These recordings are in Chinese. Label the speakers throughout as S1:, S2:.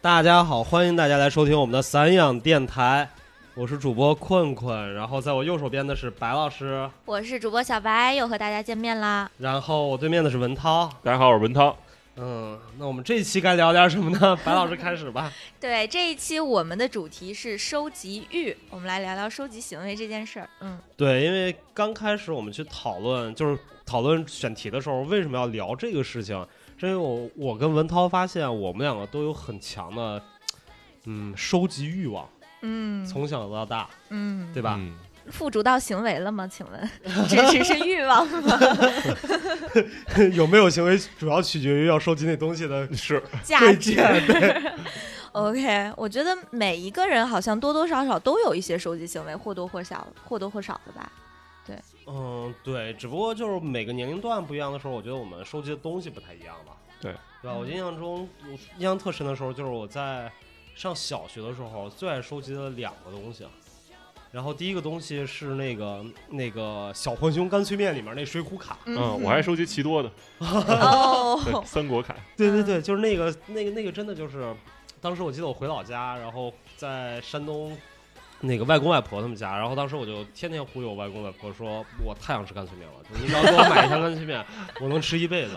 S1: 大家好，欢迎大家来收听我们的散养电台，我是主播困困，然后在我右手边的是白老师，
S2: 我是主播小白，又和大家见面啦。
S1: 然后我对面的是文涛。
S3: 大家好，我是文涛。
S1: 嗯，那我们这一期该聊点什么呢？白老师开始吧。
S2: 对，这一期我们的主题是收集欲，我们来聊聊收集行为这件事儿。嗯，
S1: 对，因为刚开始我们去讨论，就是讨论选题的时候，为什么要聊这个事情？是因为我我跟文涛发现，我们两个都有很强的，嗯，收集欲望，
S2: 嗯，
S1: 从小到大，
S2: 嗯，
S1: 对吧？
S3: 嗯
S2: 附着到行为了吗？请问，只只是欲望 吗？
S1: 有没有行为主要取决于要收集那东西的
S3: 是
S2: 价
S1: 贵
S2: 值
S1: 贱。对
S2: OK，我觉得每一个人好像多多少少都有一些收集行为，或多或少，或多或少的吧。
S1: 嗯，对，只不过就是每个年龄段不一样的时候，我觉得我们收集的东西不太一样吧。
S3: 对，
S1: 对吧？我印象中，我印象特深的时候，就是我在上小学的时候，最爱收集的两个东西。然后第一个东西是那个那个小浣熊干脆面里面那水浒卡，
S3: 嗯，我还收集奇多的，对，
S2: 嗯哦，
S3: 三国卡，
S1: 对对对，就是那个那个那个真的就是，当时我记得我回老家，然后在山东那个外公外婆他们家，然后当时我就天天忽悠我外公外婆说，我太想吃干脆面了，你只要给我买一箱干脆面， 我能吃一辈子。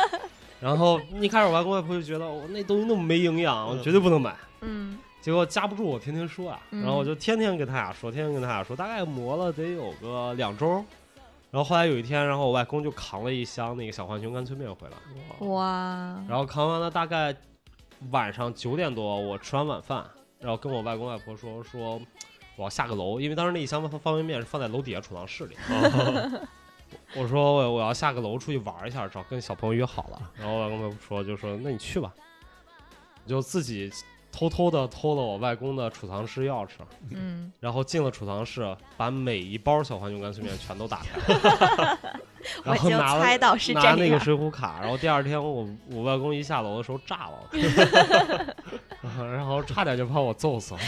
S1: 然后一开始我外公外婆就觉得我那东西那么没营养，我绝对不能买。
S2: 嗯
S1: 结果架不住我天天说啊，
S2: 嗯
S1: 然后我就天天跟他俩说，天天跟他俩说，大概磨了得有个两周。然后后来有一天，然后我外公就扛了一箱那个小浣熊干脆面回来。
S2: 哇，嗯
S1: 然后扛完了，大概晚上九点多，我吃完晚饭，然后跟我外公外婆说说我要下个楼，因为当时那一箱方方便面是放在楼底下储藏室 里。我说我我要下个楼出去玩一下，找跟小朋友约好了。然后外公外婆说就说那你去吧，我就自己偷偷的偷了我外公的储藏室钥匙，
S2: 嗯，
S1: 然后进了储藏室，把每一包小浣熊干脆面全都打开，
S2: 我
S1: 然后
S2: 就
S1: 拿了
S2: 猜到是这
S1: 拿
S2: 样。
S1: 那个水浒卡，然后第二天我我外公一下楼的时候炸了，然后差点就把我揍死了。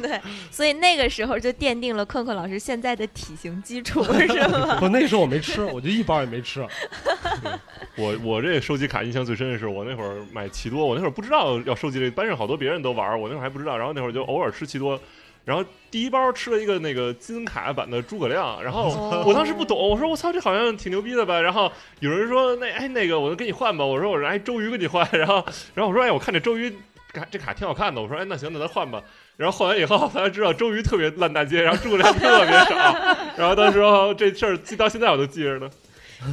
S2: 对，所以那个时候就奠定了困困老师现在的体型基 础，是吗？
S1: 不，那时候我没吃，我就一包也没吃。
S3: 我我这收集卡印象最深的是，我那会儿买奇多，我那会儿不知道要收集这，班上好多别人都玩儿，我那会儿还不知道，然后那会儿就偶尔吃奇多。然后第一包吃了一个那个金卡版的诸葛亮，然后
S2: 哦
S3: 我当时不懂，我说我操，这好像挺牛逼的吧？然后有人说那哎那个我能跟你换吧？我说我说哎周瑜跟你换， 然后然后我说哎我看这周瑜卡这卡挺好看的，我说哎那行那咱换吧。然后换完以后才知道周瑜特别烂大街，然后诸葛亮特别少， 然后到时候这事儿记到现在我都记着呢。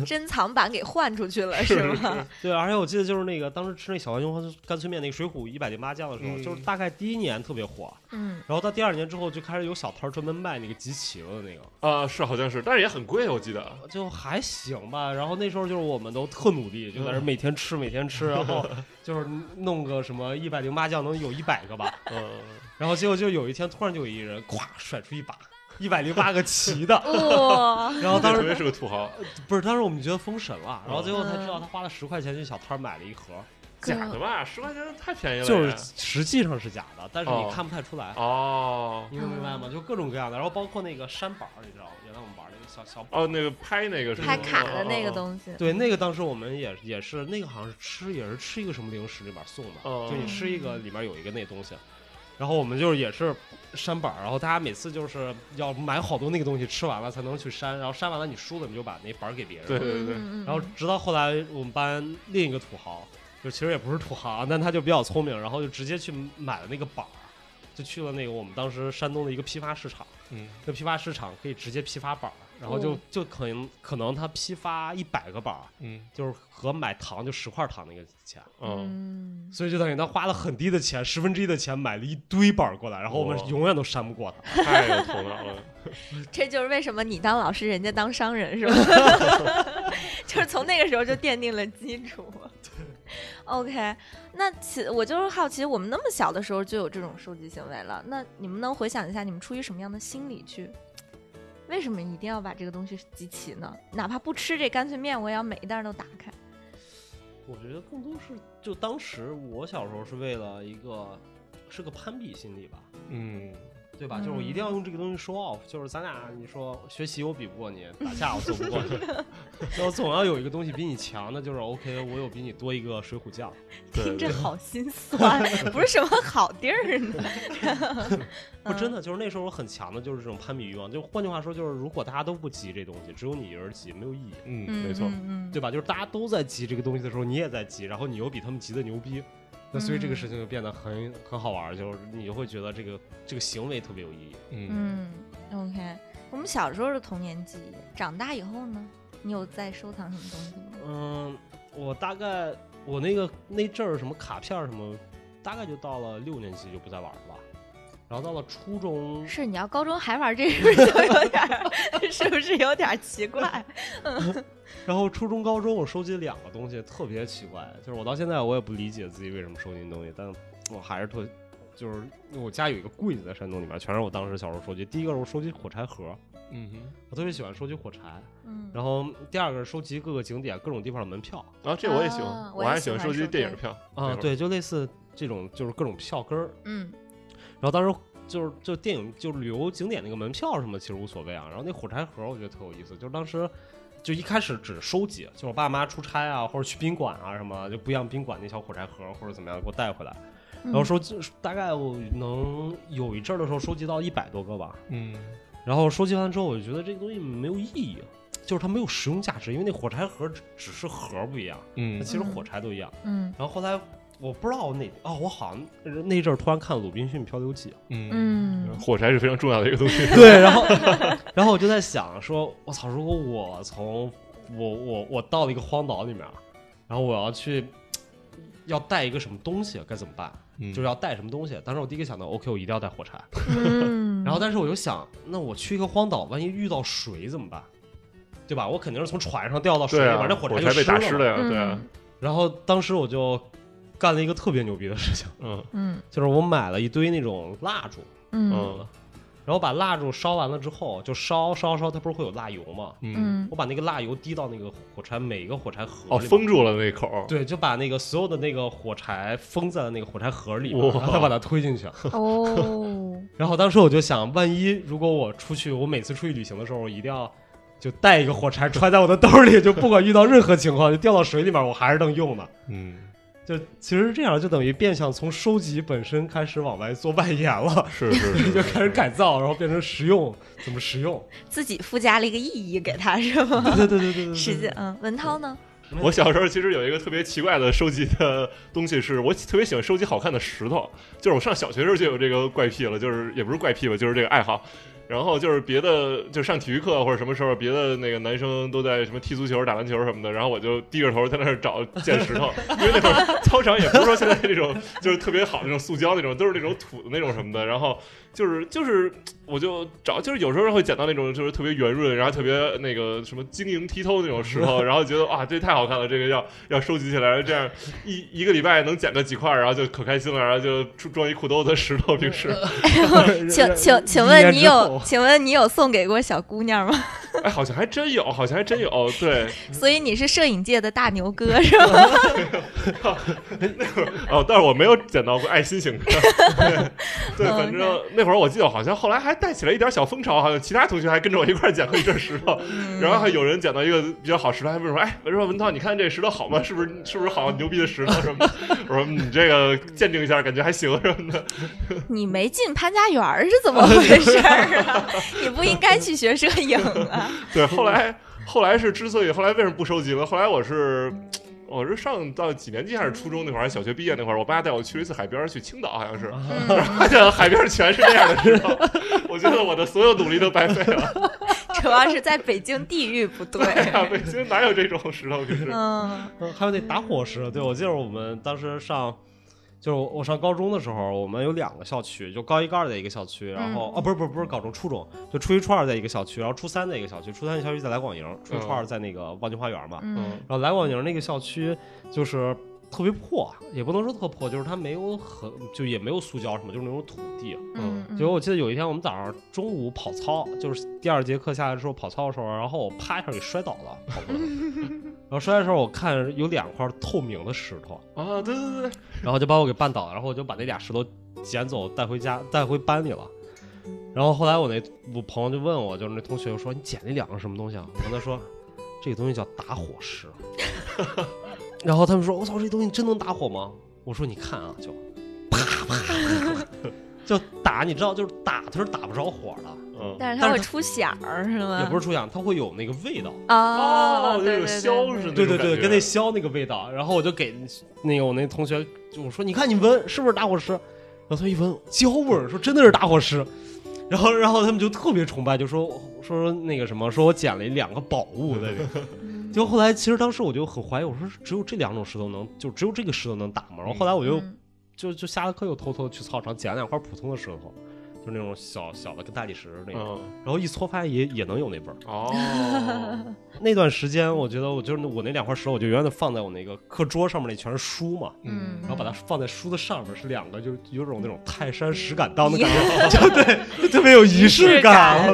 S2: 珍藏版给换出去了，是吗？
S1: 对，而且我记得就是那个当时吃那小浣熊干脆面那个水浒一百零八将的时候，
S3: 嗯
S1: 就是大概第一年特别火，
S2: 嗯，
S1: 然后到第二年之后就开始有小摊儿专门卖那个集齐了的那个，
S3: 啊、是好像是，但是也很贵，我记得。
S1: 就还行吧。然后那时候就是我们都特努力，就在那儿每天吃每天吃，然后就是弄个什么一百零八将能有一百个吧。
S3: 嗯，
S1: 然后结果就有一天，突然就有一人咵甩出一把一百零八个旗的，
S2: 哇，
S1: 然后当
S3: 特
S1: 时
S3: 别是个土豪，
S1: 不是当时我们觉得封神了，然
S3: 嗯
S1: 后最后才知道他花了十块钱去小摊儿买了一盒，
S3: 假的吧？十块钱太便宜了呀，
S1: 就是实际上是假的，但是你
S3: 哦
S1: 看不太出来，
S3: 哦
S1: 你能明白吗？就各种各样的，然后包括那个扇板儿，你知道吗？原来我们玩那个小小板儿。
S3: 哦，那个拍那个是吗
S2: 拍卡的那个东
S3: 哦
S2: 西，
S1: 对，那个当时我们也也是，那个好像是吃，也是吃一个什么零食里边送的，
S3: 哦
S1: 就你吃一个里面有一个那东西，然后我们就是也是扇板儿，然后大家每次就是要买好多那个东西，吃完了才能去扇，然后扇完了你输了你就把那板儿给别人，
S3: 对对对
S2: 嗯，
S1: 然后直到后来我们班另一个土豪，就其实也不是土豪，啊但他就比较聪明，然后就直接去买了那个板儿，就去了那个我们当时山东的一个批发市场，
S3: 嗯，
S1: 那批发市场可以直接批发板儿，然后就、
S2: 哦
S1: 就可能可能他批发一百个板儿，
S3: 嗯
S1: 就是和买糖就十块糖那个钱，
S3: 嗯，
S2: 嗯，
S1: 所以就等于他花了很低的钱，十分之一的钱买了一堆板儿过来，然后我
S3: 哇
S1: 们永远都扇不过他。
S3: 太有头脑了。
S2: 这就是为什么你当老师，人家当商人，是吧？ 就是从那个时候就奠定了基础。OK，那其我就是好奇，我们那么小的时候就有这种收集行为了，那你们能回想一下，你们出于什么样的心理去？为什么一定要把这个东西集齐呢？哪怕不吃这干脆面，我也要每一袋都打开。
S1: 我觉得更多是就当时我小时候是为了一个是个攀比心理吧，
S3: 嗯，
S1: 对吧？就是我一定要用这个东西 show off，就是咱俩你说学习我比不过你，打架我做不过你，那我总要有一个东西比你强的，就是 OK，我有比你多一个水浒将。
S3: 对
S2: 听着好心酸， 不是什么好地儿 呢。
S1: 不，真的就是那时候我很强的就是这种攀比欲望。就换句话说，就是如果大家都不急这东西，只有你一个人急，没有意义，
S3: 嗯，
S2: 嗯，
S3: 没错，
S2: 嗯，嗯
S1: 对吧？就是大家都在急这个东西的时候，你也在急，然后你又比他们急的牛逼，那所以这个事情就变得很很好玩，就是你就会觉得这个这个行为特别有意义。
S3: 嗯，
S2: 嗯，OK。我们小时候的童年记忆，长大以后呢，你有在收藏什么东西吗？
S1: 嗯，我大概我那个那阵儿什么卡片儿什么，大概就到了六年级就不再玩了吧。然后到了初中，
S2: 是你要高中还玩这个， 就有点儿，是不是有点儿奇怪？
S1: 然后初中、高中我收集两个东西特别奇怪，就是我到现在我也不理解自己为什么收集东西，但我还是特，就是我家有一个柜子在山洞里面，全是我当时小时候收集。第一个是我收集火柴盒，
S3: 嗯哼，
S1: 我特别喜欢收集火柴。
S2: 嗯，
S1: 然后第二个是收集各个景点、各种地方的门票
S3: 然后这我也喜
S2: 啊
S3: 欢，
S2: 我
S3: 我
S2: 也
S3: 还
S2: 喜
S3: 喜
S2: 欢
S3: 欢
S2: 收
S3: 收集
S2: 对
S3: 电影票
S1: 啊，，对，就类似这种就是各种票根儿。
S2: 嗯
S1: 然后当时就是就电影就是旅游景点那个门票什么其实无所谓啊，然后那火柴盒我觉得特有意思，就是当时。就一开始只收集，就我爸妈出差啊，或者去宾馆啊什么，就不一样宾馆那小火柴盒或者怎么样给我带回来，然后收集大概我能有一阵儿的时候收集到一百多个吧，
S3: 嗯
S1: 然后收集完之后我就觉得这个东西没有意义，就是它没有实用价值，因为那火柴盒只只是盒儿不一样，那
S3: 嗯
S1: 其实火柴都一样。
S2: 嗯
S1: 然后后来我不知道哪啊、我好像那阵儿突然看了鲁滨逊漂流 记，
S3: 嗯，
S2: 嗯
S3: 火柴是非常重要的一 个东西，
S1: 对，然后然后我就在想说，我操，如果我从我我我到了一个荒岛里面，然后我要去要带一个什么东西该怎么办？
S3: 嗯
S1: 就是要带什么东西？当时我第一个想到，OK，我一定要带火柴。
S2: 嗯，
S1: 然后，但是我又想，那我去一个荒岛，万一遇到水怎么办？对吧？我肯定是从船上掉到水
S3: 对
S1: 里
S3: 啊
S1: 面，，那
S3: 火
S1: 柴就
S3: 被打湿
S1: 嘛。
S3: 了呀，对 啊，
S2: 嗯
S1: 然后当时我就干了一个特别牛逼的事情，
S3: 嗯
S2: 嗯
S1: 就是我买了一堆那种蜡烛，
S2: 嗯
S3: 嗯
S1: 然后把蜡烛烧完了之后，就烧烧烧，它不是会有蜡油吗？
S3: 嗯，
S2: 嗯
S1: 我把那个蜡油滴到那个火柴每一个火柴盒里
S3: 哦，
S1: 面
S3: 封住了那口，
S1: 对，就把那个所有的那个火柴封在了那个火柴盒里面，
S3: 哇
S1: 然后再把它推进去。
S2: 嗯 哦，
S1: 然后当时我就想，万一如果我出去，我每次出去旅行的时候，我一定要就带一个火柴揣在我的兜里，就不管遇到任何情况，就掉到水里面，我还是能用的。
S3: 嗯，
S1: 就其实这样，就等于变相从收集本身开始往外做外延了，
S3: 是是是，
S1: 就开始改造，然后变成实用，怎么实用？
S2: 自己附加了一个意义给他是吗？
S1: 对对对对对对，
S2: 实 际，嗯，文涛呢？
S3: 我小时候其实有一个特别奇怪的收集的东西是，我特别喜欢收集好看的石头，就是我上小学时候就有这个怪癖了，就是也不是怪癖吧，就是这个爱好。然后就是别的，就上体育课或者什么时候，别的那个男生都在什么踢足球、打篮球什么的，然后我就低着头在那儿找捡石头，因为那会儿操场也不是说现在这种就是特别好的那种塑胶那种，都是那种土的那种什么的。然后就是就是我就找，就是有时候会捡到那种就是特别圆润，然后特别那个什么晶莹剔透那种石头，然后觉得哇，这太好看了，这个要要收集起来，这样一一个礼拜能捡个几块，然后就可开心了，然后就装装一裤兜子石头，平时。
S2: 请请请
S1: 一
S2: 问
S1: 年
S2: 你
S1: 之
S2: 有
S1: 后
S2: 请问你有送给过小姑娘吗？
S3: 哎，好像还真有，好像还真有，对，
S2: 所以你是摄影界的大牛哥是吗？
S3: 哦，但是我没有捡到过爱心型的，对，对，
S2: 嗯
S3: 反正那会儿我记得好像后来还带起来一点小风潮，好像其他同学还跟着我一块儿捡过一阵石头，然后还有人捡到一个比较好石头，还问说，哎，文说文涛，你看这石头好吗？是不是是不是好牛逼的石头什么的？我说嗯你这个鉴定一下，感觉还行什么的。
S2: 你没进潘家园儿是怎么回事儿啊？你不应该去学摄影啊！
S3: 对，后来后来是之所以后来为什么不收集了？后来我是我是上到几年级还是初中那会儿，还是小学毕业那会儿，我爸带我去了一次海边儿，去青岛好像 是，
S2: 哦嗯
S3: 然后发现海边儿全是这样的石头，我觉得我的所有努力都白费了。
S2: 主要是在北京地域不对。
S3: 哎呀，北京哪有这种石头？就是
S2: 嗯
S1: 嗯，还有那打火石，对我记得我们当时上，就是我我上高中的时候，我们有两个校区，就高一高二在一个校区，然后、哦不是不是不是高中初中，就初一初二在一个校区，然后初三在一个校区，初三的校区在来广营，初一初二在那个望京花园嘛，
S2: 嗯
S1: 然后来广营那个校区就是。特别破，啊也不能说特破，就是它没有很，就也没有塑胶什么，就是那种土地。
S2: 嗯
S1: 结果我记得有一天我们早上中午跑操，就是第二节课下来之后跑操的时候，然后我啪一下给摔倒了，跑步的时候然后摔的时候我看有两块透明的石头，
S3: 啊，对对对，
S1: 然后就把我给绊倒了，然后我就把那俩石头捡走带回家带回班里了。然后后来我那我朋友就问我，就是那同学就说你捡那两个什么东西啊？我跟他说，这个东西叫打火石。然后他们说，我操，这东西真能打火吗？我说你看啊，就啪啪， 就打，你知道，就是打，它是打不着火的，
S3: 嗯，
S2: 但
S1: 但
S2: 是它
S1: 是
S2: 会
S1: 它
S2: 出响儿是吗？
S1: 也不是出痒，它会有那个味道。
S2: 哦，
S3: 哦
S2: 对
S3: 那个
S2: 对
S3: 消
S2: 对
S3: 是
S1: 对
S2: 对
S1: 对
S3: 那
S1: 对，
S3: 种感觉
S1: 跟那硝那个味道。然后我就给那个我那同学，就我说你看你闻是不是打火石？然后他一闻焦味儿，说真的是打火石。然后然后他们就特别崇拜，就说说说那个什么，说我捡了两个宝物在里。结果后来其实当时我就很怀疑，我说只有这两种石头能，就只有这个石头能打吗？然后后来我就、
S2: 嗯
S1: 就就下了课又偷偷去操场捡了两块普通的石头。就那种小小的，跟大理石那种，
S2: 哦
S3: 嗯，
S1: 然后一搓发现也也能有那味儿。
S3: 哦，
S1: 那段时间，我觉得我就是我那两块石头，我就永远的放在我那个课桌上面，那全是书嘛，
S2: 嗯
S1: 然后把它放在书的上面，是两个，就是有种那种泰山石敢当的感觉，就对，就特别有仪式
S2: 感，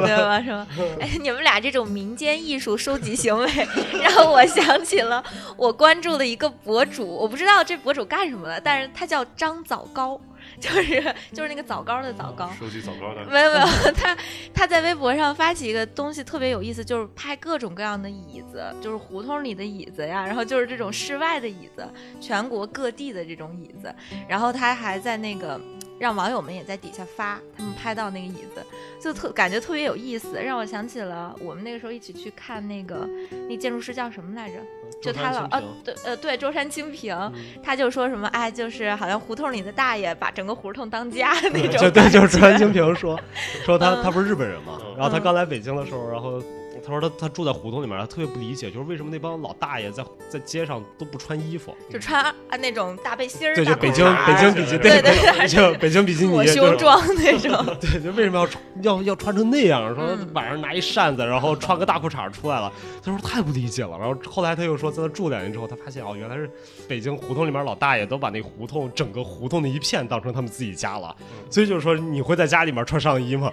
S1: 感。
S2: 对吧？是吧？哎，你们俩这种民间艺术收集行为， 让我想起了我关注的一个博主，我不知道这博主干什么的，但是他叫张枣糕，就是就是那个枣糕的枣糕。
S3: 收集枣糕的，
S2: 没有没有，他 他在微博上发起一个东西特别有意思，就是拍各种各样的椅子，就是胡同里的椅子呀，然后就是这种室外的椅子，全国各地的这种椅子，然后他还在那个让网友们也在底下发他们拍到那个椅子，就特感觉特别有意思，让我想起了我们那个时候一起去看那个那建筑师叫什么来着？就他老啊，对呃对，舟山清平，他就说什么哎，就是好像胡同里的大爷把整个胡同当家那种感觉，
S1: 就对，就是川清平 说说他
S2: 嗯
S1: 他不是日本人嘛，
S3: 嗯
S1: 然后他刚来北京的时候，然后他说他他住在胡同里面，他特别不理解，就是为什么那帮老大爷在在街上都不穿衣服。
S2: 就穿啊那种大背心儿、
S1: 对，就
S2: 大
S1: 北
S2: 裤
S1: 京
S2: 衩儿
S1: 北京比基，
S2: 对对对
S1: 北京北京比基尼，
S2: 抹
S1: 就是
S2: 胸装那种，
S1: 对，就为什么要穿要要穿成那样？说
S2: 嗯
S1: 晚上拿一扇子，然后穿个大裤衩出来了。他说太不理解了。然后后来他又说，在那住两年之后，他发现哦，原来是北京胡同里面老大爷都把那胡同整个胡同的一片当成他们自己家了。所以就是说，你会在家里面穿上衣 吗？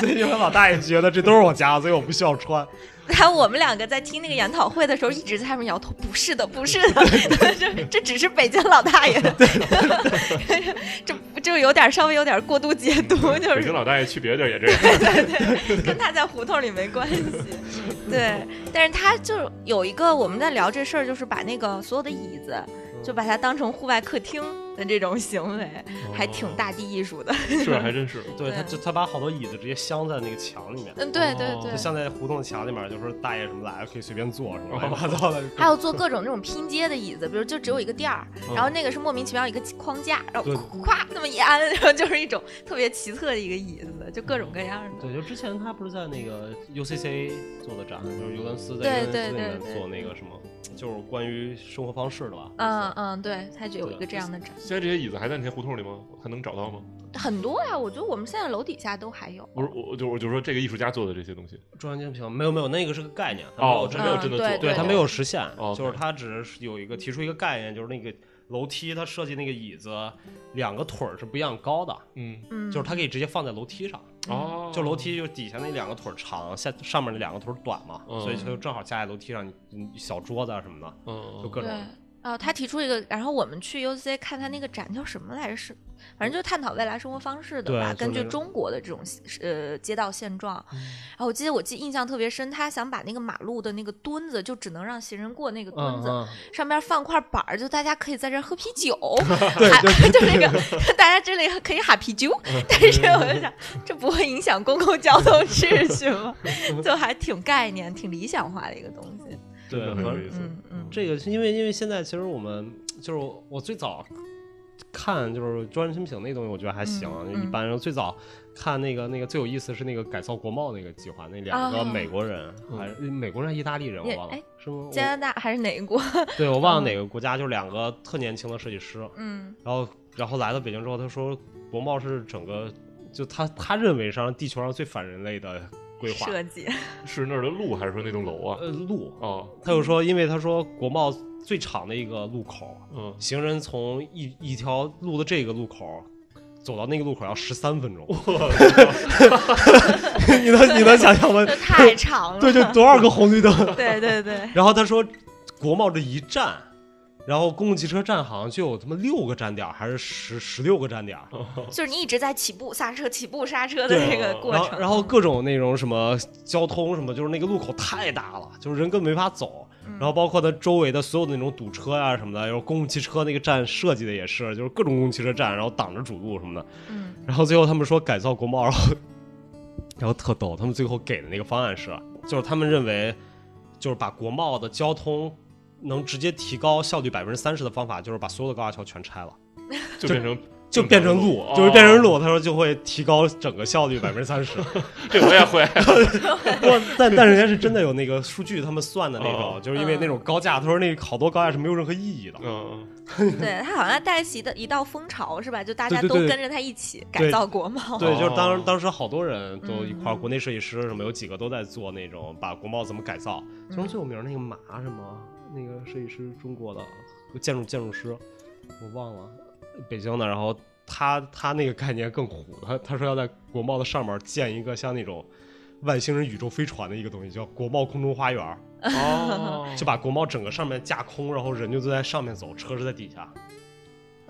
S1: 所以你们老大爷觉得这都是我家，所以我不需要穿。
S2: 然后我们两个在听那个研讨会的时候，一直在下面摇头，不是的，不是的， 这这只是北京老大爷，这这有点稍微有点过度解读，就
S3: 北京
S2: 是
S3: 老大爷去别的地儿也这 样，
S2: 跟他在胡同里没关系。对，但是他就是有一个我们在聊这事儿，就是把那个所有的椅子就把它当成户外客厅的这种行为，还挺大地艺术的。
S3: 是还真是，
S1: 对，他
S2: 对
S1: 就他把好多椅子直接镶在那个墙里面，
S2: 嗯，对对
S3: 哦
S2: 对
S1: 就。镶在胡同墙里面，就说大爷什么哎来可以随便坐什么乱七八糟的。
S2: 还有做各种那种拼接的椅子，比如就只有一个垫儿，然后那个是莫名其妙一个框架，然后
S1: 嗯对
S2: 咵那么一安， 然后就是一种特别奇特的一个椅子，就各种各样的。
S1: 对，就之前他不是在那个 UCC 做的展，就是尤伦斯
S2: 对
S1: 在尤伦斯
S2: 对
S1: 里面
S2: 对
S1: 做那个什么，就是关于生活方式的吧？
S2: 嗯嗯，对，它就有一个这样的展，
S3: 现在这些椅子还在那些胡同里吗？还能找到吗？
S2: 很多呀、我觉得我们现在楼底下都还有。
S3: 我说，我就我就说这个艺术家做的这些东西，
S1: 中央精品没有没有，那个是个概念，它没有
S3: 哦，
S1: 真
S3: 真没有
S2: 嗯
S3: 真的
S2: 对
S3: 做，
S1: 对它
S2: 他
S1: 没有实现，
S3: 哦
S1: 就是它只是有一个提出一个概念，就是那个楼梯，它设计那个椅子两个腿儿是不一样高的，
S3: 嗯，
S2: 嗯，
S1: 就是它可以直接放在楼梯上，
S3: 哦，
S1: 嗯就楼梯就底下那两个腿儿长，下上面那两个腿儿短嘛，
S3: 嗯
S1: 所以它就正好架在楼梯上，你你小桌子啊什么的，
S3: 嗯，
S1: 就
S3: 嗯，
S1: 各
S2: 对
S1: 种。
S2: 啊、他提出一个，然后我们去 UC 看他那个展叫什么来着？是，反正就是探讨未来生活方式的
S1: 对
S2: 吧，
S1: 就
S2: 根据
S1: 那个嗯
S2: 中国的这种呃街道现状。然后我记得我记印象特别深，他想把那个马路的那个墩子，就只能让行人过那个墩
S1: 嗯
S2: 子，
S1: 嗯，
S2: 上面放块板儿，就大家可以在这儿喝啤酒，
S1: 对嗯
S2: 还 就那个大家这里可以喊啤酒，但是我就想，这不会影响公共交通秩序 吗？
S1: 嗯
S2: 就还挺概念、挺理想化的一个东西。
S1: 对，
S3: 真的
S1: 反
S3: 很
S1: 正
S3: 有意思，
S2: 嗯嗯
S1: 这个是因为因为现在其实我们就是我我最早看就是专人生平那东西，我觉得还行，
S2: 嗯
S1: 就一
S2: 嗯
S1: 般。然后最早看那个那个最有意思是那个改造国贸那个计划，那两
S2: 啊
S1: 个美国人、
S3: 嗯
S1: 还是美国人还是意大利人，
S2: 也
S1: 我忘了
S2: 哎，
S1: 是吗？
S2: 加拿嗯大还是哪一国？
S1: 我对我忘了哪个国家，就是两个特年轻的设计师，
S2: 嗯
S1: 然后然后来到北京之后，他说国贸是整个就他他认为上地球上最反人类的规划，
S2: 设 计，
S1: 嗯
S3: 是那儿的路还是说那栋楼啊？
S1: 呃路。
S3: 哦，
S1: 他就说，因为他说国贸最长的一个路口，
S3: 嗯，
S1: 行人从一一条路的这个路口走到那个路口要十三分钟， 你能你能想象吗
S2: 这？太长 了。
S1: 对，就多少个红绿灯？
S2: 对对对
S1: 然后他说，国贸这一站，然后公共汽车站好像就有他妈六个站点儿，还是十十六个站点儿，
S2: 就是你一直在起步刹车、起步刹车的这个
S1: 哦
S2: 过
S1: 然后
S2: 程。
S1: 然后各种那种什么交通什么，就是那个路口太大了，就是人根本没法走。
S2: 嗯
S1: 然后包括它周围的所有的那种堵车呀、什么的，然后公共汽车那个站设计的也是，就是各种公共汽车站，然后挡着主路什么的。
S2: 嗯，
S1: 然后最后他们说改造国贸，然后然后特逗，他们最后给的那个方案是，就是他们认为，就是把国贸的交通能直接提高效率百分之三十的方法，就是把所有的高架桥全拆了。
S3: 就变成
S1: 就变成路，
S3: 哦
S1: 就是变成路，他说就会提高整个效率百分之 三十。
S3: 这我 也会，
S1: 不过，但但是人家是真的有那个数据，他们算的那种，
S3: 哦
S1: 就是因为那种高架，他说那个好多高架是没有任何意义的。
S3: 嗯，
S2: 对他好像带起的一道风潮是吧？就大家
S1: 对对
S2: 都
S1: 对
S2: 跟着他一起改
S1: 对
S2: 造国贸。
S1: 对，就是当
S3: 哦
S1: 当时好多人都一块儿，
S2: 嗯
S1: 国内设计师什么有几个都在做那种把国贸怎么改造。其中最有名儿那个马什么，那个设计师中国的建筑建筑师，我忘了，北京的。然后他他那个概念更虎，他他说要在国贸的上面建一个像那种外星人宇宙飞船的一个东西，叫国贸空中花园儿，
S3: 哦，
S1: 就把国贸整个上面架空，然后人就坐在上面走，车是在底下。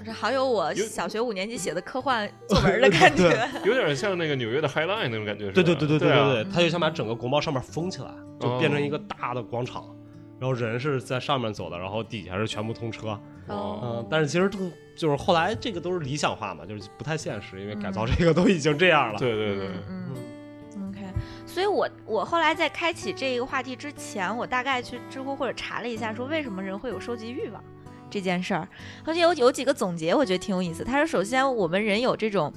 S2: 这好有我
S3: 有
S2: 小学五年级写的 科幻作文的感觉
S1: 对。
S3: 有点像那个纽约的 High Line 那种感觉，是吧
S1: 对对对对
S3: 对
S1: 对
S3: 啊
S1: 对，他就想把整个国贸上面封起来，
S3: 哦
S1: 就变成一个大的广场，然后人是在上面走的，然后底下是全部通车。
S2: 哦
S3: 哦，
S1: 嗯，但是其实都就是后来这个都是理想化嘛，就是不太现实，因为改造这个都已经这样了。
S3: 对对对，
S2: 嗯
S1: 嗯，
S2: 嗯，OK。所以我我后来在开启这个话题之前，我大概去知乎或者查了一下，说为什么人会有收集欲望这件事儿，而且有有几个总结，我觉得挺有意思。他说，首先我们人有这种。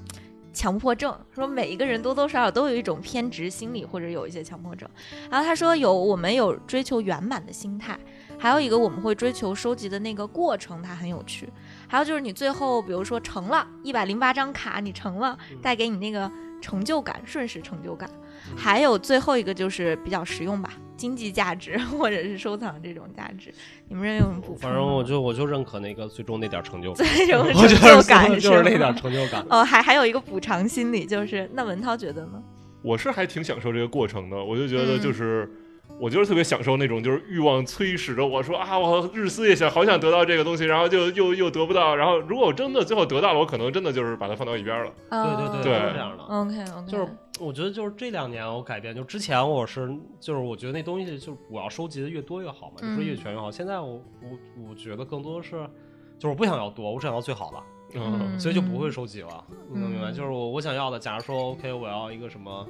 S2: 强迫症说每一个人多多少少都有一种偏执心理，或者有一些强迫症。然后他说有我们有追求圆满的心态，还有一个我们会追求收集的那个过程，它很有趣。还有就是你最后比如说成了一百零八张卡，你成了，带给你那个成就感，瞬时成就感。还有最后一个就是比较实用吧，经济价值 或者是收藏这种价值，你们认为有什么补充？
S1: 反正我就我就认可那个最终那点儿成就感，
S2: 最终
S1: 我
S2: 成
S1: 觉
S2: 就
S1: 得
S2: 感
S1: 是就是那点儿
S2: 吗
S1: 成就感。
S2: 哦，还还有一个补偿心理，就是那文涛觉得呢？
S3: 我是还挺享受这个过程的，我就觉得
S2: 嗯
S3: 就是。我就是特别享受那种，就是欲望催使着我说啊，我日思夜想，好想得到这个东西，然后就又又得不到，然后如果我真的最后得到了，我可能真的就是把它放到一边了。
S1: 对
S2: 对
S1: 对对，
S3: 对
S1: 都是这样的。
S2: OK OK，
S1: 就是我觉得就是这两年我改变，就之前我是就是我觉得那东西就是我要收集的越多越好嘛，
S2: 嗯
S1: 你说越全越好。现在我我我觉得更多是就是我不想要多，我只想要最好的，
S2: 嗯
S1: 所以就不会收集了。你能明白？
S2: 嗯
S1: 就是我我想要的，假如说 OK，我要一个什么。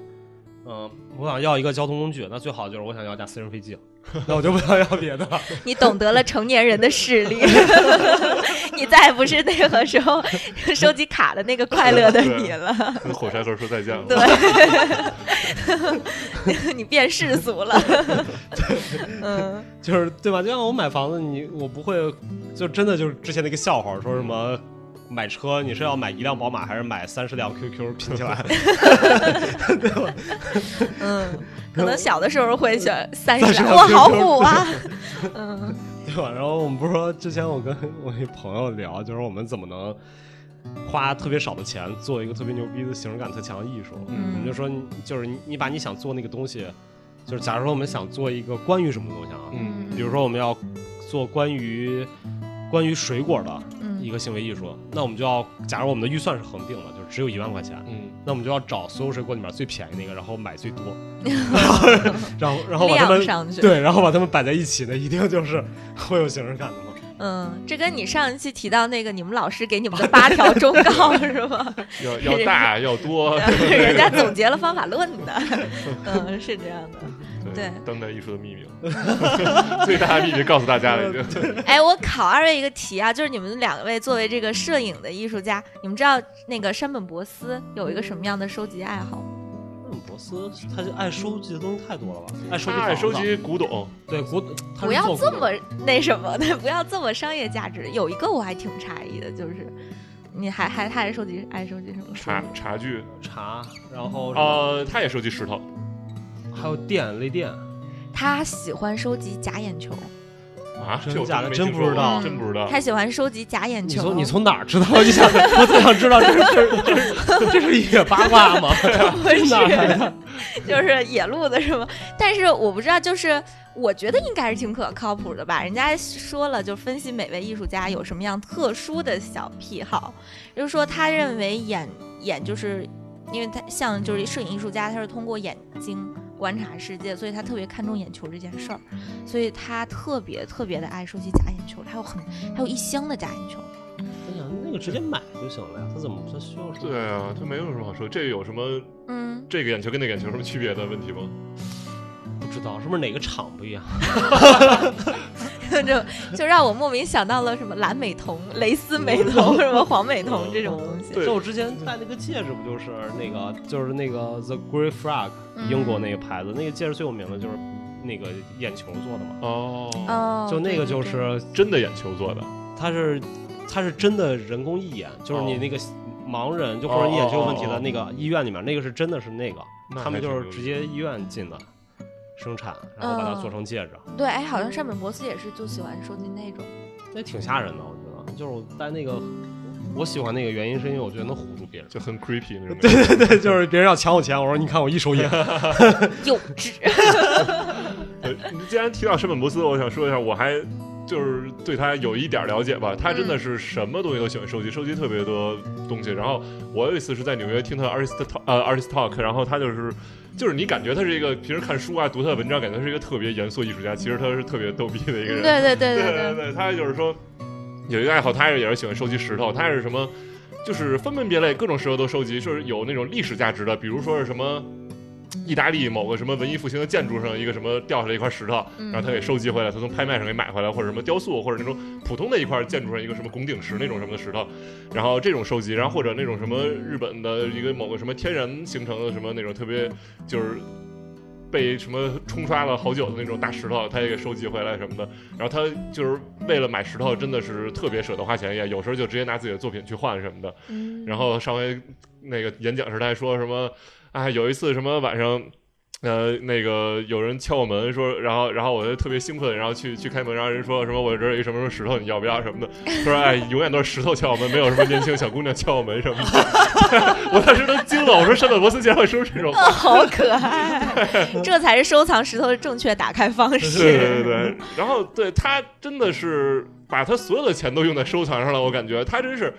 S1: 嗯，我想要一个交通工具，那最好就是我想要架私人飞机， 那我就不想要别的了。
S2: 你懂得了成年人的势 力，你再也不是那个时候收集卡的那个快乐的你了。
S3: 跟火柴盒说再见了。
S2: 对， 你变世俗了。嗯，
S1: 就是对吧？就像我买房子，你我不会，就真的就是之前那个笑话，说什么买车你是要买一辆宝马还是买三十辆 QQ 拼起来？
S2: 嗯，可能小的时候会选三
S1: 三
S2: 十
S1: 十
S2: 来，
S1: 来
S2: 哇，
S1: 就
S2: 好
S1: 就
S2: 虎啊！嗯
S1: 对吧？然后我们不是说之前我跟我一朋友聊，就是我们怎么能花特别少的钱做一个特别牛逼的形式感特强的艺术？我们就
S2: 嗯
S1: 说你，就是你你把你想做那个东西，就是假如说我们想做一个关于什么东西啊，
S3: 嗯
S1: 比如说我们要做关于关于水果的一
S2: 嗯
S1: 个行为艺术，那我们就要，假如我们的预算是恒定的，就是只有一万块钱，
S3: 嗯，
S1: 那我们就要找所有水果里面最便宜那个，然后买最多， 然后然后把它
S2: 量上
S1: 们
S2: 去
S1: 对，然后把它们摆在一起呢，一定就是 会有形式感的嘛。
S2: 嗯，这跟你上一期提到那个你们老师给你们的八条忠 告是吗？
S3: 要要大要多，
S2: 人家总结了方法论的，嗯，是这样的。 对
S3: 当代艺术的秘密，最大的秘密告诉大家了已经。
S2: 哎，我考二位一个题啊，就是你们两位作为这个摄影的艺术家，你们知道那个山本博斯有一个什么样的收集爱好吗？
S1: 嗯，博斯他就爱收集的东西太多了吧？爱收集
S3: 他
S1: 房
S3: 爱
S1: 子
S3: 收集古董，
S1: 对古，他是
S2: 不要
S1: 做
S2: 这
S1: 古
S2: 么那什么的，不要这么商业价值。有一个我还挺诧异的，就是你还还还收集爱收集什么书？
S3: 茶茶具，
S1: 茶，然后什么
S3: 呃，他也收集石头，
S1: 还有电雷电，
S2: 他喜欢收集假眼球，嗯
S3: 啊，
S1: 真
S3: 这我
S1: 假的
S3: 没
S1: 啊真
S3: 听
S1: 不
S3: 说
S1: 知
S3: 过
S1: 道
S3: 真不知道。
S2: 他喜欢收集假眼
S1: 你
S2: 球。
S1: 从 你从哪儿知道？你想，我特想知道，这是这是这是这是一个八卦 吗？
S2: 不是
S1: 哪儿来的？啊
S2: 就是野路子是吗？但是我不知道，就是我觉得应该是挺可靠谱的吧。人家说了，就分析每位艺术家有什么样特殊的小癖好，就是说他认为眼眼就是，因为他像就是摄影艺术家，他是通过眼睛观察世界，所以他特别看重眼球这件事儿，所以他特别特别的爱收集假眼球，他有很他有一箱的假眼球。
S1: 我想那个直接买就行了呀，他怎么他需要什么？
S3: 对啊，这没有什么好说。这有什么
S2: 嗯，
S3: 这个眼球跟那个眼球有什么区别的问题吗？
S1: 不知道是不是哪个厂不一样？
S2: 就就让我莫名想到了什么蓝美瞳、蕾丝美瞳、什么黄美瞳这种东西。
S3: 对
S1: 就我之前戴那个戒指，不就是那个就是那个 The Grey Frog
S2: 嗯
S1: 英国那个牌子，那个戒指最有名的就是那个眼球做的嘛，嗯
S3: 哦，
S2: 哦，
S1: 就那个
S2: 对
S1: 就
S2: 对
S1: 是
S3: 真的眼球做的，
S1: 它是它是真的人工义眼，就是你
S3: 哦
S1: 那个盲人就或者你眼睛有问题
S3: 哦哦哦
S1: 的
S3: 哦
S1: 那个医院里面，那个是真的是那个，
S3: 那还
S1: 他们就
S3: 挺
S1: 是
S3: 牛
S1: 直接医院进的生产，然后把它
S2: 嗯
S1: 做成戒指，
S2: 对，哎，好像山本博司也是就喜欢收集那种。
S1: 那挺吓人的，我觉得。就是我戴那个，我喜欢那个原因是因为我觉得能唬住别人，
S3: 就很 creepy 那种感觉。
S1: 对，就是别人要抢我钱，我说你看我一手眼，
S2: 幼稚。
S3: 呃你既然提到山本博斯，我想说一下，我还就是对他有一点了解吧。他真的是什么东西都喜欢收集，收集特别多东西。然后我有一次是在纽约听他的 artist talk，呃 artist talk，然后他就是。就是你感觉他是一个平时看书啊、读他的文章，感觉是一个特别严肃艺术家，其实他是特别逗逼的一个人。
S2: 对 对对
S3: 嗯 对
S2: 对，
S3: 对，他就是说有一个爱好，他也是喜欢收集石头，他是什么，就是分门别类，各种石头都收集，就是有那种历史价值的，比如说是什么。意大利某个什么文艺复兴的建筑上一个什么掉下来一块石头，
S2: 嗯
S3: 然后他给收集回来，他从拍卖上给买回来，或者什么雕塑，或者那种普通的一块建筑上一个什么拱顶石那种什么的石头，然后这种收集，然后或者那种什么日本的一个某个什么天然形成的什么那种特别就是被什么冲刷了好久的那种大石头，他也给收集回来什么的，然后他就是为了买石头，真的是特别舍得花钱，也有时候就直接拿自己的作品去换什么的。
S2: 嗯
S3: 然后上回那个演讲时他还说什么啊、有一次什么晚上。呃，那个有人敲我门说，然后，然后我就特别兴奋，然后去去开门，然后人说什么我这儿有一什么什么石头，你要不要什么的？他说哎，永远都是石头敲我门，没有什么年轻小姑娘敲我门什么的。 我当时都惊了，我说山本博斯竟然会说这种话，
S2: 好可爱， 这才是收藏石头的正确打开方
S3: 对
S2: 式。
S3: 对对对， 然后对他真的是把他所有的钱都用在收藏上了，我感觉他真是。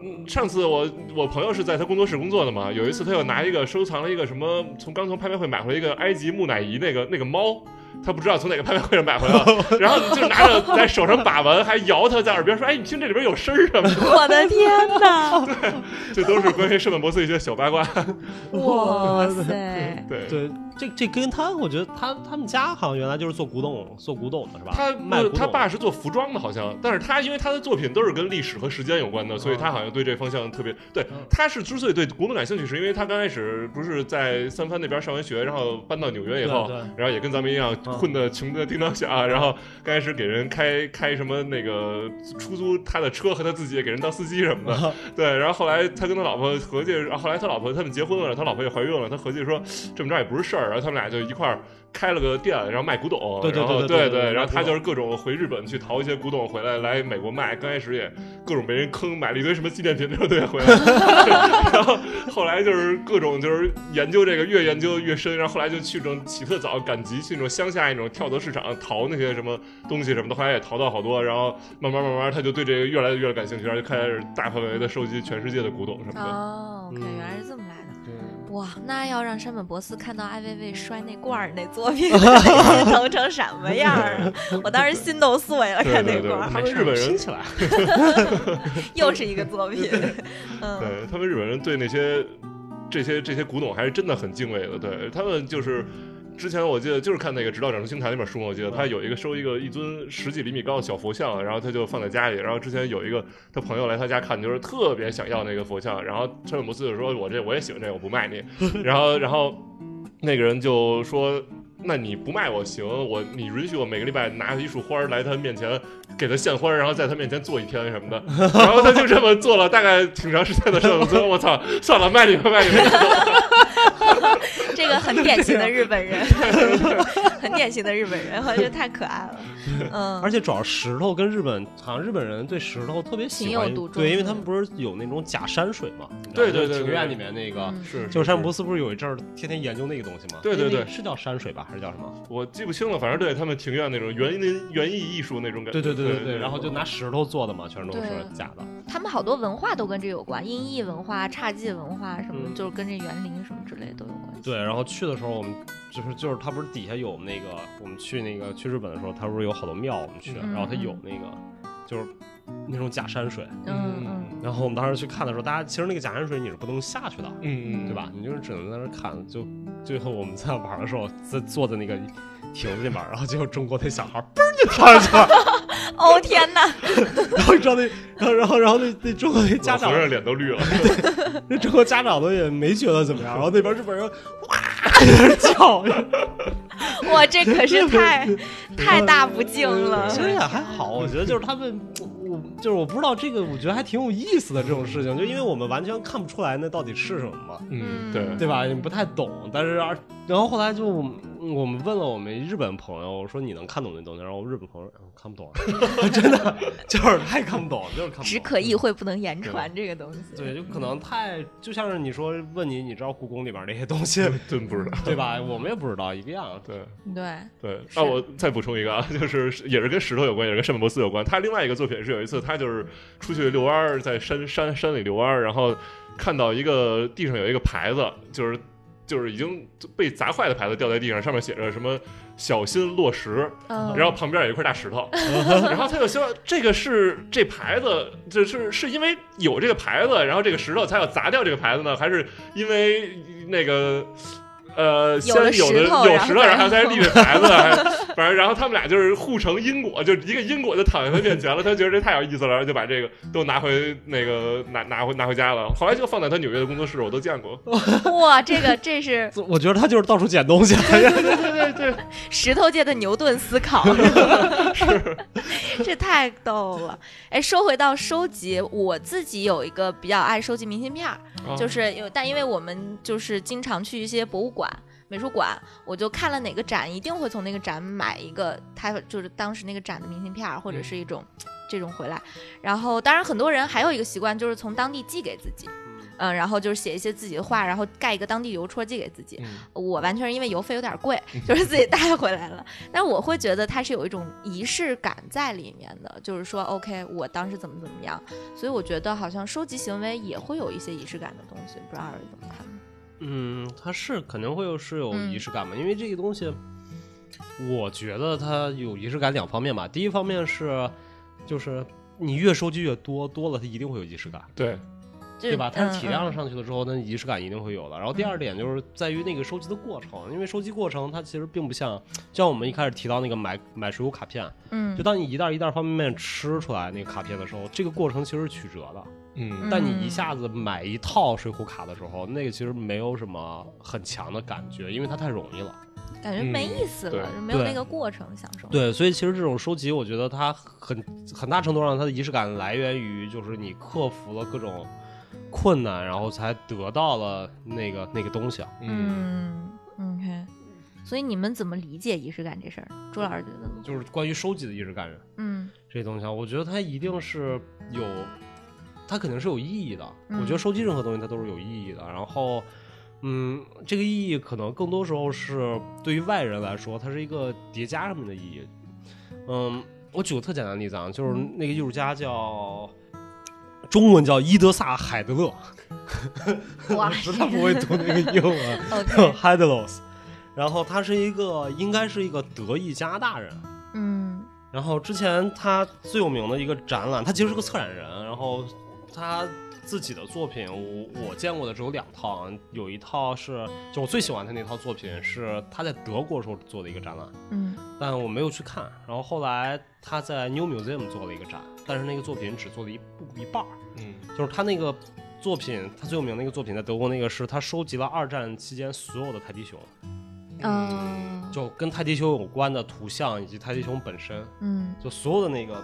S3: 嗯，上次我我朋友是在他工作室工作的嘛，有一次他又拿一个收藏了一个什么，从刚从拍卖会买回来一个埃及木乃伊那个那个猫，他不知道从哪个拍卖会上买回来 了，然后就拿着在手上把玩，还摇它在耳边说：“哎，你听这里边有声儿什么的。
S2: 我的天哪！”
S3: 这都是关于圣本博斯一些小八卦。
S2: 哇塞，
S3: 对，
S1: 对，这这跟他，我觉得他他们家好像原来就是做古董，做古董的是吧？
S3: 他
S1: 卖古
S3: 他
S1: 董
S3: 爸是做服装的，好像，但是他因为他的作品都是跟历史和时间有关的，所以他好像对这方向特别对
S1: 嗯。
S3: 他是之所以对古董感兴趣，是因为他刚开始不是在三藩那边上完学，然后搬到纽约以后
S1: 对对，
S3: 然后也跟咱们一样
S1: 嗯
S3: 混的穷的叮当响，啊然后刚开始给人开开什么那个出租他的车和他自己也给人当司机什么
S1: 嗯
S3: 的，对。然后后来他跟他老婆合计，然后后来他老婆他们结婚了，他老婆也怀孕了，他合计说这么着也不是事儿，然后他们俩就一块儿。开了个店，然后卖古董，
S1: 对对
S3: 然后
S1: 对对对对
S3: 对，
S1: 卖
S3: 然后
S1: 古
S3: 他
S1: 董
S3: 就是各种回日本去淘一些古董回来，来美国卖。刚开始也各种被人坑，买了一堆什么纪念品这种东 西回来，然后后来就是各种就是研究这个，越研究越深，然后后来就去这种起特早赶集，去那种乡下那种跳蚤市场淘那些什么东西什么的，后来也淘到好多，然后慢慢慢慢他就对这个越来越感兴趣，然后就开始大范围的收集全世界的古董什么的。
S2: 哦，OK，
S1: 嗯
S2: 原来是这么来的。
S1: 对
S2: 哇，那要让山本博斯看到艾薇薇摔那罐儿那作品， 心疼成什么样儿啊！我当时心都碎了，
S3: 对
S2: 看那
S3: 对对
S2: 罐
S3: 他
S2: 儿，
S3: 们日本人
S1: 拼起来，
S2: 又是一个作品。嗯，
S3: 对他们日本人对那些这些这些古董还是真的很敬畏的。对他们就是之前我记得就是看那个《直到掌中星坛》那本书嘛，我记得他有一个收一个一尊十几厘米高的小佛像，然后他就放在家里。然后之前有一个他朋友来他家看，就是特别想要那个佛像，然后山本博斯就说：“我这我也喜欢这个，我不卖你。”然后然后那个人就说。那你不卖我行，我你允许我每个礼拜拿一束花儿来他面前，给他献花儿，然后在他面前坐一天什么的， 然后他就这么做 了大概挺长时间的事儿，我说我操，算了，卖你吧，卖你吧。
S2: 这个很典型的日本人，很典型的日本人，我觉得太可爱了。嗯，
S1: 而且主要石头跟日本，好像日本人对石头特别喜
S2: 情
S1: 欢
S2: 有独，钟
S1: 对，因为他们不是有那种假山水嘛？你知道吗
S3: 对对
S1: 就
S3: 对
S1: 是庭
S3: 对
S1: 院
S3: 对
S1: 里面那个，
S2: 嗯
S3: 是
S1: 就是山姆，斯不是有一阵儿天天研究那个东西吗？
S3: 对对
S1: 那
S3: 对
S1: 个是叫山水吧，还是叫什么？
S3: 我记不清了，反正对他们庭院那种园林园艺艺术那种感觉，
S1: 对对对
S3: 对
S1: 对对，然后就拿石头做的嘛，全都是
S2: 对
S1: 假的。
S2: 他们好多文化都跟这有关，音译文化、侘寂文化什么，
S1: 嗯
S2: 就是跟这园林什么之类都有关系。
S1: 对，然后去的时候我们就是就是他不是底下有那个，我们去那个去日本的时候，他不是有好多庙我们去，
S2: 嗯
S1: 然后他有那个就是那种假山水，
S2: 嗯嗯，
S1: 然后我们当时去看的时候，大家其实那个假山水你是不能下去的，
S3: 嗯嗯
S1: 对吧？你就是只能在那儿看。就最后我们在玩的时候，在坐在那个亭子里面，然后结果中国那小孩儿嘣儿就跳下去了，
S2: 哦天哪，
S1: 然后你知道那，然后然后然后那那中国那家
S3: 家
S1: 长
S3: 长，脸 都绿了，
S1: 那中国家长都也没觉得怎么样，然后那边日本人哇 在那儿叫，
S2: 哇，这可是太太大不敬了
S1: 其。实也还好，我觉得就是他们，我我就是我不知道这个，我觉得还挺有意思的这种事情，就因为我们完全看不出来那到底是什么嘛，
S2: 嗯
S3: 对，
S1: 对吧？你不太懂，但是而然后后来就我们我们问了我们日本朋友，我说你能看懂那东西，然后我日本朋友嗯看不懂， 真的就是太看不懂，就是看不懂。
S2: 只可意会不能言传这个东西。
S1: 对，就可能太就像是你说问你，你知道故宫里边那些东西，
S3: 真不知道，
S1: 对吧？我们也不知道一个样。
S3: 对。
S2: 对，
S3: 对，
S2: 是
S3: 那我再补充一个啊，就是也是跟石头有关，也是跟圣本博斯有关。他另外一个作品是有一次他就是出去遛弯儿，在山山山里遛弯儿，然后看到一个地上有一个牌子，就是就是已经被砸坏的牌子掉在地上，上面写着什么“小心落石”，
S2: 嗯，
S3: 然后旁边有一块大石头， 然后他就希望这个是这牌子，就是是因为有这个牌子，然后这个石头才要砸掉这个牌子呢，还是因为那个？呃，先
S2: 有了
S3: 有的
S2: 石头
S3: 有
S2: 然后
S3: 石头，然 后
S2: 再
S3: 才立这牌子，还反正然后他们俩就是互成因果，就一个因果就躺在他面前了，他觉得这太有意思了，然后就把这个都拿回那个拿拿回拿回家了，后来就放在他纽约的工作室，我都见过。
S2: 哇，这个这是
S1: 我觉得他就是到处捡东西，
S3: 对对，
S2: 石头界的牛顿思考， 这太逗了。哎，说回到收集，我自己有一个比较爱收集明信片儿，
S3: 哦啊
S2: 就是有，但因为我们就是经常去一些博物馆。美术馆，我就看了哪个展，一定会从那个展买一个，它就是当时那个展的明信片儿，或者是一种这种回来。然后，当然很多人还有一个习惯，就是从当地寄给自己，嗯，然后就是写一些自己的话，然后盖一个当地邮戳寄给自己。
S1: 嗯
S2: 我完全是因为邮费有点贵，就是自己带回来了。但我会觉得它是有一种仪式感在里面的，就是说，OK，我当时怎么怎么样，所以我觉得好像收集行为也会有一些仪式感的东西，不知道二位怎么看？
S1: 嗯，它是肯定会有是有
S2: 嗯
S1: 仪式感嘛，因为这个东西，我觉得它有仪式感两方面吧。第一方面是，就是你越收集越多，多了它一定会有仪式感，
S3: 对，
S2: 就
S1: 对吧？它是体量
S2: 嗯
S1: 上去了之后，那仪式感一定会有的。然后第二点就是在于那个收集的过程，因为收集过程它其实并不像，就像我们一开始提到那个买买水果卡片，
S2: 嗯，
S1: 就当你一袋一袋方便面吃出来那个卡片的时候，这个过程其实是曲折的。
S3: 嗯
S1: 但你一下子买一套水浒卡的时候，那个其实没有什么很强的感觉，因为它太容易了。
S2: 感觉没意思了，
S3: 嗯
S2: 就没有
S1: 对
S2: 那个过程享受。
S1: 对，所以其实这种收集，我觉得它很很大程度上它的仪式感来源于就是你克服了各种困难，然后才得到了那个那个东西。啊
S2: 嗯，OK。所以你们怎么理解仪式感这事儿？朱老师觉得呢？
S1: 就是关于收集的仪式感
S2: 嗯
S1: 这东西啊，我觉得它一定是有，它肯定是有意义的。
S2: 嗯
S1: 我觉得收集任何东西它都是有意义的。然后，嗯，这个意义可能更多时候是对于外人来说，它是一个叠加上面的意义。嗯，我举个特简单的例子啊，就是那个艺术家叫。中文叫伊德萨·海德勒，
S2: 哇
S1: 我实在不会读那个英文
S2: ，OK，
S1: ，Heidelos。然后他是一个，应该是一个德裔加拿大人，啊
S2: 嗯
S1: 然后之前他最有名的一个展览，他其实是个策展人，然后他自己的作品，我我见过的只有两套，有一套是就我最喜欢他那套作品是他在德国时候做的一个展览，
S2: 嗯
S1: 但我没有去看。然后后来他在 New Museum 做了一个展，但是那个作品只做了一部一半儿，
S3: 嗯
S1: 就是他那个作品，他最有名的一个作品在德国那个是他收集了二战期间所有的泰迪熊，
S2: 嗯
S1: 就跟泰迪熊有关的图像以及泰迪熊本身。
S2: 嗯
S1: 就所有的那个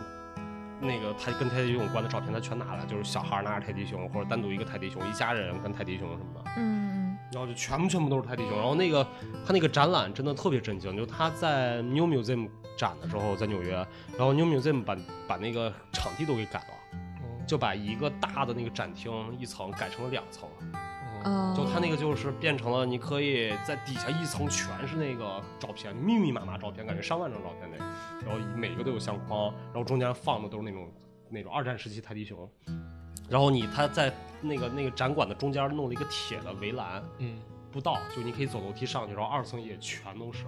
S1: 那个他跟泰迪熊有关的照片，他全拿来，就是小孩拿着泰迪熊，或者单独一个泰迪熊，一家人跟泰迪熊什么的。
S2: 嗯
S1: 然后就全部全部都是泰迪熊。然后那个他那个展览真的特别震惊，就他在 New Museum 展的时候在纽约，然后 New Museum 把把那个场地都给改了，就把一个大的那个展厅一层改成了两层，
S3: 嗯
S2: 哦，
S1: 就他那个就是变成了你可以在底下一层全是那个照片，密密麻麻照片，感觉上万张照片那，然后每个都有相框，然后中间放的都是那种那种二战时期泰迪熊。然后你他在那个那个展馆的中间弄了一个铁的围栏，
S3: 嗯，
S1: 步道，就你可以走楼梯上去，然后二层也全都是。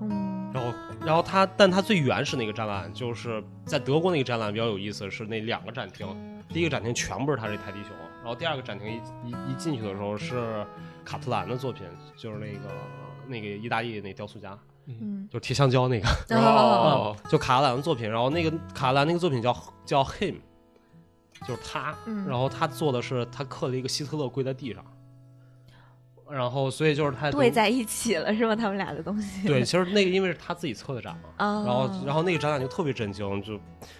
S2: 嗯
S1: 然后，然后它，但它最原始那个展览，就是在德国那个展览比较有意思，是那两个展厅，第一个展厅全部是它这泰迪熊，然后第二个展厅一一一进去的时候是卡特兰的作品，就是那个那个意大利那雕塑家，
S2: 嗯，
S1: 就是贴香蕉那个，
S2: 然后
S3: 哦
S1: 就卡特兰的作品，然后那个卡特兰那个作品叫叫 him，就是他，
S2: 嗯
S1: 然后他做的是他刻了一个希特勒跪在地上，然后所以就是他
S2: 对在一起了是吗？他们俩的东西，
S1: 对，其实那个因为是他自己策的展嘛，
S2: 啊，
S1: 然后然后那个展览就特别震惊，就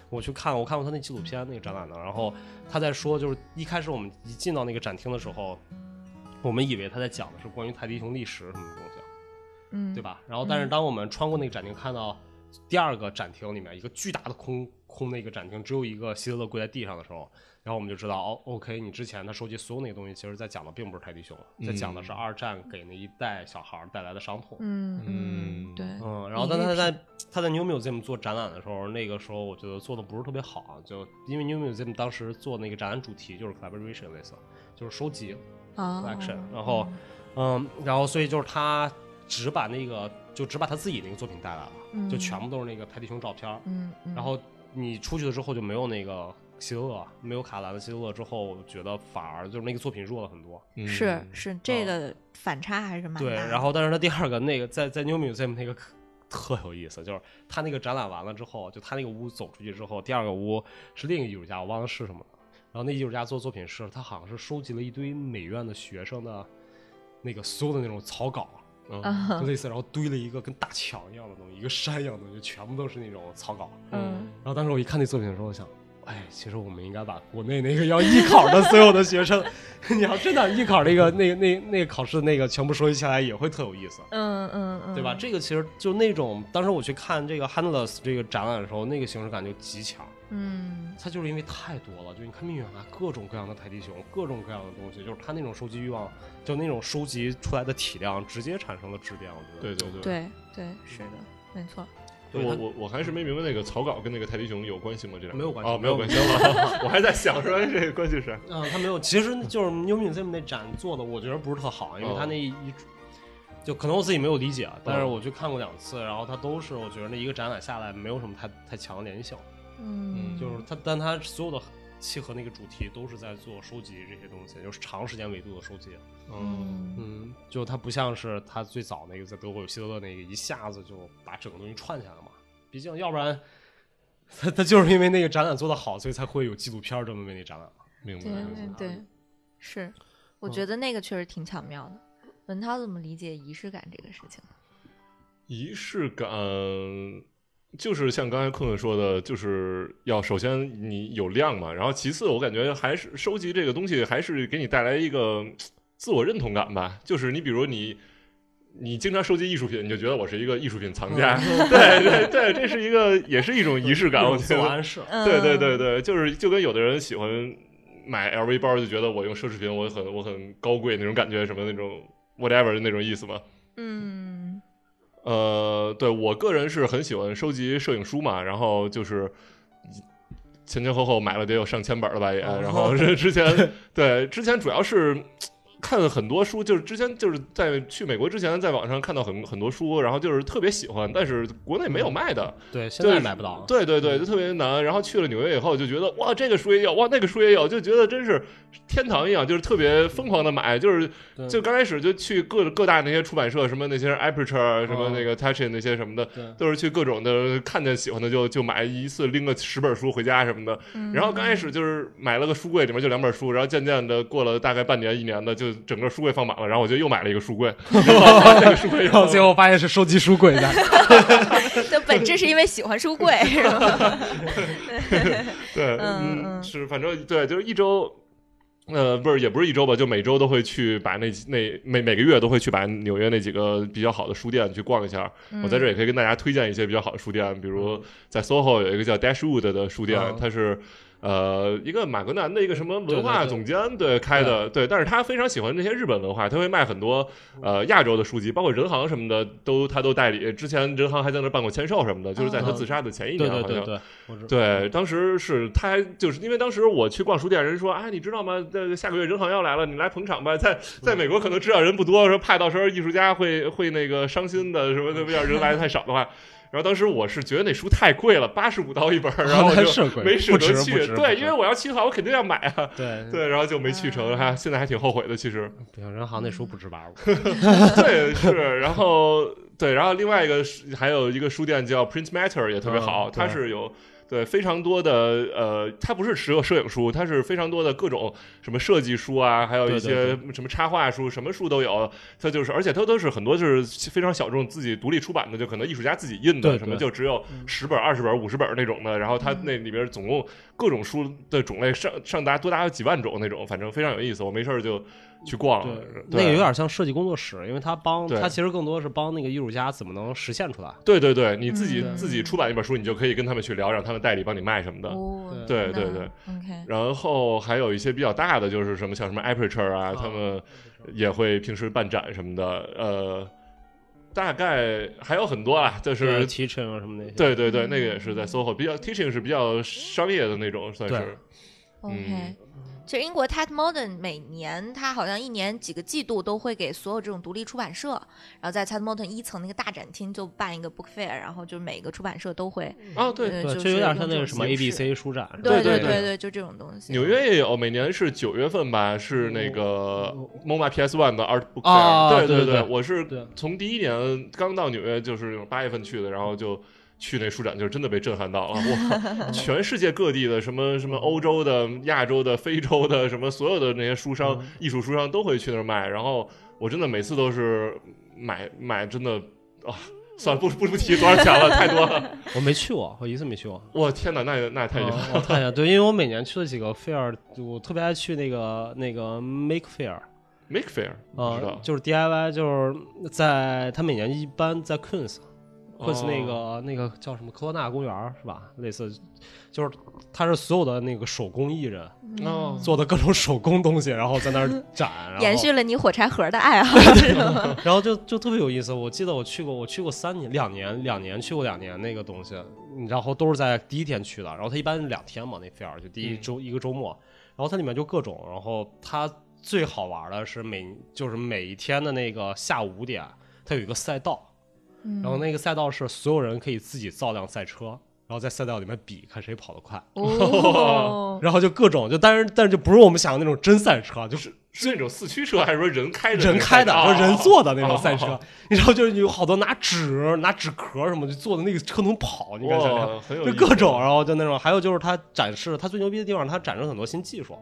S1: 我去看，我看过他那纪录片那个展览的，然后他在说，就是一开始我们一进到那个展厅的时候，我们以为他在讲的是关于泰迪熊历史什么东西，啊
S2: 嗯，
S1: 对吧？然后但是当我们穿过那个展厅，看到第二个展厅里面一个巨大的空空的一个展厅，只有一个希特勒跪在地上的时候，然后我们就知道，哦，OK，你之前他收集所有那个东西，其实在讲的并不是泰迪熊，在讲的是二战给那一代小孩儿带来的伤痛。
S2: 嗯
S3: 嗯
S2: 嗯，对，
S1: 嗯，然后但他在他在 New Museum 做展览的时候，那个时候我觉得做的不是特别好啊，就因为 New Museum 当时做那个展览主题就是 collaboration 类似，就是收集
S2: 哦
S1: collection，、然后嗯，然后所以就是他只把那个就只把他自己那个作品带来了，
S2: 嗯
S1: 就全部都是那个泰迪熊照片儿，
S2: 嗯，嗯
S1: 然后你出去了之后就没有那个希特勒，没有卡兰的希特勒之后，我觉得反而就是那个作品弱了很多。
S3: 嗯
S2: 是是这个反差还是蛮大
S1: 对，
S2: 的，
S1: 然后但是他第二个那个在在 New Museum 那个可特有意思，就是他那个展览完了之后，就他那个屋走出去之后，第二个屋是另一个艺术家，我忘了是什么了。然后那艺术家做作品是，他好像是收集了一堆美院的学生的那个所有的那种草稿，嗯，
S2: 啊
S1: 就类似，然后堆了一个跟大墙一样的东西，一个山一样的东西，全部都是那种草稿。
S2: 嗯
S1: 然后当时我一看那作品的时候，我想，哎，其实我们应该把国内那个要艺考的所有的学生， 你要真的艺考那个那个那那个考试那个全部收集下来，也会特有意思，
S2: 嗯嗯嗯，
S1: 对吧？？这个其实就那种，当时我去看这个 Handless 这个展览的时候，那个形式感就极强。
S2: 嗯
S1: 它就是因为太多了，就你看密密麻麻各种各样的泰迪熊，各种各样的东西，就是它那种收集欲望，就那种收集出来的体量，直接产生了质量。我觉得，
S3: 对对对。
S2: 对对是的，没错，
S1: 对
S3: 我
S1: 他
S3: 我我还是没明白那个草稿跟那个泰迪熊有关系吗？这两个
S1: 没有关系
S3: 哦，没有
S1: 没有
S3: 关系。 我还在想说这个关系是啥？
S1: 嗯，他没有，其实就是 New Museum 那展做的，我觉得不是特好，因为他那一、就可能我自己没有理解，啊但是我去看过两次，然后它都是我觉得那一个展览下来没有什么太太强的联系性，
S2: 嗯，
S1: 就是它，但它所有的契合那个主题都是在做收集这些东西，就是长时间维度的收集，
S2: 嗯
S1: 嗯，就它不像是它最早那个在德国有希特勒那个一下子就把整个东西串起来了嘛，毕竟要不然。他他就是因为那个展览做得好，所以才会有纪录片儿这么为那展览嘛。
S3: 明白
S2: 对
S3: 明白。
S1: 嗯
S2: 对对，是，我觉得那个确实挺巧妙的。文涛怎么理解仪式感这个事情？
S3: 仪式感就是像刚才困困说的，就是要首先你有量嘛，然后其次我感觉还是收集这个东西还是给你带来一个嗯自我认同感吧，就是你比如你。你经常收集艺术品，你就觉得我是一个艺术品藏 家，
S1: 嗯
S3: 对对对，这是一个也是一种仪 式感，我觉
S1: 自
S3: 得
S1: 我暗示，
S2: 嗯，
S3: 对对对，对，就是就跟有的人喜欢买 LV 包，就觉得我用奢侈品，我很我很高贵那种感觉，什么那种 whatever 的那种意思嘛。
S2: 嗯
S3: 呃，对我个人是很喜欢收集摄影书嘛，然后就是前前后后买了得有上千本了吧也，
S1: 哦
S3: 然后是之前对之前主要是。看很多书，就是之前就是在去美国之前，在网上看到很很多书，然后就是特别喜欢，但是国内没有卖的，
S1: 对，现
S3: 对
S1: 在买不到。
S3: 对对对，就特别难。然后去了纽约以后，就觉得哇，这个书也有，哇，那个书也有，就觉得真是天堂一样，就是特别疯狂的买，就是
S1: 对
S3: 就刚开始就去各各大那些出版社，什么那些 Aperture，什么
S1: 哦
S3: 那个 Touchin 那些什么的，
S1: 对
S3: 都是去各种的看见喜欢的就就买，一次拎个十本书回家什么的。
S2: 嗯，
S3: 然后刚开始就是买了个书柜，里面就两本书，然后渐渐的过了大概半年一年的，就整个书柜放满了，然后我就又买了一个 书柜，这个书柜
S1: 然后
S3: 又
S1: 最后发现是收集书柜在。
S2: 的本质是因为喜欢书柜，是吧？
S3: 对，
S2: 嗯嗯
S3: 是反正对，就是一周呃，不是，也不是一周吧，就每周都会去把那几那每每个月都会去把纽约那几个比较好的书店去逛一下。
S1: 嗯
S3: 我在这儿也可以跟大家推荐一些比较好的书店，比如在 SOHO 有一个叫 Dashwood 的书店，
S1: 嗯
S3: 它是呃一个马格南的一个什么文化
S1: 对对对
S3: 总监对开的，对，但是他非常喜欢这些日本文化，他会卖很多呃亚洲的书籍，包括人行什么的都他都代理。之前人行还在那儿办过签售什么的，就是在他
S1: 嗯
S3: 自杀的前一
S1: 对
S3: 年，
S1: 对对
S3: 好像
S1: 对，我知
S3: 对，当时是他还就是因为当时我去逛书店，人说啊，你知道吗？这下个月人行要来了，你来捧场吧。
S1: 嗯
S3: 在在美国可能知道人不多，说怕到时候艺术家会会那个伤心的，什么的，要人来的太少的话。然后当时我是觉得那书太贵了，八十五刀一本儿，然后我就
S1: 啊那是贵
S3: 没舍
S1: 不
S3: 得
S1: 值
S3: 去
S1: 不。值
S3: 对，
S1: 不
S3: 因为我要去的话，我肯定要买啊。
S1: 对，
S3: 对，然后就没去成，还现在还挺后悔的，其实。
S1: 不行，人行那书不值八五，
S3: 对，是，然后对，然后另外一个是还有一个书店叫 Print Matter 也特别好，
S1: 嗯
S3: 它
S1: 对
S3: 是有。对，非常多的呃，它不是只有摄影书，它是非常多的各种什么设计书啊，还有
S1: 对
S3: 一
S1: 对
S3: 些什么插画书，什么书都有。它就是，而且它都是很多就是非常小众，自己独立出版的，就可能艺术家自己印的，
S1: 对
S3: 什么
S1: 对嗯
S3: 就只有十本、二十本、五十本那种的。然后它
S2: 嗯
S3: 那里边总共各种书的种类上上达多达有几万种那种，反正非常有意思。我没事儿就去逛，
S1: 对，那
S3: 对
S1: 个有点像设计工作室，因为他帮
S3: 对
S1: 他其实更多是帮那个艺术家怎么能实现出来。
S3: 对对对，你自己、
S2: 嗯
S3: 自己出版一本书，你就可以跟他们去聊，让他们代理帮你卖什么的。
S2: 哦，
S3: 对
S2: 那
S3: 对对
S2: ，OK，
S3: 然后还有一些比较大的，就是什么像什么 Aperture 啊，
S1: 啊
S2: 哦
S3: 他们也会平时办展什么的。呃，大概还有很多啊，就
S1: 是
S3: 是
S1: teaching 啊什么那些。
S3: 对对对，
S2: 嗯
S3: 那个也是在 SOHO 比较 teaching 是比较商业的那种，算是
S1: 嗯
S2: OK，其实英国 Tate Modern 每年它好像一年几个季度都会给所有这种独立出版社，然后在 Tate Modern 一层那个大展厅就办一个 book fair，然后就每个出版社都会，
S3: 啊，对。
S2: 呃
S1: 对，
S2: 就
S1: 这有点像那
S2: 个
S1: 个什么 A B C 书展。是吧
S2: 对
S3: 对
S2: 对
S3: 对
S2: 对，就这种东西。
S3: 纽约也有，每年是九月份吧，是那个 MoMA PS One 的 Art Book Fair、
S1: 啊
S3: 对
S1: 对
S3: 对
S1: 对，
S3: 我是
S1: 对
S3: 从第一年刚到纽约，就是八月份去的，然后就去那书展，就真的被震撼到了。哇，全世界各地的什么什么欧洲的、亚洲的、非洲的，什么所有的那些书商、艺术书商都会去那儿卖。然后我真的每次都是买买，真的啊。算了，不不不提多少钱了，太多了。
S1: 我没去过，我一次没去过。
S3: 我天哪，那也那也太厉害了！
S1: 嗯我看一下，对，因为我每年去的几个 fair，我特别爱去那个那个 make fair，
S3: Make Fair，不知
S1: 呃
S3: 道，
S1: 就是 DIY，就是在他每年一般在 Queens。Queens
S3: 哦
S1: 那个、那个叫什么科罗纳公园儿是吧？类似，就是他是所有的那个手工艺人
S2: 嗯
S3: 哦，
S1: 做的各种手工东西，然后在那儿 展，然后
S2: 延续了你火柴盒的 爱好， 是吗？
S1: 然后就就特别有意思。我记得我去过，我去过三年、两年、两年去过两年那个东西，然后都是在第一天去的。然后它一般是两天嘛，那 fair 就第一
S3: 嗯
S1: 周、一个周末。然后它里面就各种，然后它最好玩的是每就是每一天的那个下午五点，它有一个赛道，然后那个赛道是所有人可以自己造辆赛车，然后在赛道里面比看谁跑得快。
S2: 哦，
S1: 然后就各种就，但是但是就不是我们想的那种真赛车，就是
S3: 是那种四驱车，还是说人开着
S1: 人开的，
S3: 哦
S1: 就是人坐的那种赛车
S3: 哦，
S1: 你知道，就是有好多拿纸、拿纸壳什么就做的那个车能跑，你敢想象？
S3: 哇，很有
S1: 就
S3: 意思啊
S1: 各种，然后就那种，还有就是它展示它最牛逼的地方，它展示了很多新技术。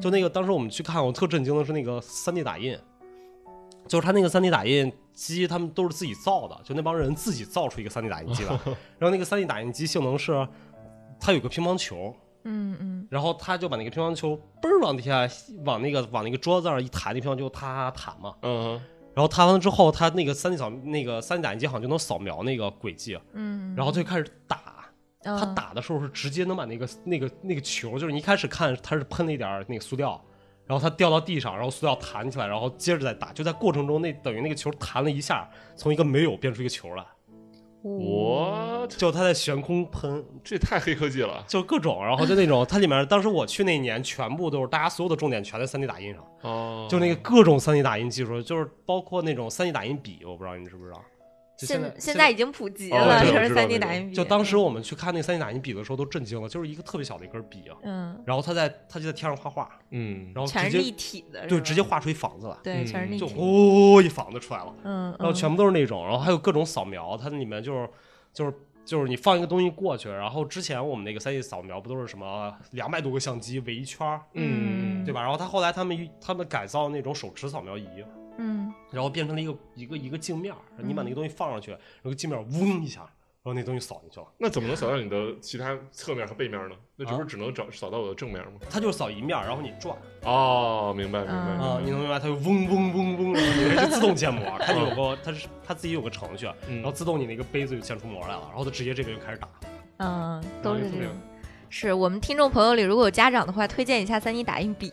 S1: 就那个当时我们去看，我特震惊的是那个 3D 打印，就是它那个 3D 打印机，他们都是自己造的，就那帮人自己造出一个 3D 打 印机来。然后那个 3D 打印机性能是，它有个乒乓球，
S2: 嗯嗯，
S1: 然后他就把那个乒乓球嘣儿往地下，往那个往那个桌子上一弹，那乒乓球啪弹嘛。
S3: 嗯，
S1: 然后弹完了之后，他那个三 D 扫那个三 D 打印机好像就能扫描那个轨迹，
S2: 嗯，
S1: 然后就开始打。
S2: 嗯
S1: 他打的时候是直接能把那个那个那个球，就是你一开始看他是喷了一点儿那个塑料，然后它掉到地上，然后塑料弹起来，然后接着再打，就在过程中那等于那个球弹了一下，从一个没有变出一个球来，
S3: 我
S1: 就他在悬空喷，
S3: 这太黑科技了
S1: 就各种，然后就那种，它里面当时我去那年，全部都是大家所有的重点全在 3D 打印上，
S3: 哦，
S1: 就那个各种 3D 打印技术，就是包括那种 3D 打印笔，我不知道你知不知道。就
S2: 嗯现
S1: 在
S2: 现
S1: 现
S2: 在已经普及
S3: 哦
S2: 了，
S1: 对
S2: 就
S3: 我
S2: 是
S3: 知道
S2: 三 D
S3: 这个
S2: 打印笔。
S1: 就当时我们去看那 3D 打印笔的时候都震惊了，就是一个特别小的一根笔啊，
S2: 嗯，
S1: 然后他在他就在天上画画，
S3: 嗯，
S1: 然后
S2: 全
S1: 哦直
S2: 是立
S1: 接
S2: 体的，
S1: 对
S2: 是吧
S1: 直接画出一房子来，
S2: 对，全是立
S1: 嗯就
S2: 体的。
S1: 呼一房子出来了。
S2: 嗯，
S1: 然后
S2: 嗯
S1: 全部都是那种，然后还有各种扫描，它那里面就是就是就是你放一个东西过去，然后之前我们那个三 D 扫描不都是什么两百多个相机围一圈儿，
S3: 嗯
S1: 对吧？然后他后来他们他们改造那种手持扫描仪，
S2: 嗯，
S1: 然后变成了一个一个一个镜面儿，你把那个东西放上去，然后镜面儿嗡一下然后那东西扫进去了。
S3: 那怎么能扫到你的其他侧面和背面呢？那
S1: 啊
S3: 这不是只能找扫到我的正面吗？
S1: 它就是扫一面儿，然后你转
S3: 哦，明白明白
S2: 嗯
S1: 啊，你
S3: 明
S1: 能明白？
S3: 白
S1: 它就嗡嗡嗡嗡，然后你 是自动建模，它就有个它是它自己有个程序，然后
S3: 嗯。
S1: 自动你那个杯子就建出模来了，然后它直接这个就开始打。
S2: 嗯，都是
S3: 特
S2: 这
S3: 别
S2: 种。是我们听众朋友里，如果有家长的话，推荐一下三 D 打印笔，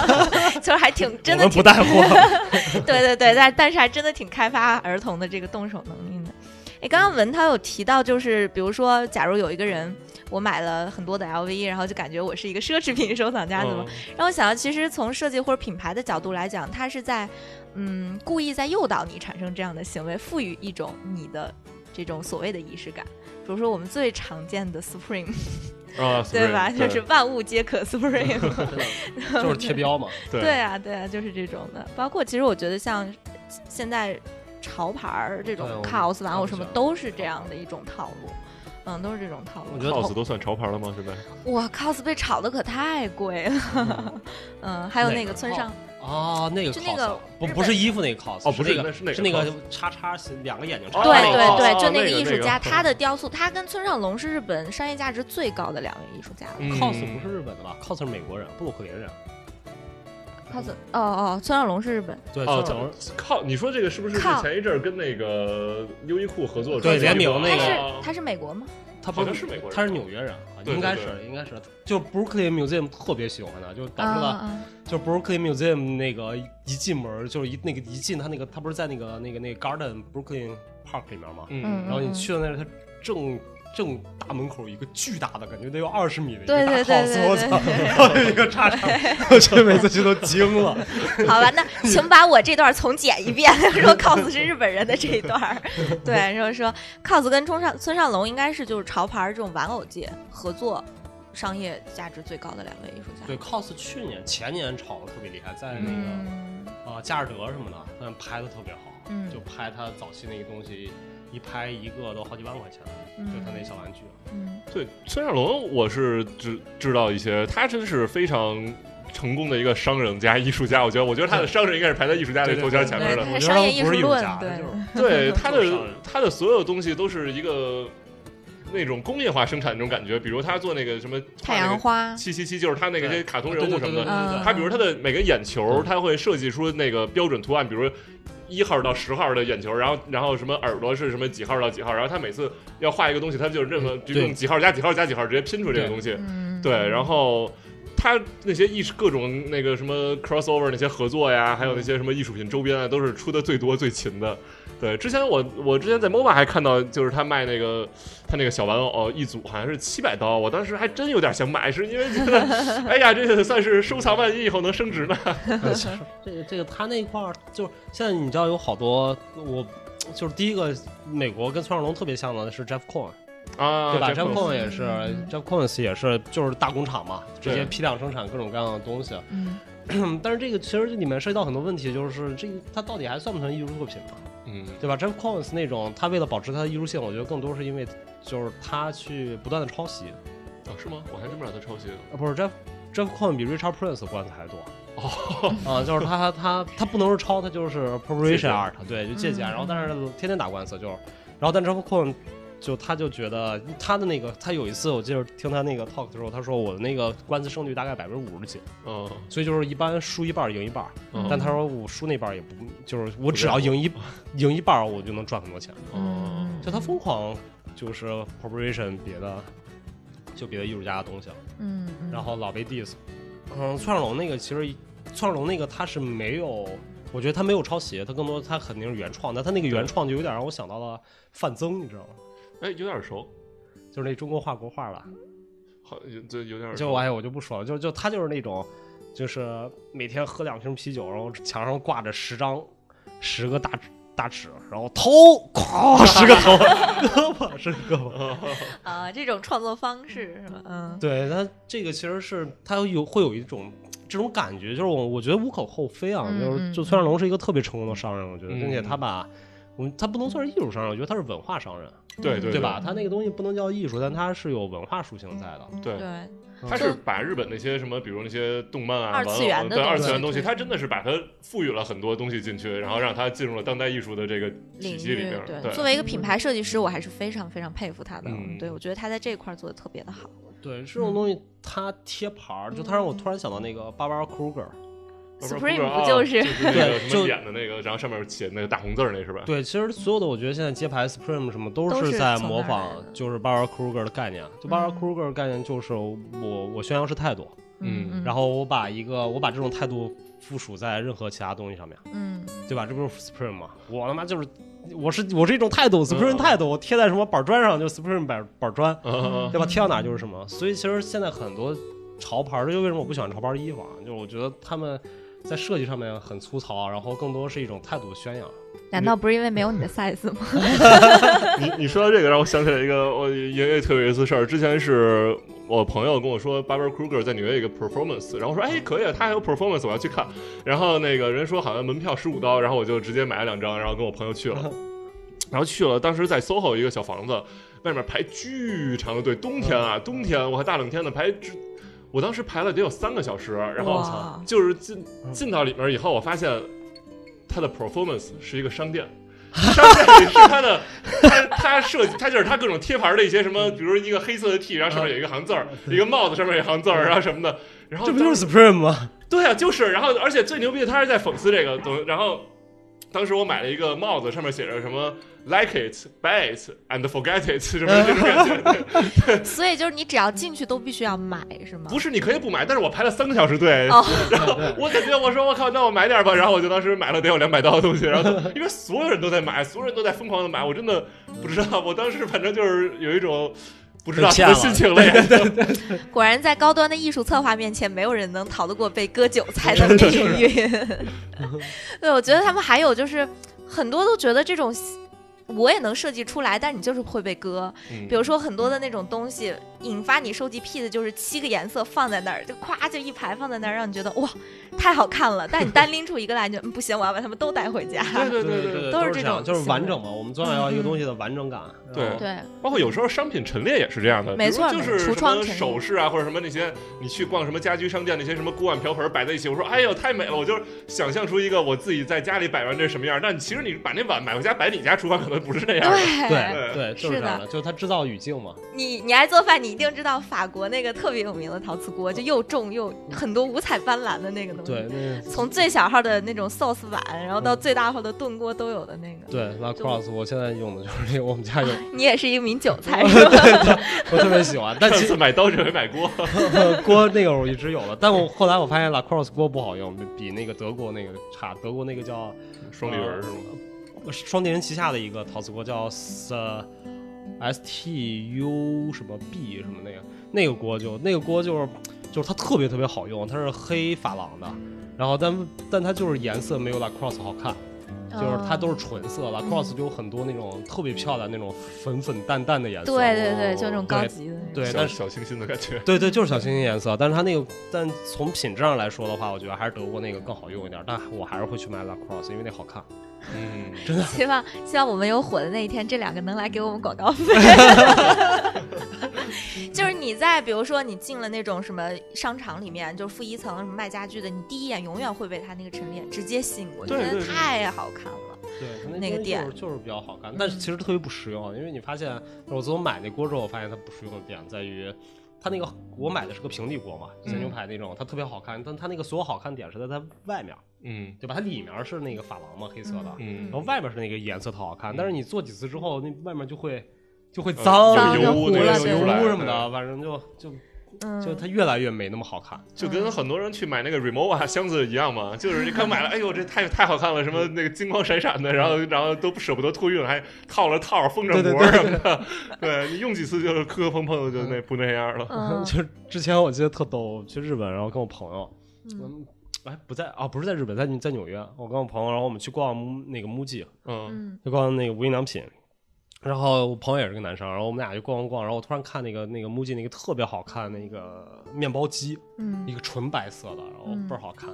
S2: 其实 还挺真
S1: 我
S2: 的
S1: 们不
S2: 挺
S1: 带货，
S2: 对对对，但但是还真的挺开发儿童的这个动手能力的。哎，刚刚
S1: 嗯
S2: 文涛有提到，就是比如说，假如有一个人，我买了很多的 LV，然后就感觉我是一个奢侈品收藏家，怎么？
S3: 嗯
S2: 让我想到，其实从设计或者品牌的角度来讲，它是在，嗯，故意在诱导你产生这样的行为，赋予一种你的这种所谓的仪式感。比如说我们最常见的 Supreme，
S3: 啊，
S2: 对吧？
S3: 对
S2: 就是万物皆可 Supreme。
S1: 就是贴标嘛。
S3: 对
S2: 对啊，对啊，就是这种的。包括其实我觉得像现在潮牌儿这种
S1: 对我
S2: cos 玩
S1: 我
S2: 偶
S1: 不
S2: 什么
S1: 喜欢
S2: 都是这样的一种套路，嗯，都是这种套路。
S1: 我觉得
S3: cos 都算潮牌了吗？现在
S2: 哇 cos 被炒的可太贵了，嗯，还有
S1: 哪
S2: 那
S1: 个
S2: 个村
S1: cos？
S2: 上，
S1: 啊，那个
S2: 就那
S1: cos
S2: 个
S1: 不
S2: 日
S1: 不
S2: 本
S1: 是衣服那个 cos，
S3: 哦不
S1: 是
S3: 是
S1: 那
S3: 那
S1: 个
S3: 是哪
S1: 是
S3: 个
S1: 那个
S3: cos？
S1: 叉叉形两个眼睛叉
S3: 哦
S1: 叉那
S2: 对
S1: 个
S2: 对
S1: cos
S2: 对，
S3: 哦
S2: 就
S3: 那
S2: 个
S3: 个
S2: 艺
S3: 那
S2: 术
S3: 个
S2: 家，
S3: 嗯
S2: 他的雕塑，他跟村上隆是日本商业价值最高的两位艺术家了。
S3: 嗯
S1: cos 不是日本的吧？cos 是美国人，布鲁克林人。
S2: cos 哦哦，村上隆是日本，
S1: 对，
S3: 哦
S1: 村上隆
S3: 靠，你说这个是不是
S2: 靠
S3: 前一阵儿跟那个优衣库合作
S1: 对
S3: 出的
S1: 联名
S3: 一
S1: 那
S2: 他
S1: 个
S2: 是他是美国吗？
S1: 他
S3: 好
S1: 不
S3: 像是美国人，
S1: 他是纽约人啊，
S3: 对
S1: 应该
S3: 对
S1: 是应该是，就 Brooklyn Museum 特别喜欢他，就导
S2: 啊
S1: 致
S2: 啊
S1: 了，
S2: 啊
S1: 就 Brooklyn Museum 那个一进门就是一那个一进他那个他不是在那个那个那个 Garden Brooklyn Park 里面嘛，
S3: 嗯
S1: 然后你去到那儿，他正正大门口一个巨大的，感觉得有二十米的一个
S2: 对
S1: 大
S2: 对
S1: house，我
S2: 对对
S1: 操，然后一个叉叉，我去每次去都惊了，
S2: 嗯好吧，那请把我这段重剪一遍， 说 cos 是日本人的这一段儿。对，然后说 cos 跟村上村上隆应该是就是潮牌儿这种玩偶界合作，商业价值最高的两位艺术家。
S1: 对，cos 去年前年炒的特别厉害，在那个
S2: 嗯，
S1: 呃佳士得什么的，但拍的特别好，
S2: 嗯
S1: 就拍他早期那个东西，一拍一个都好几万块钱，
S2: 嗯
S1: 就他那小玩具。
S2: 嗯
S3: 对，村上隆我是知知道一些，他真是非常成功的一个商人加艺术家。我觉得，我觉得他的商人应该是排在艺术家这个头衔前面
S2: 对
S3: 的。
S2: 他
S1: 我
S2: 是
S1: 觉得
S2: 商业
S1: 他
S2: 艺
S1: 不
S2: 术
S1: 是艺术
S2: 论
S1: 家
S2: 对
S1: 他就是做
S3: 对他的
S1: 商人
S3: 他的所有东西都是一个那种工业化生产那种感觉，比如他做那个什么
S2: 太阳花，
S3: 七七七，就是他那个
S1: 啊对
S3: 些卡通人物什
S1: 对
S3: 么
S1: 对对对
S3: 的。
S1: 对对嗯
S2: 嗯
S3: 他比如他的每个眼球，他会设计出那个标准图案，比如。一号到十号的眼球，然后然后什么耳朵是什么几号到几号，然后他每次要画一个东西，他就是这么
S1: 嗯
S3: 就
S1: 对
S3: 用几号加几号加几号直接拼出这
S1: 对
S3: 个东西。
S2: 嗯，
S3: 对，然后他那些艺术各种那个什么 crossover 那些合作呀，
S1: 嗯
S3: 还有那些什么艺术品周边啊，都是出的最多最勤的。对，之前我我之前在 MOBA 还看到，就是他卖那个他那个小玩偶一组好像是七百刀，我当时还真有点想买，是因为 觉得哎呀，这个算是收藏，万一以后能升值呢。
S1: 这个这个他那一块儿，就是现在你知道有好多，我就是第一个美国跟村上隆特别像的是 Jeff Koons，
S3: 啊，
S1: 对吧
S3: 真
S1: ？Jeff
S3: 不
S1: Koons 也是
S2: 嗯
S1: ，Jeff Koons 也是，就是大工厂嘛，直接
S3: 对
S1: 批量生产各种各样的东西。
S2: 嗯，
S1: 但是这个其实里面涉及到很多问题，就是这个它到底还算不算艺术作品嘛？
S3: 嗯，
S1: 对吧？Jeff Koons 那种，他为了保持他的艺术性，我觉得更多是因为就是他去不断的抄袭。
S3: 哦是吗？我还真不知道他抄袭了。
S1: 啊，不是 Jeff Jeff Koons 比 Richard Prince 关的还多。哦，啊，就是他他他不能是抄，他就是 appropriation art，对，就借鉴。
S2: 嗯
S1: 然后但是天天打官司，就是，然后但 Jeff Koons 就他就觉得他的那个，他有一次我记得听他那个 talk 的时候，他说我的那个官司胜率大概百分之五十几，
S3: 嗯
S1: 所以就是一般输一半儿赢一半儿。
S3: 嗯
S1: 但他说我输那半儿也不，就是我只
S3: 在
S1: 要
S3: 乎
S1: 赢一赢一半儿，我就能赚很多钱。
S3: 嗯，
S1: 就他疯狂就是 appropriation 别的，就别的艺术家的东西。
S2: 嗯，嗯，
S1: 然后老被 diss。嗯，村上龙那个其实，村上龙那个他是没有，我觉得他没有抄袭，他更多他肯定是原创，但他那个原创就有点让我想到了范增，你知道吗？
S3: 哎，有点熟，
S1: 就是那中国画国画吧，
S3: 好，有这有点
S1: 就
S3: 熟。
S1: 哎我就不说了，就就他就是那种，就是每天喝两瓶啤酒，然后墙上挂着十张十个大纸大尺，然后 头哐十个头，胳膊是胳膊，
S2: 啊，这种创作方式是吧？嗯，
S1: 对他这个其实是他有会有一种这种感觉，就是我我觉得无可厚非啊，
S2: 嗯
S1: 就是
S2: 嗯
S1: 就村上隆是一个特别成功的商人，我觉得，
S3: 嗯
S1: 并且他把我们他不能算是艺术商人，我觉得他是文化商人，
S3: 对对
S1: 对吧？他那个东西不能叫艺术，但它是有文化属性在的。
S2: 嗯
S3: 对，
S2: 对，
S1: 嗯
S3: 他
S2: 就是
S3: 把日本那些什么，比如那些动漫啊、
S2: 二次元的
S3: 玩偶对
S2: 东
S3: 二
S2: 西
S3: 次元东西，
S2: 对
S3: 他真的是把它赋予了很多东西进去，然后让它进入了当代艺术的这个体
S2: 领
S3: 系里
S2: 域
S3: 面。对，
S2: 作为一个品牌设计师，我还是非常非常佩服他的。
S3: 嗯
S2: 对我觉得他在这一块儿做的特别的好。
S1: 对，这种东西它贴牌儿，就它让我突然想到那个巴巴 Kruger。
S3: 嗯
S2: Supreme 不
S3: 啊就
S2: 就是
S3: 就是那个
S1: 对
S3: 什么
S1: 就
S3: 演的那个，然后上面写那个大红字儿那是吧？
S1: 对，其实所有的我觉得现在街牌 Supreme 什么都
S2: 都是
S1: 是在
S2: 从
S1: 模
S2: 那儿
S1: 仿
S2: 来的
S1: 就是巴巴 Kruger 的概念。就巴巴
S2: 嗯
S1: Kruger 的概念就是我我宣扬是态度，
S3: 嗯
S2: 嗯，
S1: 然后我把一个我把这种态度附属在任何其他东西上面。
S2: 嗯，
S1: 对吧？这不是 Supreme 吗？我他妈就是，我是我是一种态度，Supreme
S3: 嗯
S1: 态度，我贴在什么板砖上就是 Supreme 板板砖，
S3: 嗯，嗯
S1: 对吧？贴到哪就是什么。所以其实现在很多潮牌儿，这就为什么我不喜欢潮牌儿衣服啊，就是我觉得他们在设计上面很粗糙，啊然后更多是一种态度的宣扬。
S2: 难道不是因为没有你的 size 吗？
S3: 嗯 你你说到这个，让我想起来一个我也也特有意思的事儿。之前是我朋友跟我说 b a r b e r Kruger 在纽约有一个 performance，然后我说哎可以，啊，他还有 performance，我要去看。然后那个人说好像门票十五刀，然后我就直接买了两张，然后跟我朋友去了。然后去了，当时在 SOHO 一个小房子，外面排巨长的队。冬天啊，冬天我还大冷天的排巨，我当时排了得有三个小时，然后
S2: 哇
S3: 就是进进到里面以后，我发现他的 performance 是一个商店。商店里是他的，他他设计，他就是他各种贴牌的一些什么，比如一个黑色的 T，然后上面有一个行字儿，一个帽子上面有一行字儿，然后什么的，然后
S1: 啊这不
S3: 当
S1: 哦就是 Supreme 吗？
S3: 对啊，就是，然后而且最牛逼的他是在讽刺这个，懂？然后当时我买了一个帽子，上面写着什么 “like it, buy it and forget it” 什么这种感觉。对
S2: 所以就是你只要进去都必须要买，是吗？
S3: 不是，你可以不买，但是我排了三个小时队，
S2: 哦
S3: 然 后我感觉我说我靠，那我买点吧， 然后我就当时买了得有两百刀的东西， 然后因为所有人都在买，所有人都在疯狂的买，我真的不知道，我当时反正就是有一种。不知道
S1: 被
S3: 什
S1: 骗
S3: 么
S1: 了
S3: 心情了，对 对对
S2: 果然在高端的艺术策划面前，没有人能逃得过被割韭菜的命运。 对，我觉得他们还有就是很多都觉得这种。我也能设计出来，但你就是会被割。
S3: 嗯
S2: 比如说很多的那种东西，引发你收集癖的就是七个颜色放在那儿，就咵就一排放在那儿，让你觉得哇太好看了。但你单拎出一个来， 你就、嗯、不行，我要把它们都带回家。
S3: 对对
S1: 对
S3: 对，
S2: 都是
S1: 是
S2: 这
S1: 样，
S2: 种嗯
S1: 就是
S2: 行
S1: 完
S2: 为
S1: 整嘛。我们总想要一个东西的完整感。
S3: 对
S1: 然后
S2: 对，
S3: 包括有时候商品陈列也是这样的，
S2: 没错
S3: 比如就是
S2: 没错
S3: 什
S2: 橱窗
S3: 么
S2: 陈列
S3: 首饰啊，或者什么那些，你去逛什么家居商店，那些什么锅碗瓢盆摆在一起，我说哎呦太美了，我就是想象出一个我自己在家里摆完这什么样，但其实你把那碗买回家摆你家厨房可能不是那样的，
S1: 对对，就是
S2: 是
S1: 这
S2: 的
S1: 样的，就是它制造语境嘛。
S2: 你你爱做饭，你一定知道法国那个特别有名的陶瓷锅，就又重又很多五彩斑斓的那个东西。
S1: 对，那
S2: 从最小号的那种 sauce 碗，然后到最大号的炖锅都有的那个。
S1: 对 La Crosse，我现在用的就是这个，我们家有，
S2: 你也是一名韭 菜是吧？
S1: 我特别喜欢。但
S3: 上
S1: 其实
S3: 次买刀这回买锅，
S1: 锅那个我一直有了，但我后来我发现 Lacrosse 锅不好用，比那个德国那个差。德国那个叫
S3: 双立人是吗？
S1: 呃双立人旗下的一个陶瓷锅叫 S S T U 什么 B 什么那个那个锅就那个锅就是就是它特别特别好用，它是黑珐琅的，然后但但它就是颜色没有 Lacrosse 好看。就是它都是纯色，Lacrosse 就有很多那种特别漂亮那种粉粉淡淡的颜色。
S2: 对对对，就那种高级的那种。
S1: 对，
S3: 小
S1: 但是。
S3: 小清新的感觉，
S1: 对对，就是小清新颜色，但是它那个，但从品质上来说的话，我觉得还是德国那个更好用一点。但我还是会去买 Lacrosse，因为那好看。
S3: 嗯，
S2: 希望希望我们有火的那一天，这两个能来给我们广告费。就是你在比如说你进了那种什么商场里面，就是负一层什么卖家具的，你第一眼永远会被它那个陈列直接吸引过去，
S3: 对
S2: 真
S3: 对
S2: 的
S3: 对
S2: 太好看了。
S1: 对，它
S2: 那个
S1: 东西
S2: 店
S1: 就是就是比较好看，但是其实特别不实用，因为你发现我自从买那锅之后，我发现它不实用的点在于，它那个我买的是个平底锅嘛，
S2: 嗯
S1: 煎牛排那种，它特别好看，但它那个所有好看点是在它外面，
S3: 嗯
S1: 对吧？它里面是那个珐琅嘛，黑色的，
S3: 嗯
S1: 然后外面是那个颜色特好看，但是你做几次之后，那外面就会就会
S3: 呃
S1: 脏，
S2: 脏
S1: 有
S2: 就
S1: 油
S2: 糊了
S1: 有油
S2: 对
S1: 污什么的，反正就就
S2: 嗯，
S1: 就它越来越没那么好看。
S3: 就跟很多人去买那个 Remova 箱子一样嘛，就是你刚买了，哎呦这太太好看了，什么那个金光闪闪的，然后然后都不舍不得托运，还套了套，封着
S1: 对对
S3: 膜什么的，对你用几次就是磕磕碰碰的，就那不那样了。
S2: 嗯
S1: 就是之前我记得特逗，我去日本，然后跟我朋友，
S2: 嗯
S1: 嗯，哎不在啊，不是在日本，在在纽约，我跟我朋友，然后我们去逛那个 MUJI，
S3: 嗯
S2: 嗯
S1: 就逛那个无印良品。然后我朋友也是个男生，然后我们俩就逛逛逛，然后我突然看那个那个 MUJI 那个特别好看那个面包机，
S2: 嗯
S1: 一个纯白色的，然后
S2: 嗯
S1: 倍儿好看。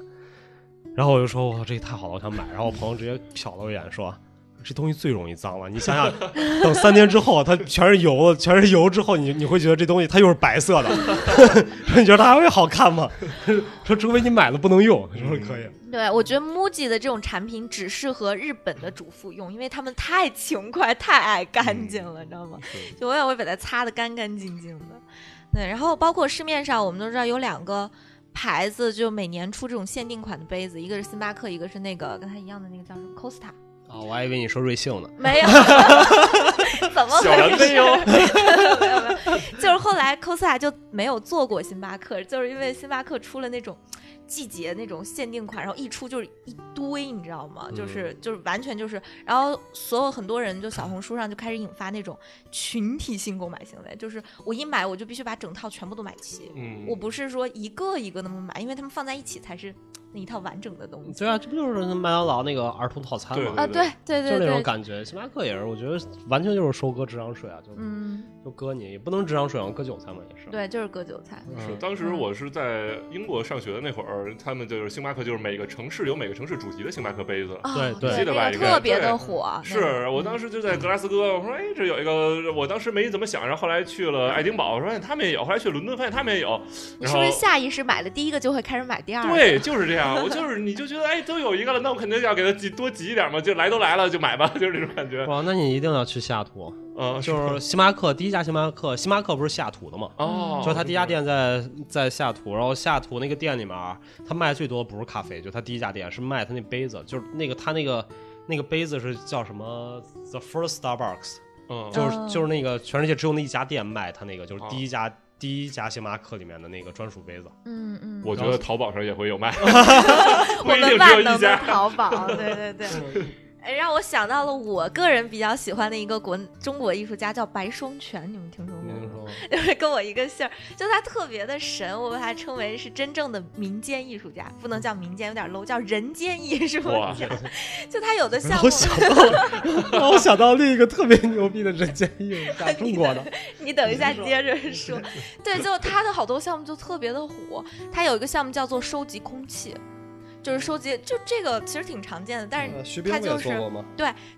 S1: 然后我就说：“我这个太好了，我想买。”然后我朋友直接瞟了我一眼，说：“这东西最容易脏了。你想 想，等三天之后它全是油了，全是油之后，你你会觉得这东西它又是白色的， 说你觉得它还会好看吗？ 说除非你买了不能用，说可以。
S2: 对，我觉得 MUJI 的这种产品只适合日本的主妇用，因为他们太勤快、太爱干净了，你知道吗？
S3: 是
S2: 就我也会把它擦得干干净净的。对，然后包括市面上我们都知道有两个牌子，就每年出这种限定款的杯子，一个是星巴克，一个是那个跟它一样的那个叫什么 Costa，
S1: 啊，我还以为你说瑞幸呢。
S2: 没有，怎么
S3: 小
S2: 回
S3: 蓝
S2: 事？
S3: 杯哟，
S2: 没有没有，就是后来 Costa 就没有做过星巴克，就是因为星巴克出了那种季节那种限定款，然后一出就是一堆，你知道吗？
S1: 嗯
S2: 就是就是完全就是，然后所有很多人就小红书上就开始引发那种群体性购买行为，就是我一买我就必须把整套全部都买齐，
S1: 嗯
S2: 我不是说一个一个那么买，因为他们放在一起才是那一套完整的东西。
S1: 对啊，这不就是麦当劳那个儿童套餐
S3: 对
S1: 吗？
S2: 啊，对对
S1: 就
S2: 对
S1: 那种
S2: 对，
S1: 感觉。星巴克也是，我觉得完全就是收割智商税啊，就、
S2: 嗯，
S1: 就割你，也不能智商税啊，割韭菜嘛也是。
S2: 对，就是割韭菜。
S1: 嗯，
S3: 是当时我是在英国上学的那会儿，他们就是星巴克，就是每个城市有每个城市主题的星巴克杯子。
S2: 啊
S1: 对对
S2: 对，
S1: 记
S3: 得
S2: 那
S3: 吧
S2: 个
S3: 应该
S2: 特别的
S3: 对
S2: 火，啊那嗯个
S3: 是我当时就在格拉斯哥，我说哎，这有一个，我当时没怎么想，然后后来去了爱丁堡，我说哎他们也有，后来去伦敦发现他们也有，
S2: 你
S3: 然
S2: 是不
S3: 后
S2: 是下意识买了第一个就会开始买第二个？
S3: 对，就是这样，我就是你就觉得哎都有一个了，那我肯定要给他挤多挤一点嘛，就来都来了就买吧， 就是这种感觉，
S1: 哇，那你一定要去西雅 图，
S3: 嗯，
S1: 就是星巴克第一家星巴克，星巴克不是西雅图的吗？
S3: 哦，
S1: 就是嗯他第一家店在在西雅图，然后西雅图那个店里面，啊他卖最多的不是咖啡，就他第一家店是卖他那杯子，就是那个他那个那个杯子是叫什么？The First Starbucks，
S3: 嗯，
S1: 就是、
S2: 哦
S1: 就是那个全世界只有那一家店卖他那个，就是
S3: 哦
S1: 第一家、第一家星巴克里面的那个专属杯子。
S2: 嗯嗯，
S3: 我觉得淘宝上也会有卖， 不
S2: 我
S3: 一定
S2: 们
S3: 只有
S2: 万
S3: 一
S2: 能的
S3: 家。
S2: 淘宝，哦对对对。 哎让我想到了我个人比较喜欢的一个国中国艺术家叫白双全，你们听说
S3: 嗯
S1: 你
S2: 过
S1: 听
S2: 吗？
S1: 说吗？
S2: 就是跟我一个姓儿，就他特别的神，我把他称为是真正的民间艺术家，不能叫民间，有点 low，叫人间艺术
S3: 哇
S2: 家。 就他有的项
S1: 我
S2: 目，
S1: 想到， 让我想到另一个特别牛逼的人 间艺术家，中国的，
S2: 你等一下接着说。 对，就他的好多项目就特别的火，他有一个项目叫做收集空气，就是收集，就这个其实挺常见的，但是、
S1: 呃徐
S2: 呃冰不也做过
S1: 吗？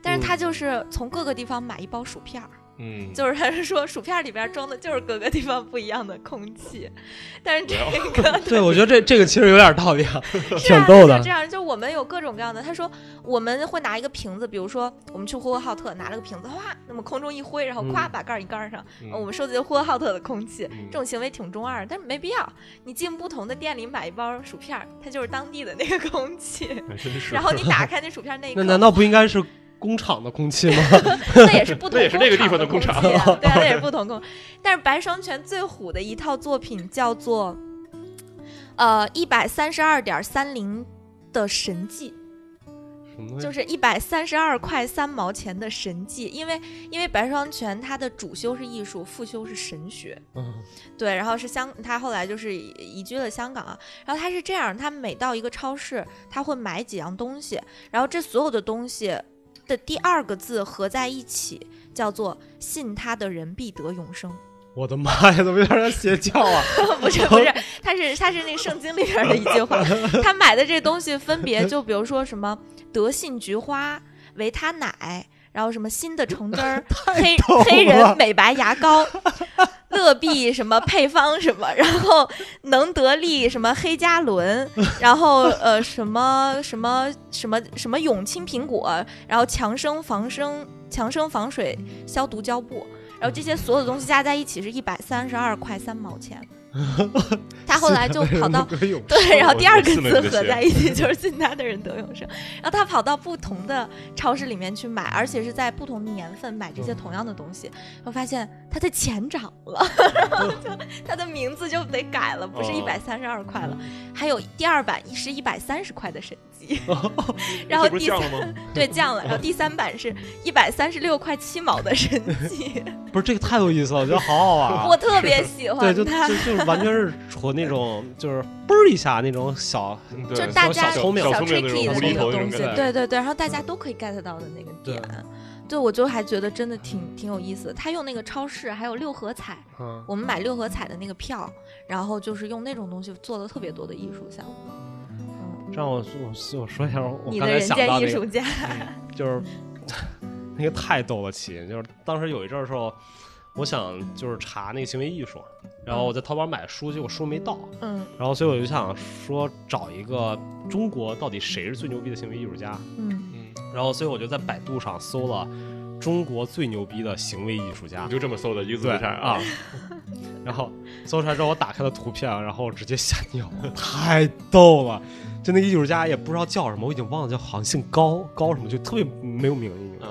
S2: 但是他
S1: 嗯
S2: 就是从各个地方买一包薯片儿。
S3: 嗯，
S2: 就是他是说薯片里边装的就是各个地方不一样的空气，但是这
S3: 我
S2: 个
S1: 对，我觉得这这个其实有点道理啊，
S2: 是
S1: 挺
S2: 啊，
S1: 逗
S2: 就
S1: 的
S2: 这。样，就我们有各种各样的。他说我们会拿一个瓶子，比如说我们去呼和浩特拿了个瓶子，哗，那么空中一挥，然后咵
S1: 嗯
S2: 把盖儿一盖儿上，
S3: 嗯
S2: 呃我们收集了呼和浩特的空气。
S3: 嗯
S2: 这种行为挺中二，但是没必要。你进不同的店里买一包薯片儿，它就是当地的那个空气。
S3: 还真 是
S2: 然后你打开那薯片那一刻，
S1: 那难道不应该是工厂的空气吗？
S2: 那也是不同，
S3: 那也是那个地方
S2: 的
S3: 的工厂
S2: 空气啊对啊，那 也是不同工。但是白双全最虎的一套作品叫做，呃，一百三十二点三零的神迹，
S1: 什么东西
S2: 就是一百三十二块三毛钱的神迹，因为因为白双全他的主修是艺术，副修是神学，
S1: 嗯
S2: 对，然后是香，他后来就是移居了香港啊。然后他是这样，他每到一个超市，他会买几样东西，然后这所有的东西的第二个字合在一起叫做“信他的人必得永生
S1: 我的妈呀，怎么有点邪教 啊？”，
S2: 不是不是，他是他是那个圣经里边的一 句话。他买的这东西分别就比如说什么德信菊花、维他奶，然后什么新的橙 汁儿、黑
S1: 逗了
S2: 黑人美白牙膏、 乐必什么配方什么，然后能得利什么黑加仑，然后呃什么什么什么什么永青苹果，然后强生防生强生防水消毒胶布。然后这些所有的东西加在一起是一百三十二块三毛 钱，他后来就跑 到
S1: 四百有
S2: 对，然后
S3: 我
S2: 第二
S3: 我
S2: 个
S3: 四门
S2: 字
S3: 这
S2: 合
S3: 些
S2: 在一起就是信他的人得永生。然后他跑到不同的超市里面去买，而且是在不同的年份买这些
S3: 嗯
S2: 同样的东西，我发现他的钱涨 了，然后就他的名字就得改了，不
S3: 哦
S2: 是一百三十二块了，
S3: 嗯
S2: 还有第二版是一百三十块的神 迹，然后
S3: 这不是
S2: 第
S3: 降
S2: 三
S3: 了吗？
S2: 对降了，然后第三版是一百三十六块七毛的神迹，
S1: 不是这个太有意思了，我觉得好好玩 啊。
S2: 我特别喜
S1: 对，
S2: 欢
S1: 就就
S2: 他。
S1: 就是完全是纯那种，就是嘣儿一下那种小，
S3: 嗯对
S2: 就是大
S1: 小
S2: 家
S1: 小聪明
S2: 小
S3: 小聪
S2: tricky 的
S3: 明那种
S1: 无
S2: 那
S1: 厘
S2: 个
S1: 头那
S2: 东
S1: 种
S2: 西，
S1: 感觉
S2: 对对对，然后大家都可以 get 到的那个
S1: 对
S2: 点，对我就还觉得真的挺挺有意思的。他用那个超市还有六合彩，
S1: 嗯，
S2: 我们买六合彩的那个票，然后就是用那种东西做了特别多的艺术项目。嗯，
S1: 这样我我我说一下，我
S2: 你
S1: 刚
S2: 的
S1: 才
S2: 人
S1: 想
S2: 间
S1: 到
S2: 艺
S1: 那个
S2: 术家，
S1: 就是那个太逗了起，就是当时有一阵儿的时候，我想就是查那个行为艺术，然后我在淘宝买书，结果书没到，
S2: 嗯
S1: 然后所以我就想说找一个中国到底谁是最牛逼的行为艺术家，
S2: 嗯，
S3: 嗯，
S1: 然后所以我就在百度上搜了中国最牛逼的行为艺术家
S3: 你，就这么搜的一个字
S1: 对
S3: 不差啊，
S1: 然后搜出来之后，我打开了图片，然后直接吓尿，太逗了。就那个艺术家也不知道叫什么，我已经忘了叫，好像姓高高什么，就特别没有名义。
S3: 嗯，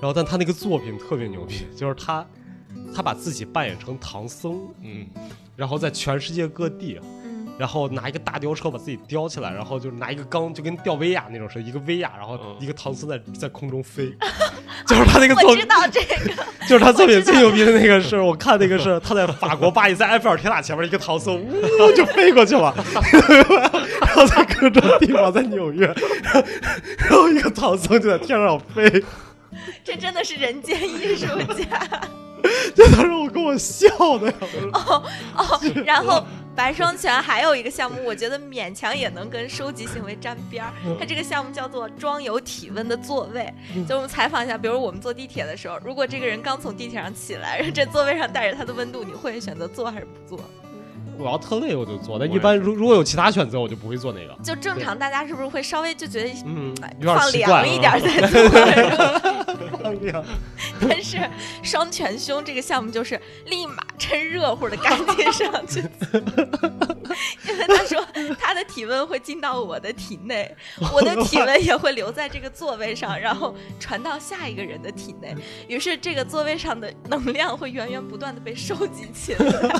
S1: 然后，但他那个作品特别牛逼，就是他他把自己扮演成唐僧，
S3: 嗯，
S1: 然后在全世界各地，啊
S2: 嗯
S1: 然后拿一个大吊车把自己吊起来，然后就拿一个钢，就跟吊威亚那种似的，一个威亚，然后
S3: 嗯
S1: 一个唐僧在在空中 飞，就是他那个作
S2: 我知
S1: 品，
S2: 道这个，
S1: 就是他作品最牛逼的那个是， 我看那个是他在法国巴黎，在埃菲尔铁塔前面一个唐僧，呜就飞过去了， 然后在各种地方，在纽约，然后一个唐僧就在天上飞，
S2: 这真的是人间艺术家
S1: 就当时我给我笑的呀，
S2: 哦。然后白双全还有一个项目，我觉得勉强也能跟收集行为沾边儿。
S1: 嗯
S2: 它这个项目叫做装有体温的座位，就是我们采访一下，比如我们坐地铁的时候，如果这个人刚从地铁上起来，这座位上带着他的温度，你会选择坐还是不坐？
S1: 我要特累我就做，但
S3: 我
S1: 一
S3: 也
S1: 般如如果有其他选择，我就不会做那个，
S2: 就正常大家是不是会稍微就觉得
S1: 嗯，有点
S2: 哎放
S1: 奇怪
S2: 凉
S1: 啊
S2: 一点儿再坐？
S1: 放凉
S2: 但是双全胸这个项目就是立马趁热乎的赶紧上去， 因为他说他的体温会进到我的体内，
S1: 哦
S2: 我的体温也会留在这个座位上，然后传到下一个人的体
S1: 嗯
S2: 内，于是这个座位上的能量会源源不断的被收集起来。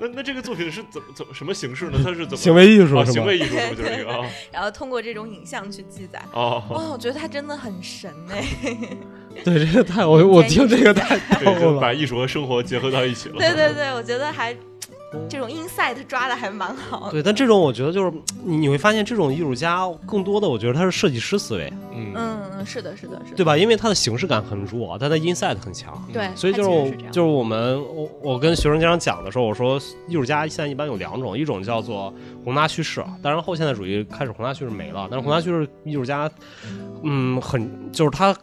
S3: 那那这个作品是怎么怎么什么形式呢？它是 怎么
S1: 行为艺术
S3: 啊，
S1: 是
S3: 行
S1: 吗？
S3: 为艺术是不是就是这个啊？
S2: 然后通过这种影像去记载。
S3: 哦，
S2: 哇，我觉得他真的很神哎！
S1: 对，这个太我我听这个太逗
S3: 对，就
S1: 了，
S3: 把艺术和生活结合到一起了。
S2: 对对对，我觉得还这种 insight 抓的还蛮好 的。
S1: 对，但这种我觉得就是你你会发现，这种艺术家更多的我觉得他是设计师思维，
S3: 嗯，
S2: 嗯，嗯是的，是的，是的。
S1: 对吧？因为他的形式感很弱，但他 inside 很强。
S2: 对，
S1: 所以就是
S2: 它其
S1: 我
S2: 实这样
S1: 就是我们我我跟学生家长讲的时候，我说艺术家现在一般有两种，一种叫做宏大叙事，当然后现代主义开始宏大叙事没了，但是宏大叙事艺术家，嗯，很就是他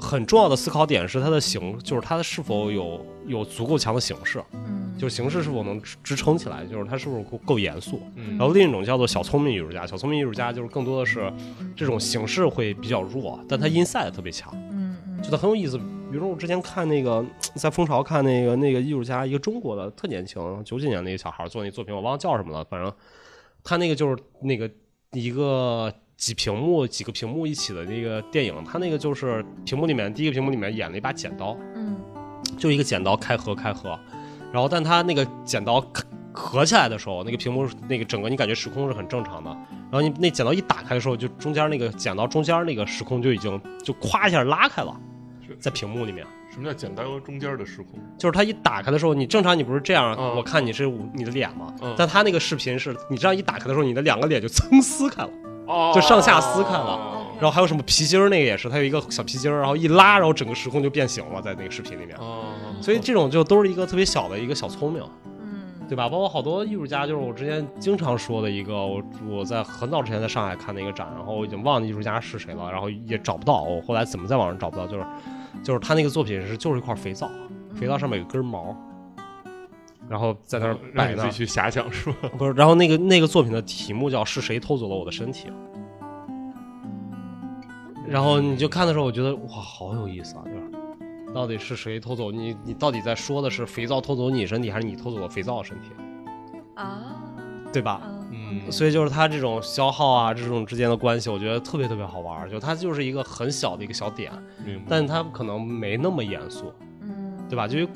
S1: 很重要的思考点是他的形，就是他是否有有足够强的形式，
S2: 嗯
S1: 就是形式是否能支支撑起来，就是他是不是够够严肃。
S3: 嗯
S1: 然后另一种叫做小聪明艺术家，小聪明艺术家就是更多的是这种形式会比较弱，但他 inside 特别强。
S2: 嗯嗯
S1: 觉得很有意思。比如说我之前看那个在蜂巢看那个那个艺术家，一个中国的特年轻，九几年的一个小孩做那作品，我忘了叫什么了，反正他那个就是那个一个几屏幕几个屏幕一起的那个电影，他那个就是屏幕里面第一个屏幕里面演了一把剪刀，
S2: 嗯
S1: 就一个剪刀开合开合，然后但他那个剪刀咔合起来的时候，那个屏幕是那个整个你感觉时空是很正常的，然后你那剪刀一打开的时候，就中间那个剪刀中间那个时空就已经就咵一下拉开了
S3: 是，
S1: 在屏幕里面，
S3: 什么叫简单和中间的时空？
S1: 就是他一打开的时候，你正常你不是这样，
S3: 嗯
S1: 我看你是捂你的脸嘛，
S3: 嗯
S1: 但他那个视频是你这样一打开的时候，你的两个脸就蹭撕开了。
S3: 哦
S1: 就上下撕开
S2: 了
S1: 然后还有什么皮筋儿，那个也是，它有一个小皮筋儿，然后一拉，然后整个时空就变形了，在那个视频里面。
S3: 哦，
S1: 所以这种就都是一个特别小的一个小聪明。
S2: 嗯
S1: 对吧？包括好多艺术家，就是我之前经常说的一个，我我在很早之前在上海看的一个展，然后我已经忘了艺术家是谁了，然后也找不到，我后来怎么在网上找不到，就是就是他那个作品是就是一块肥皂，肥皂上面有根毛，然后在那儿
S3: 哦嗯让
S1: 摆
S3: 你
S1: 那
S3: 自己
S1: 儿，
S3: 去遐想是吧？
S1: 不是，然后那个那个作品的题目叫《是谁偷走了我的身体》。然后你就看的时候，我觉得哇，好有意思啊！就是到底是谁偷走你？你到底在说的是肥皂偷走你身体，还是你偷走了肥皂的身体？
S2: 啊
S1: 对吧？
S2: 嗯
S3: 嗯
S1: 所以就是它这种消耗啊，这种之间的关系，我觉得特别特别好玩儿。就它就是一个很小的一个小点，
S3: 明白。
S1: 但它可能没那么严肃，
S2: 嗯
S1: 对吧？就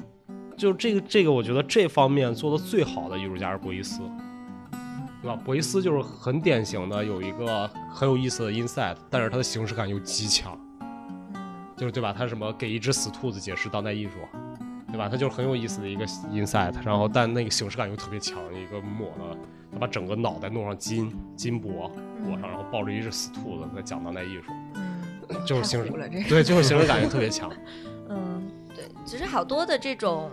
S1: 就这个这个，我觉得这方面做的最好的艺术家是博伊斯，对吧？博伊斯就是很典型的有一个很有意思的 inside，但是它的形式感又极强，
S2: 嗯
S1: 就是对吧？它什么给一只死兔子解释当代艺术。啊对吧？它就是很有意思的一个 inside，然后但那个形式感又特别强，一个抹了，他把整个脑袋弄上金金箔，裹上，然后抱着一只死兔子在讲当代艺术，
S2: 嗯
S1: 就是
S2: 太
S1: 形式
S2: 糊了这个
S1: 对，就是形式感觉特别 强。
S2: 嗯对，其实好多的这种，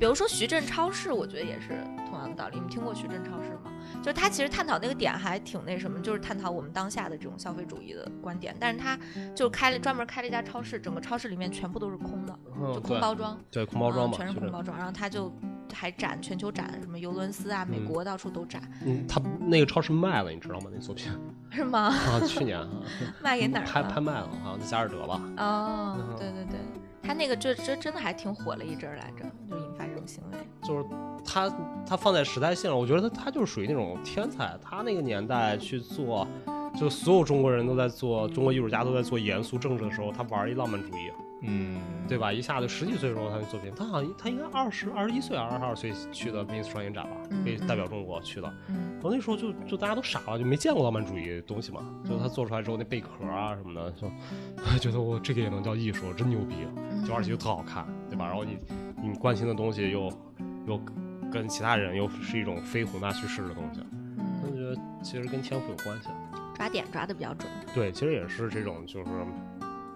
S2: 比如说徐震超市，我觉得也是同样的么道理。你们听过矩阵超市吗？就是他其实探讨那个点还挺那什么，就是探讨我们当下的这种消费主义的观点。但是他就开了专门开了一家超市，整个超市里面全部都是空的，
S1: 嗯
S2: 就空包装，
S1: 对对空包装
S2: 嗯
S1: 嘛，
S2: 全是
S1: 就
S2: 空包装。然后他就还展全球展，什么尤伦斯啊，美
S1: 嗯
S2: 国到处都展，
S1: 嗯，他那个超市卖了，你知道吗？那作品
S2: 是吗？
S1: 啊，去年啊
S2: 卖给哪儿
S1: 拍
S2: 了
S1: 拍？卖了，好像在加尔德吧。
S2: 哦
S1: 嗯，
S2: 对对对，他那个就这真的还挺火了一阵儿来着，就引发这种行为。
S1: 就是他他放在时代性上，我觉得他他就是属于那种天才。他那个年代去做，就所有中国人都在做，中国艺术家都在做严肃政治的时候，他玩一浪漫主义，
S3: 嗯，
S1: 对吧？一下子十几岁的时候他的作品，他好像他应该二十二十一岁、二十二岁去的威尼斯双年展吧
S2: 嗯，
S1: 被
S2: 嗯
S1: 代表中国去的。
S2: 嗯
S1: 然后那时候就就大家都傻了，就没见过浪漫主义的东西嘛。就
S2: 嗯
S1: 他做出来之后，那贝壳啊什么的，就 觉得我这个也能叫艺术，真牛逼。啊
S2: 嗯
S1: 就而且又特好看，对吧？然后你你关心的东西又又跟其他人又是一种非宏大叙事的东西，我
S2: 嗯，
S1: 觉得其实跟天赋有关系。啊
S2: 抓点抓的比较准。
S1: 对，其实也是这种，就是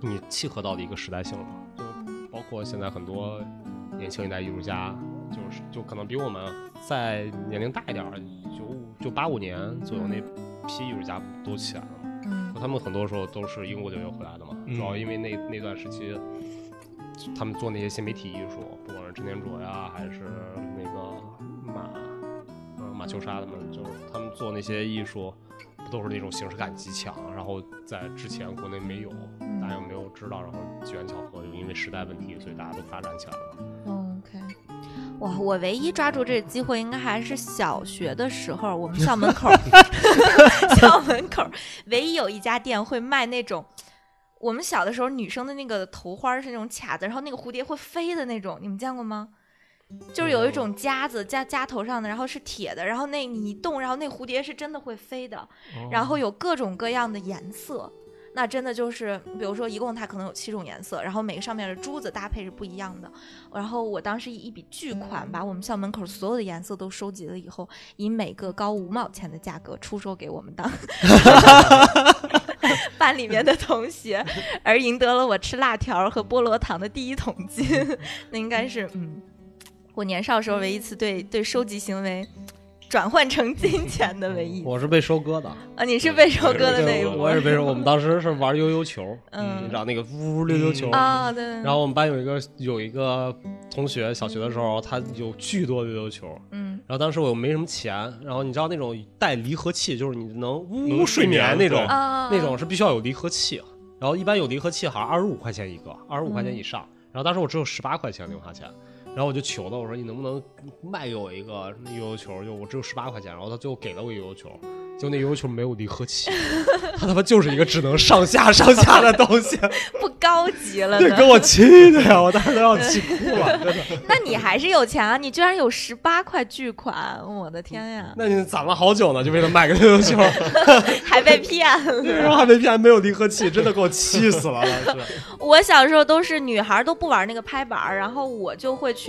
S1: 你契合到的一个时代性嘛，就
S2: 嗯
S1: 包括现在很多年轻一代艺术家，就是就可能比我们再年龄大一点儿，九五就八五年左右那批艺术家都起来了。
S2: 嗯
S1: 他们很多时候都是英国留学回来的嘛，
S3: 嗯
S1: 主要因为那那段时期，他们做那些新媒体艺术，不管是陈天卓呀，还是那个马，呃马秋莎他们，就是他们做那些艺术，不都是那种形式感极强，然后在之前国内没有，大家又没有知道，然后机缘巧合，就因为时代问题，所以大家都发展起来了。
S2: ，OK。哇，我唯一抓住这个机会，应该还是小学的时候，我们校门口儿， 校门口儿唯一有一家店会卖那种，我们小的时候女生的那个头花儿是那种卡子，然后那个蝴蝶会飞的那种，你们见过吗？就是有一种夹子夹夹头上的，然后是铁的，然后那你一动，然后那蝴蝶是真的会飞的。然后有各种各样的颜色。那真的就是，比如说，一共它可能有七种颜色，然后每个上面的珠子搭配是不一样的。然后我当时以一笔巨款把我们校门口所有的颜色都收集了以后，以每个高五毛钱的价格出售给我们当 班里面的同学，而赢得了我吃辣条和菠萝糖的第一桶金。 那应该是，嗯，我年少时候唯一一次对对收集行为转换成金钱的唯一一 次
S1: 我是被收割的，
S2: 啊，你是被收割的那一
S1: 对
S2: 波，
S1: 我也是被收。我们当时是玩悠悠球，嗯你
S2: 嗯
S1: 知道那个呜呜溜溜球，
S2: 啊，对，然
S1: 然后我们班有一个有一个同学，小学的时候他有巨多溜溜球，
S2: 嗯
S1: 然后当时我又没什么钱，然后你知道那种带离合器，就是你能呜呜
S3: 能睡
S1: 睡
S3: 眠
S1: 眠那种，
S2: 啊，
S1: 那种是必须要有离合器，然后一般有离合器好像二十五块钱一个，二十五块钱以上，然后当时我只有十八块钱零花钱。然后我就求他，我说你能不能卖给我一个悠悠球？就我只有十八块钱，然后他最后给了我一个悠悠球，结果那悠悠球没有离合器，他他妈就是一个只能上下上下的东西。
S2: 不高级 了
S1: 这
S2: 呢
S1: 给。我气的呀！我当时都要气哭了，真的。
S2: 那你还是有钱啊，你居然有十八块巨款，我的天呀，
S1: 那你攒了好久呢，就为了卖个溜溜球，嗯
S2: 还被骗了。
S1: 然后还被骗，没有离合器，真的给我气死了。当时
S2: 我小时候都是女孩儿都不玩那个拍板儿，然后我就会去。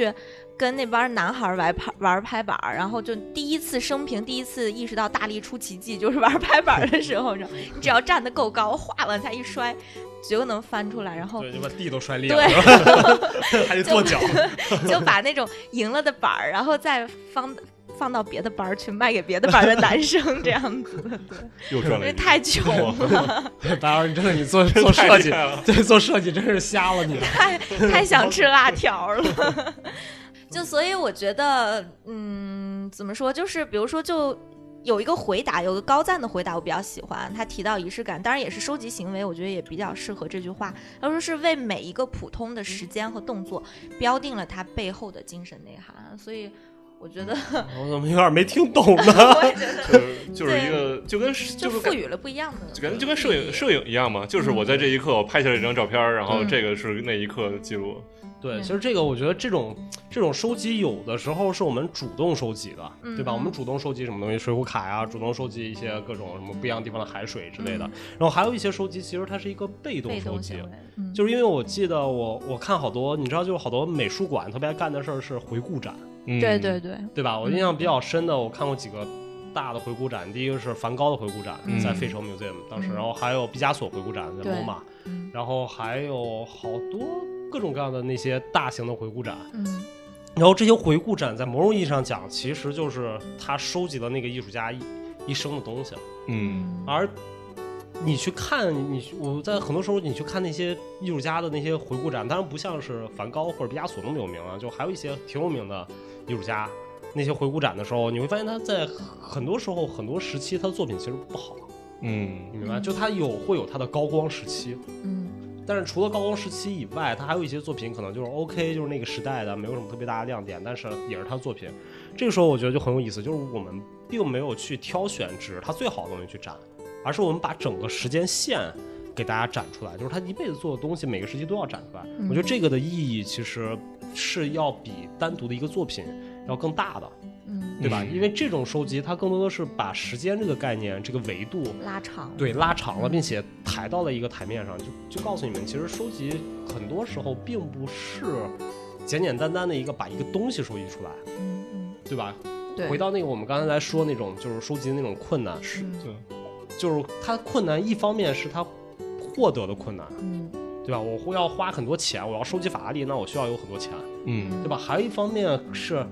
S2: 跟那帮男孩儿玩拍玩拍板儿，然后就第一次生平，第一次意识到大力出奇迹，就是玩拍板儿的时候，你知道，你只要站得够高，哗往下一摔，就能翻出来。然后
S1: 对，就把地都摔裂
S2: 对
S1: 了，是吧 还得跺脚。
S2: 就 把那种赢了的板儿，然后再放放到别的班儿去卖给别的班儿的男生，这样子，
S3: 又赚
S2: 因
S3: 了
S2: 为
S3: 一笔，
S2: 太穷了，
S1: 白老师，你真的你做做设计
S3: 太厉害了，
S1: 对做设计真是瞎了你。啊
S2: 太太想吃辣条了。就所以我觉得，嗯，怎么说，就是比如说就。有一个回答，有个高赞的回答，我比较喜欢。他提到仪式感，当然也是收集行为，我觉得也比较适合这句话。他说是为每一个普通的时间和动作标定了它背后的精神内涵，所以我觉得
S1: 我怎么有点没听懂呢？
S2: 我也觉得
S3: 就是就是一个就跟
S2: 就
S3: 就是
S2: 赋
S3: 感
S2: 予了不一样的，
S3: 就感觉就跟摄影摄影一样嘛，就是我在这一刻我拍下来一张照片儿，然
S2: 嗯
S3: 后这个是那一刻的记录。
S1: 对，其实这个我觉得这种这种收集有的时候是我们主动收集的，对吧？
S2: 嗯
S1: 我们主动收集什么东西，水浒卡呀，主动收集一些各种什么不一样地方的海水之类的。然后还有一些收集，其实它是一个被动
S2: 嗯被
S1: 收
S2: 动
S1: 集
S2: 行，为，嗯
S1: 就是因为我记得我我看好多，你知道，就是好多美术馆特别爱干的事儿是回顾展，
S3: 嗯
S2: 对对，对，
S1: 对吧？我印象比较深的，我看过几个大的回顾展，第一个是梵高的回顾展，
S3: 嗯
S1: 在费城 Museum，当时，
S2: 嗯
S1: 然后还有毕加索回顾展在
S2: 对
S1: MoMA，
S2: 嗯
S1: 然后还有好多各种各样的那些大型的回顾展，
S2: 嗯
S1: 然后这些回顾展在某种意义上讲，其实就是他收集了那个艺术家一一生的东西。
S3: 嗯，
S1: 而你去看你去，我在很多时候你去看那些艺术家的那些回顾展，当然不像是梵高或者毕加索那么有名啊，就还有一些挺有名的艺术家。那些回顾展的时候，你会发现他在很多时候、很多时期，他的作品其实不好，
S3: 嗯
S1: 你明白？就他有会有他的高光时期，
S2: 嗯
S1: 但是除了高光时期以外，他还有一些作品可能就是 OK，就是那个时代的，没有什么特别大的亮点，但是也是他作品。这个时候我觉得就很有意思，就是我们并没有去挑选只是他最好的东西去展，而是我们把整个时间线给大家展出来，就是他一辈子做的东西，每个时期都要展出来。
S2: 嗯
S1: 我觉得这个的意义其实是要比单独的一个作品要更大的，
S2: 嗯，
S1: 对吧？
S3: 嗯
S1: 因为这种收集，它更多的是把时间这个概念、这个维度
S2: 拉长，
S1: 对，拉长了，并且抬到了一个台面上，就就告诉你们，其实收集很多时候并不是简简单单的一个把一个东西收集出来，
S2: 嗯
S1: 对吧？
S2: 嗯，对，
S1: 回到那个我们刚才来说那种就是收集的那种困难，
S3: 是的，
S1: 就是它困难一方面是它获得的困难，
S2: 嗯
S1: 对吧？我会要花很多钱，我要收集法拉利，那我需要有很多钱，
S3: 嗯
S1: 对吧？还有一方面是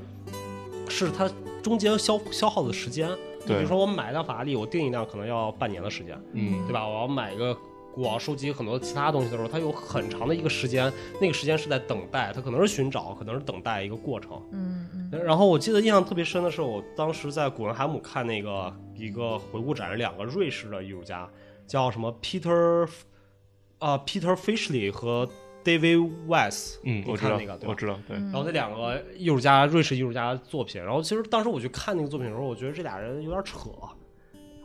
S1: 是它中间消消耗的时间，比
S3: 对
S1: 如说我买辆法拉利，我订一辆可能要半年的时间。
S3: 嗯
S1: 对吧？我要买一个，我要收集很多其他东西的时候，它有很长的一个时间，那个时间是在等待，它可能是寻找，可能是等待一个过程。
S2: 嗯嗯
S1: 然后我记得印象特别深的是，我当时在古根海姆看那个一个回顾展，两个瑞士的艺术家叫什么 Peter 啊、Peter Fishley 和 David Weiss，
S3: 嗯，
S1: 你
S3: 我知道
S1: 看那个对吧
S3: 我知道，对，
S2: 嗯
S1: 然后那两个艺术家，瑞士艺术家作品，然后其实当时我去看那个作品的时候，我觉得这俩人有点扯。啊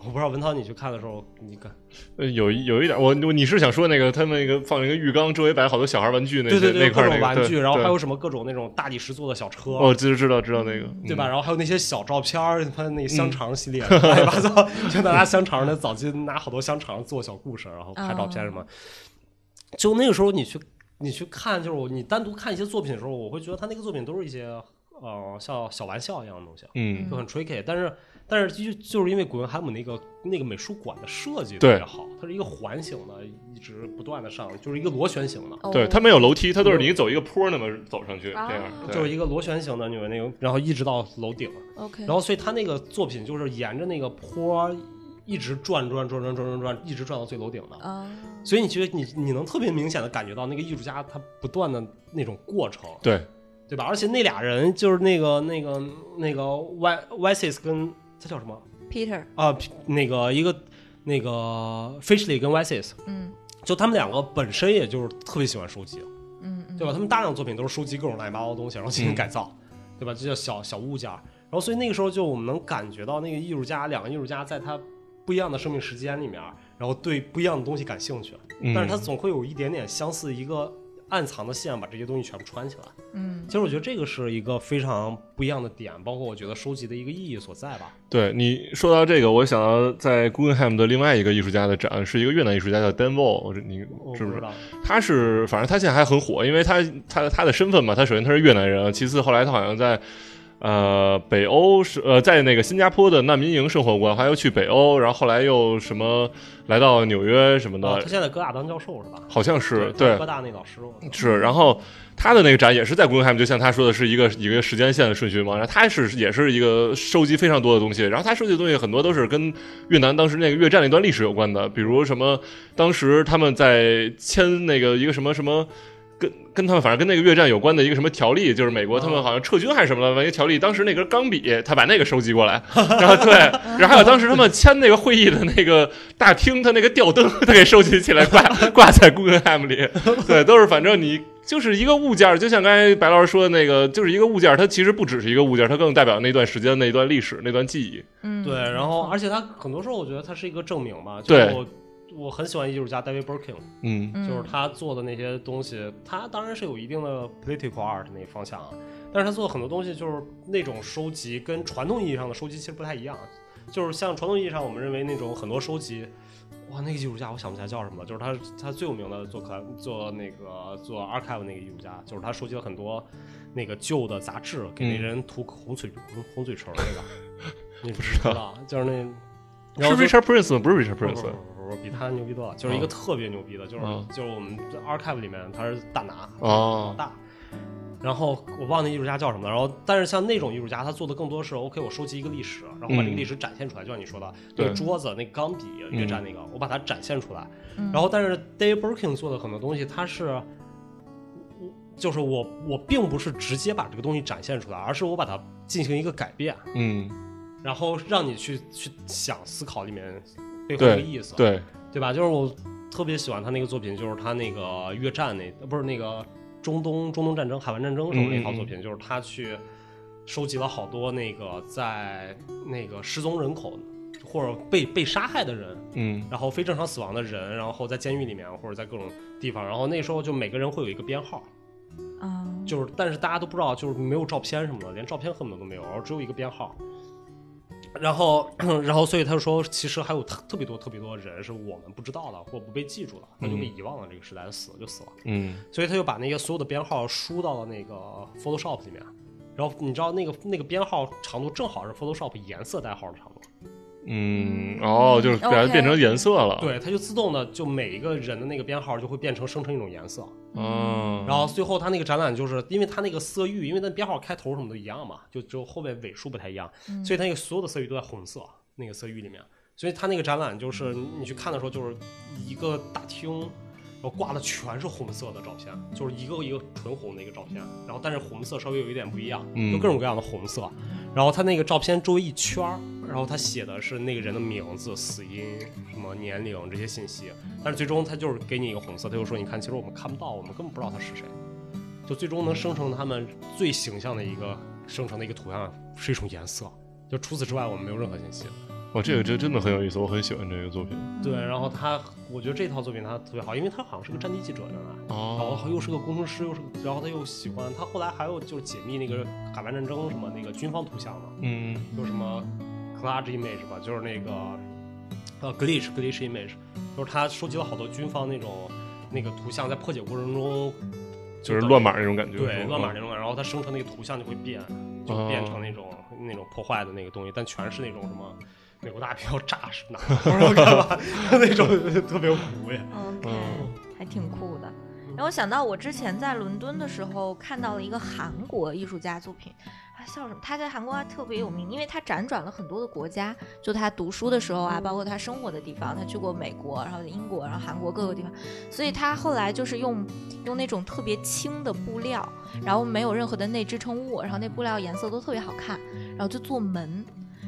S1: 我不知道文涛你去看的时候，你看
S3: 呃有一有一点，我我你是想说那个他们那个放了一个浴缸，周围摆好多小孩玩具那
S1: 对对
S3: 些
S1: 对，
S3: 那块
S1: 各
S3: 儿那
S1: 种
S3: 个
S1: 玩具，
S3: 对
S1: 然后还
S3: 对
S1: 有什么各种那种大理石做的小车，
S3: 哦，知知道知道那个，
S1: 对吧？
S3: 嗯？
S1: 然后还有那些小照片儿，他那个香肠系 列，乱七八糟，就拿香肠的，早期拿好多香肠做小故事，然后拍照片什么。就那个时候，你去你去看，就是我你单独看一些作品的时候，我会觉得他那个作品都是一些呃像小玩笑一样的东西，
S3: 嗯
S1: 就很 tricky。但是但是就就是因为古根海姆那个那个美术馆的设计特
S3: 对
S1: 别好，它是一个环形的，一直不断的上，就是一个螺旋形的。
S2: 哦
S3: 对，它没有楼梯，它都是你走一个坡那么走上去，这
S2: 啊
S3: 样
S1: 哦就是
S3: 对，
S1: 一个螺旋形的你们那个，然后一直到楼顶，
S2: OK，
S1: 然后所以他那个作品就是沿着那个坡一直转转转转转转转，一直转到最楼顶的。
S2: 啊，
S1: 所以你觉得你你能特别明显的感觉到那个艺术家他不断的那种过程，
S3: 对，
S1: 对吧？而且那俩人就是那个那个那个 Y Y S 跟他叫什么
S2: Peter，
S1: 啊？那个一个那个 Fishley 跟 Y S，
S2: 嗯
S1: 就他们两个本身也就是特别喜欢收集，
S2: 嗯嗯，
S1: 对吧？他们大量作品都是收集各种乱七八糟的东西，然后进行
S3: 嗯
S1: 改造，对吧？这叫小小物件儿。然后所以那个时候就我们能感觉到那个艺术家，两个艺术家在他不一样的生命时间里面，然后对不一样的东西感兴趣，
S3: 嗯
S1: 但是他总会有一点点相似，一个暗藏的线把这些东西全部穿起来。
S2: 嗯
S1: 其实我觉得这个是一个非常不一样的点，包括我觉得收集的一个意义所在吧。
S3: 对你说到这个，我想到在 Guggenheim 的另外一个艺术家的展，是一个越南艺术家叫 Dan Wall，你
S1: 我
S3: 知
S1: 不
S3: 不
S1: 知
S3: 知道？
S1: 道，
S3: 他是，反正他现在还很火，因为他他他的身份嘛，他首先他是越南人，其次后来他好像在呃北欧是呃在那个新加坡的难民营生活过，还又去北欧，然后后来又什么来到纽约什么的，
S1: 哦他现在戈大当教授是吧？
S3: 好像是
S1: 他
S3: 对
S1: 哥大那老师，我知道
S3: 是，然后他的那个展也是在 Guggenheim，就像他说的是一个一个时间线的顺序嘛。然后他是也是一个收集非常多的东西，然后他收集的东西很多都是跟越南当时那个越战那段历史有关的，比如什么当时他们在签那个一个什么什么。跟跟他们反正跟那个越战有关的一个什么条例，就是美国他们好像撤军还是什么的，反正一个条例。当时那根钢笔，他把那个收集过来，然后对，然后还有当时他们签那个会议的那个大厅，他那个吊灯，他给收集起来挂挂在 Guggenheim 里， 对，都是反正你就是一个物件儿，就像刚才白老师说的那个，就是一个物件儿，它其实不只是一个物件儿，它更代表那段时间、那段历史、那段记忆。
S2: 嗯，
S1: 对，然后而且他很多时候我觉得他是一个证明吧，就
S3: 对
S1: 是我我很喜欢艺术家 David Birkin，
S3: 嗯
S1: 就是他做的那些东西，他当然是有一定的 political art 那一方向啊，但是他做的很多东西就是那种收集跟传统意义上的收集其实不太一样，就是像传统意义上我们认为那种很多收集。哇，那个艺术家我想不起来叫什么了，就是他，他最有名的做可做那个做 archive 那个艺术家，就是他收集了很多那个旧的杂志，给那
S3: 嗯
S1: 人涂红嘴红红嘴唇儿那个， 你不
S3: 知道
S1: 道，就是那，然
S3: 是
S1: 后就
S3: Richard Prince 吗？不是 Richard
S1: 不是
S3: Prince，
S1: 不是不是比他牛逼多了，就是一个特别牛逼的，就是
S3: 嗯
S1: 就是我们 archive 里面他是大拿
S3: 哦
S1: 老大，然后我忘那艺术家叫什么了，然后但是像那种艺术家，他做的更多是 OK，我收集一个历史，然后把这个历史展现出来，就像你说的，那个
S3: 嗯对嗯
S1: 桌子、那个钢笔、越战那个，我把它展现出来。
S2: 嗯
S1: 然后，但是 Dave Birkin 做的很多东西，它是，就是我我并不是直接把这个东西展现出来，而是我把它进行一个改变，
S3: 嗯，
S1: 然后让你去去想思考里面背后
S3: 对
S1: 的意思，
S3: 对，
S1: 对吧？就是我特别喜欢他那个作品，就是他那个越战那呃不是那个中东中东战争、海湾战争什么那套作品，就是他去收集了好多那个在那个失踪人口或者被被杀害的人，
S3: 嗯
S1: 然后非正常死亡的人，然后在监狱里面或者在各种地方，然后那时候就每个人会有一个编号，
S2: 嗯，
S1: 就是但是大家都不知道，就是没有照片什么的，连照片恨不得都没有，然后只有一个编号。然后， 然后，所以他就说，其实还有特特别多、特别多的人是我们不知道的，或不被记住的，那就被遗忘了。这个时代的死了就死了，
S3: 嗯
S1: 所以他就把那个所有的编号输到了那个 Photoshop 里面。然后你知道那个那个编号长度正好是 Photoshop 颜色代号的长度，
S3: 嗯，哦，就是把它
S2: OK
S3: 变成颜色了，，
S1: 对，它就自动的就每一个人的那个编号就会变成生成一种颜色。
S3: 嗯，
S1: 然后最后他那个展览就是因为他那个色域，因为那编号开头什么都一样嘛，就只有后面尾数不太一样，所以他那个所有的色域都在红色那个色域里面。所以他那个展览就是你你去看的时候，就是一个大厅，然后挂的全是红色的照片，就是一个一个纯红的一个照片，然后但是红色稍微有一点不一样，
S3: 嗯
S1: 就各种各样的红色。然后他那个照片周围一圈儿，然后他写的是那个人的名字、死因、什么年龄这些信息，但是最终他就是给你一个红色，他就说你看，其实我们看不到，我们根本不知道他是谁，就最终能生成他们最形象的一个生成的一个图案是一种颜色，就除此之外我们没有任何信息。
S3: 哇，这个真真的很有意思，我很喜欢这个作品，
S1: 对，然后他，我觉得这套作品他特别好，因为他好像是个战地记者原来，然
S3: 哦，
S1: 后又是个工程师，又是个，然后他又喜欢他后来还有就是解密那个海湾战争什么那个军方图像嘛，
S3: 嗯
S1: 有什么 Clutch Image 吧，就是那个呃 Glitch Glitch Image，就是他收集了好多军方那种那个图像，在破解过程中
S3: 就是
S1: 等于
S3: 乱码那种感觉，
S1: 对
S3: 是吧
S1: 乱码那，种感觉，然后它生成那个图像就会变，就
S3: 哦
S1: 变成那种、那种破坏的那个东西，但全是那种什么美国大兵要炸是哪 儿干嘛那种特别无呀。
S2: OK，
S3: 嗯
S2: 还挺酷的。然后想到我之前在伦敦的时候看到了一个韩国艺术家作品，啊，叫什么？他在韩国还特别有名，因为他辗转了很多的国家，就他读书的时候啊，包括他生活的地方，他去过美国，然后英国，然后韩国各个地方，所以他后来就是用用那种特别轻的布料，然后没有任何的内支撑物，然后那布料颜色都特别好看，然后就做门，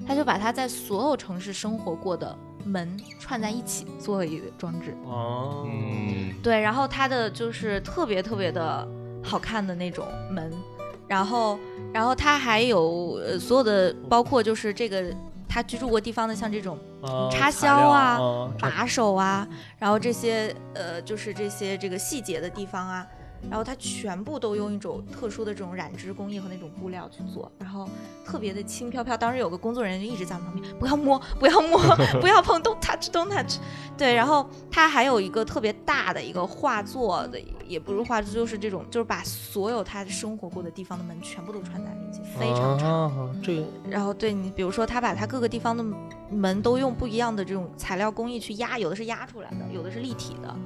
S2: 他就把他在所有城市生活过的门串在一起做了一个装置。
S1: 哦，
S3: 嗯
S2: 对，然后它的就是特别特别的好看的那种门，然后然后它还有呃所有的包括就是这个他居住过地方的像这种
S1: 啊
S2: 插销
S1: 材
S2: 啊
S1: 料啊插
S2: 把手啊，然后这些呃就是这些这个细节的地方啊。然后它全部都用一种特殊的这种染织工艺和那种布料去做，然后特别的轻飘飘。当时有个工作人员就一直在我们旁边，不要摸，不要摸， 不要碰，don't touch，don't touch。对，然后它还有一个特别大的一个画作的，也不是画作，就是这种，就是把所有他生活过的地方的门全部都串在了一起，非常长。
S1: 啊这个
S2: 然后对你，比如说他把他各个地方的门都用不一样的这种材料工艺去压，有的是压出来的，有的是立体的，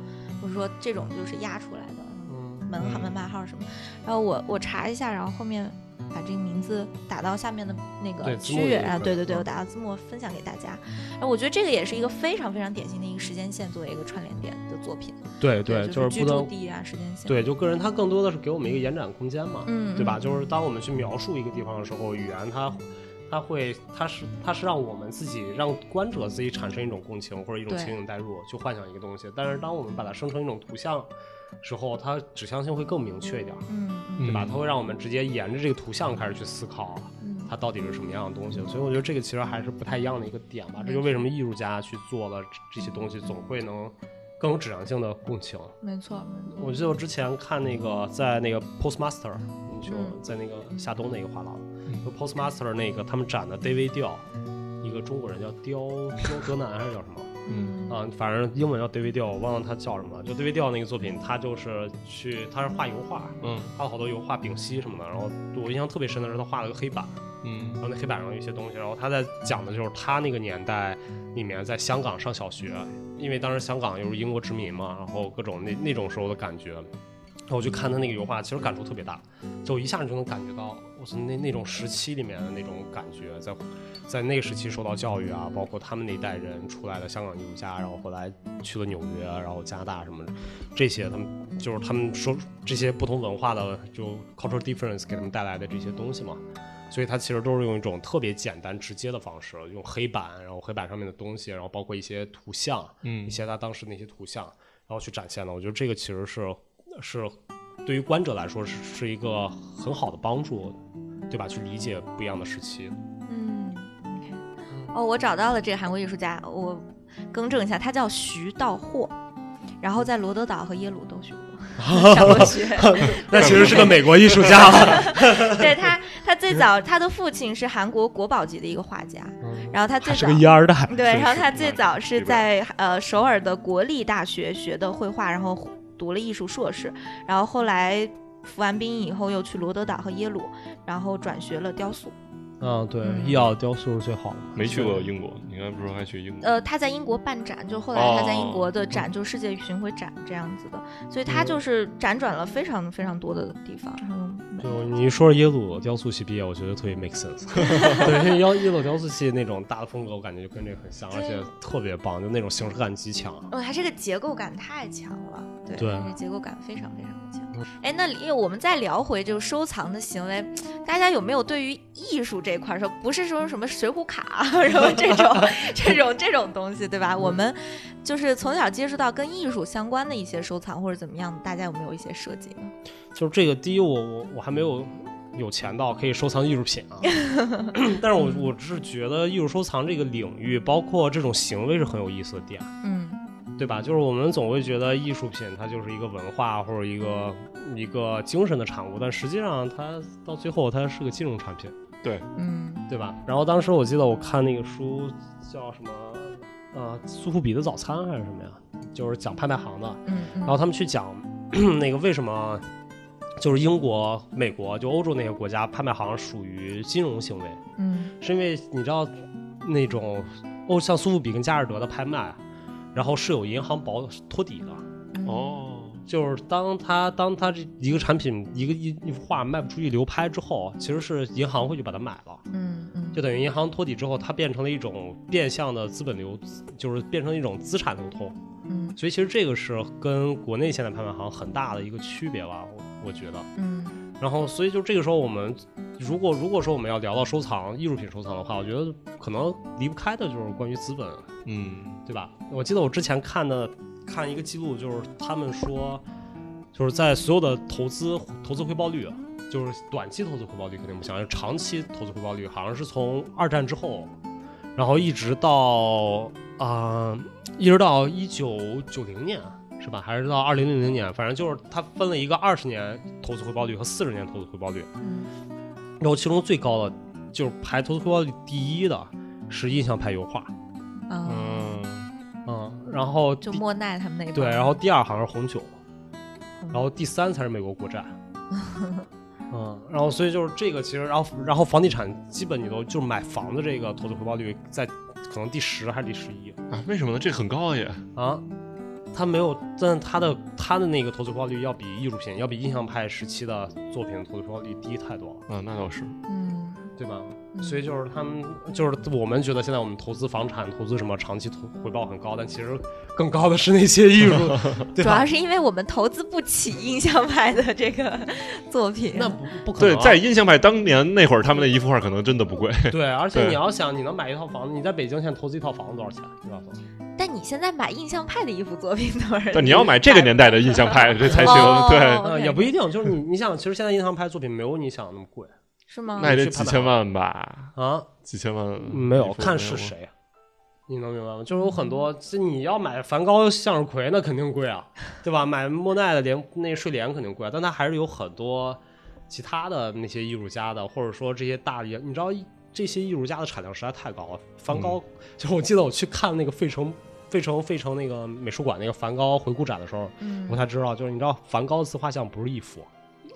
S2: 或者说这种就是压出来的
S1: 嗯
S2: 门号、
S3: 嗯
S2: 门牌号什么。然后我我查一下，然后后面把这个名字打到下面的那个
S1: 对
S2: 区
S1: 字幕
S2: 域
S1: 也可以
S2: 啊，对对对，
S1: 嗯
S2: 我打到字幕分享给大家。然后我觉得这个也是一个非常非常典型的一个时间线作为一个串联点的作品，
S1: 对
S2: 就是居
S1: 不
S2: 住
S1: 能
S2: 地啊，时间线，
S1: 对，就个人他更多的是给我们一个延展空间嘛，
S2: 嗯，
S1: 对吧？
S2: 嗯
S1: 就是当我们去描述一个地方的时候，语言它它会它是它是让我们自己让观者自己产生一种共情或者一种
S2: 对
S1: 情景代入，去幻想一个东西。但是当我们把它生成一种图像时候，它指向性会更明确一点，
S2: 嗯嗯
S1: 对吧？
S3: 嗯
S1: 它会让我们直接沿着这个图像开始去思考。
S2: 嗯，
S1: 它到底是什么样的东西。所以我觉得这个其实还是不太一样的一个点吧。
S2: 没
S1: 这就为什么艺术家去做了这这些东西，总会能更有质量性的共情。
S2: 没错没错，
S1: 我记得我之前看那个在那个 Postmaster，你就
S2: 嗯
S1: 在那个夏东那个画廊，
S3: 嗯
S1: 就 Postmaster 那个他们展的 David 刁，一个中国人叫刁刁德南还是叫什么？
S3: 嗯
S1: 啊，反正英文叫 David 刁，我忘了他叫什么了。就 David 刁那个作品，他就是去，他是画油画，
S3: 嗯
S1: 画了好多油画、丙烯什么的。然后我印象特别深的是，他画了个黑板，然
S3: 嗯
S1: 后那黑板上有一些东西，然后他在讲的就是他那个年代里面在香港上小学，因为当时香港又是英国殖民嘛，然后各种那那种时候的感觉，然后我就看他那个油画，其实感触特别大，就一下你就能感觉到，我操，那那种时期里面的那种感觉，在在那个时期受到教育啊，包括他们那一代人出来的香港艺术家，然后后来去了纽约，然后加拿大什么的，这些他们就是他们说这些不同文化的就 cultural difference 给他们带来的这些东西嘛。所以它其实都是用一种特别简单直接的方式，用黑板，然后黑板上面的东西，然后包括一些图像，
S3: 嗯
S1: 一些他当时那些图像，然后去展现的。我觉得这个其实是是对于观者来说是是一个很好的帮助，对吧？去理解不一样的时期。
S2: 嗯，OK，哦，我找到了这个韩国艺术家，我更正一下，他叫徐道霍，然后在罗德岛和耶鲁都学过上过学。
S1: 那其实是个美国艺术家 了。
S2: 对他，他最早他的父亲是韩国国宝级的一个画家，然后他最
S1: 嗯还是
S2: 早
S1: 个一二代，
S2: 对，
S3: 是
S2: 然后
S3: 是
S2: 他
S3: 是
S2: 最早是
S3: 是
S2: 在呃首尔的国立大学学的绘画，然后读了艺术硕士，然后后来服完兵役以后又去罗德岛和耶鲁，然后转学了雕塑。
S1: 嗯，对
S2: 嗯
S1: 艺奥雕塑是最好的。
S3: 没去过英国，你刚才不是说还去英国？
S2: 呃，他在英国办展，就后来他在英国的展，就世界巡回展这样子的，所以他就是辗转了非常非常多的地方。然后
S1: 就你一说耶鲁雕塑系毕业，我觉得特别 make sense。对，因为耶耶鲁雕塑系那种大的风格，我感觉就跟这个很像，而且特别棒，就那种形式感极强。啊
S2: 哦，他这个结构感太强了，对，
S1: 对
S2: 这个结构感非常非常的强。哎，那因为我们再聊回这个收藏的行为，大家有没有对于艺术这一块儿说，不是说什么水浒卡， 什么这种这种这种东西，对吧？我们就是从小接触到跟艺术相关的一些收藏或者怎么样的，大家有没有一些设计呢？
S1: 就是这个，第一，我我我还没有有钱到可以收藏艺术品啊，但是我我只是觉得艺术收藏这个领域，包括这种行为是很有意思的点。
S2: 嗯
S1: 对吧？就是我们总会觉得艺术品它就是一个文化或者一个一个精神的产物，但实际上它到最后它是个金融产品，
S2: 嗯
S1: 对吧？然后当时我记得我看那个书叫什么，呃，苏富比的早餐还是什么呀？就是讲拍卖行的，
S2: 嗯嗯
S1: 然后他们去讲 那个为什么就是英国、美国就欧洲那些国家拍卖行属于金融行为，
S2: 嗯
S1: 是因为你知道那种欧像苏富比跟佳士得的拍卖，然后是有银行保托底的。
S2: 嗯
S3: 哦，
S1: 就是当他当他这一个产品一个一一幅画卖不出去流拍之后，其实是银行会去把它买了，
S2: 嗯嗯
S1: 就等于银行托底之后，它变成了一种变相的资本流，就是变成一种资产流通。
S2: 嗯
S1: 所以其实这个是跟国内现在拍卖行很大的一个区别吧，我我觉得。
S2: 嗯
S1: 然后所以就这个时候我们。如果如果说我们要聊到收藏艺术品收藏的话，我觉得可能离不开的就是关于资本
S3: 嗯，
S1: 对吧？我记得我之前看的看一个记录，就是他们说，就是在所有的投资投资回报率，啊就是短期投资回报率肯定不行，就长期投资回报率好像是从二战之后，然后一直到啊、呃一直到一九九零年。是吧？还是到二零零零年，反正就是它分了一个二十年投资回报率和四十年投资回报率，
S2: 嗯
S1: 然后其中最高的就是排投资回报率第一的是印象派油画，
S2: 啊，
S3: 嗯，
S1: 嗯，然后
S2: 就
S1: 第
S2: 莫奈他们那一帮
S1: 对，然后第二好像是红酒，
S2: 嗯
S1: 然后第三才是美国国 债。嗯，然后所以就是这个，其实然后然后房地产基本你都就是买房的这个投资回报率在可能第十还是第十一
S3: 啊，为什么呢？这很高啊也，
S1: 啊，它没有，但它的它的那个投资回报率要比艺术品要比印象派时期的作品投资回报率低太多了，
S3: 啊，那倒是，
S2: 嗯
S1: 对吧？
S2: 嗯
S1: 所以就是他们就是我们觉得现在我们投资房产投资什么长期投回报很高，但其实更高的是那些艺 术，对
S2: 主要
S1: 吧？
S2: 是因为我们投资不起印象派的这个作品。
S1: 那不不可能
S3: 对，
S1: 啊、
S3: 在印象派当年那会儿，他们的一幅画可能真的不 贵，
S1: 对，而且
S3: 对
S1: 你要想，你能买一套房子，你在北京现在投资一套房子多少钱？对吧？
S2: 但你现在买印象派的一幅作品多少？
S3: 但你要买这个年代的印象 派，这才行
S2: 哦，
S3: 对，
S1: 呃，
S2: OK
S1: 也不一定，就是你你想，其实现在印象派作品没有你想的那么贵
S2: 是吗？
S3: 那也得几千万吧，
S1: 啊，
S3: 几千万，
S1: 没有，看是，谁，啊你能明白吗？就是有很多，这你要买梵高、向日葵，那肯定贵啊，对吧？买莫奈的连那睡莲肯定贵、啊，但它还是有很多其他的那些艺术家的，或者说这些大爷，你知道这些艺术家的产量实在太高了。梵高， 就是我记得我去看那个费城。费城费城那个美术馆那个梵高回顾展的时候，
S2: 嗯
S1: 我才知道，就是你知道梵高自画像不是一幅，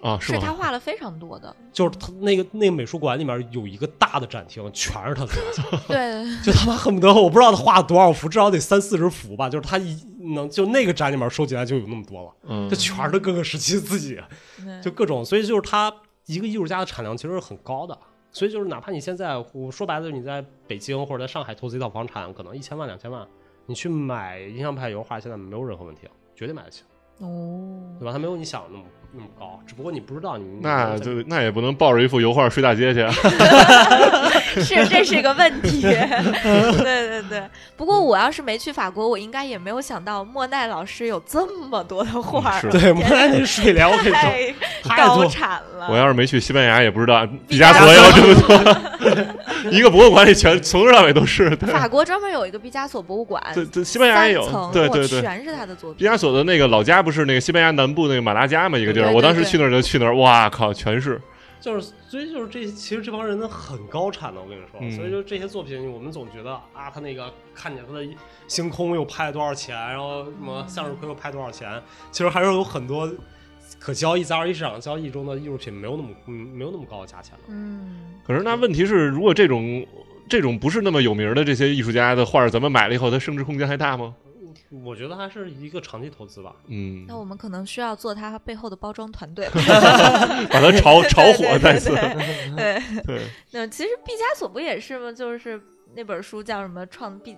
S3: 啊，
S2: 是他
S3: 吗？
S2: 画了非常多的，
S1: 就是他那个那个美术馆里面有一个大的展厅，全是他的画像，
S2: 对，
S1: 就他妈恨不得我不知道他画了多少幅，至少得三四十幅吧，就是他一能就那个展里面收集来就有那么多了，
S3: 嗯
S1: 这全是各个时期自己
S2: 对
S1: 就各种，所以就是他一个艺术家的产量其实是很高的。所以就是，哪怕你现在，我说白了，就是你在北京或者在上海投资一套房产，可能一千万、两千万，你去买印象派油画，现在没有任何问题了，绝对买得起，
S2: 哦，
S1: 对吧？它没有你想的那么那么高，只不过你不知道你
S3: 那
S1: 就
S3: 就那也不能抱着一幅油画睡大 街去啊。
S2: 是这是个问题，对对对。不过我要是没去法国，我应该也没有想到莫奈老师有这么多的画儿，
S3: 是
S1: 对，莫奈那睡莲，我跟你说，
S2: 太
S1: 太多
S2: 高
S1: 了
S2: 产了。
S3: 我要是没去西班牙，也不知道毕
S2: 加
S3: 加
S2: 索
S3: 索也有这么 多，一个博物馆里全从头到尾都是。对，
S2: 法国专门有一个毕加索博物馆，
S3: 对对，西班牙也有
S2: 三层，
S3: 对
S2: 哇
S3: 对对。
S2: 全是他的作
S3: 毕
S2: 品。
S3: 加索的那个老家不是那个西班牙南部那个马拉加嘛一个地
S2: 对
S3: 儿，
S2: 对
S3: 我当时
S2: 对
S3: 去那儿就去那儿，哇靠，全是
S1: 就是所以就是这，其实这帮人呢很高产的，我跟你说，
S3: 嗯
S1: 所以就这些作品，我们总觉得啊，他那个看见他的星空又拍了多少钱，然后什么向日葵又拍多少钱，其实还是有很多可交易在二级市场交易中的艺术品没有那么嗯没有那么高的价钱了。
S2: 嗯，
S3: 可是那问题是，如果这种这种不是那么有名的这些艺术家的画儿，咱们买了以后，它升值空间还大吗？
S1: 我觉得还是一个长期投资吧。
S3: 嗯，
S2: 那我们可能需要做他背后的包装 团队了。
S3: 把 它炒炒火
S2: 对
S3: 再
S2: 对
S3: 次。
S2: 对对，
S3: 对，
S2: 那其实毕加索不也是吗？就是那本书叫什么《创毕》，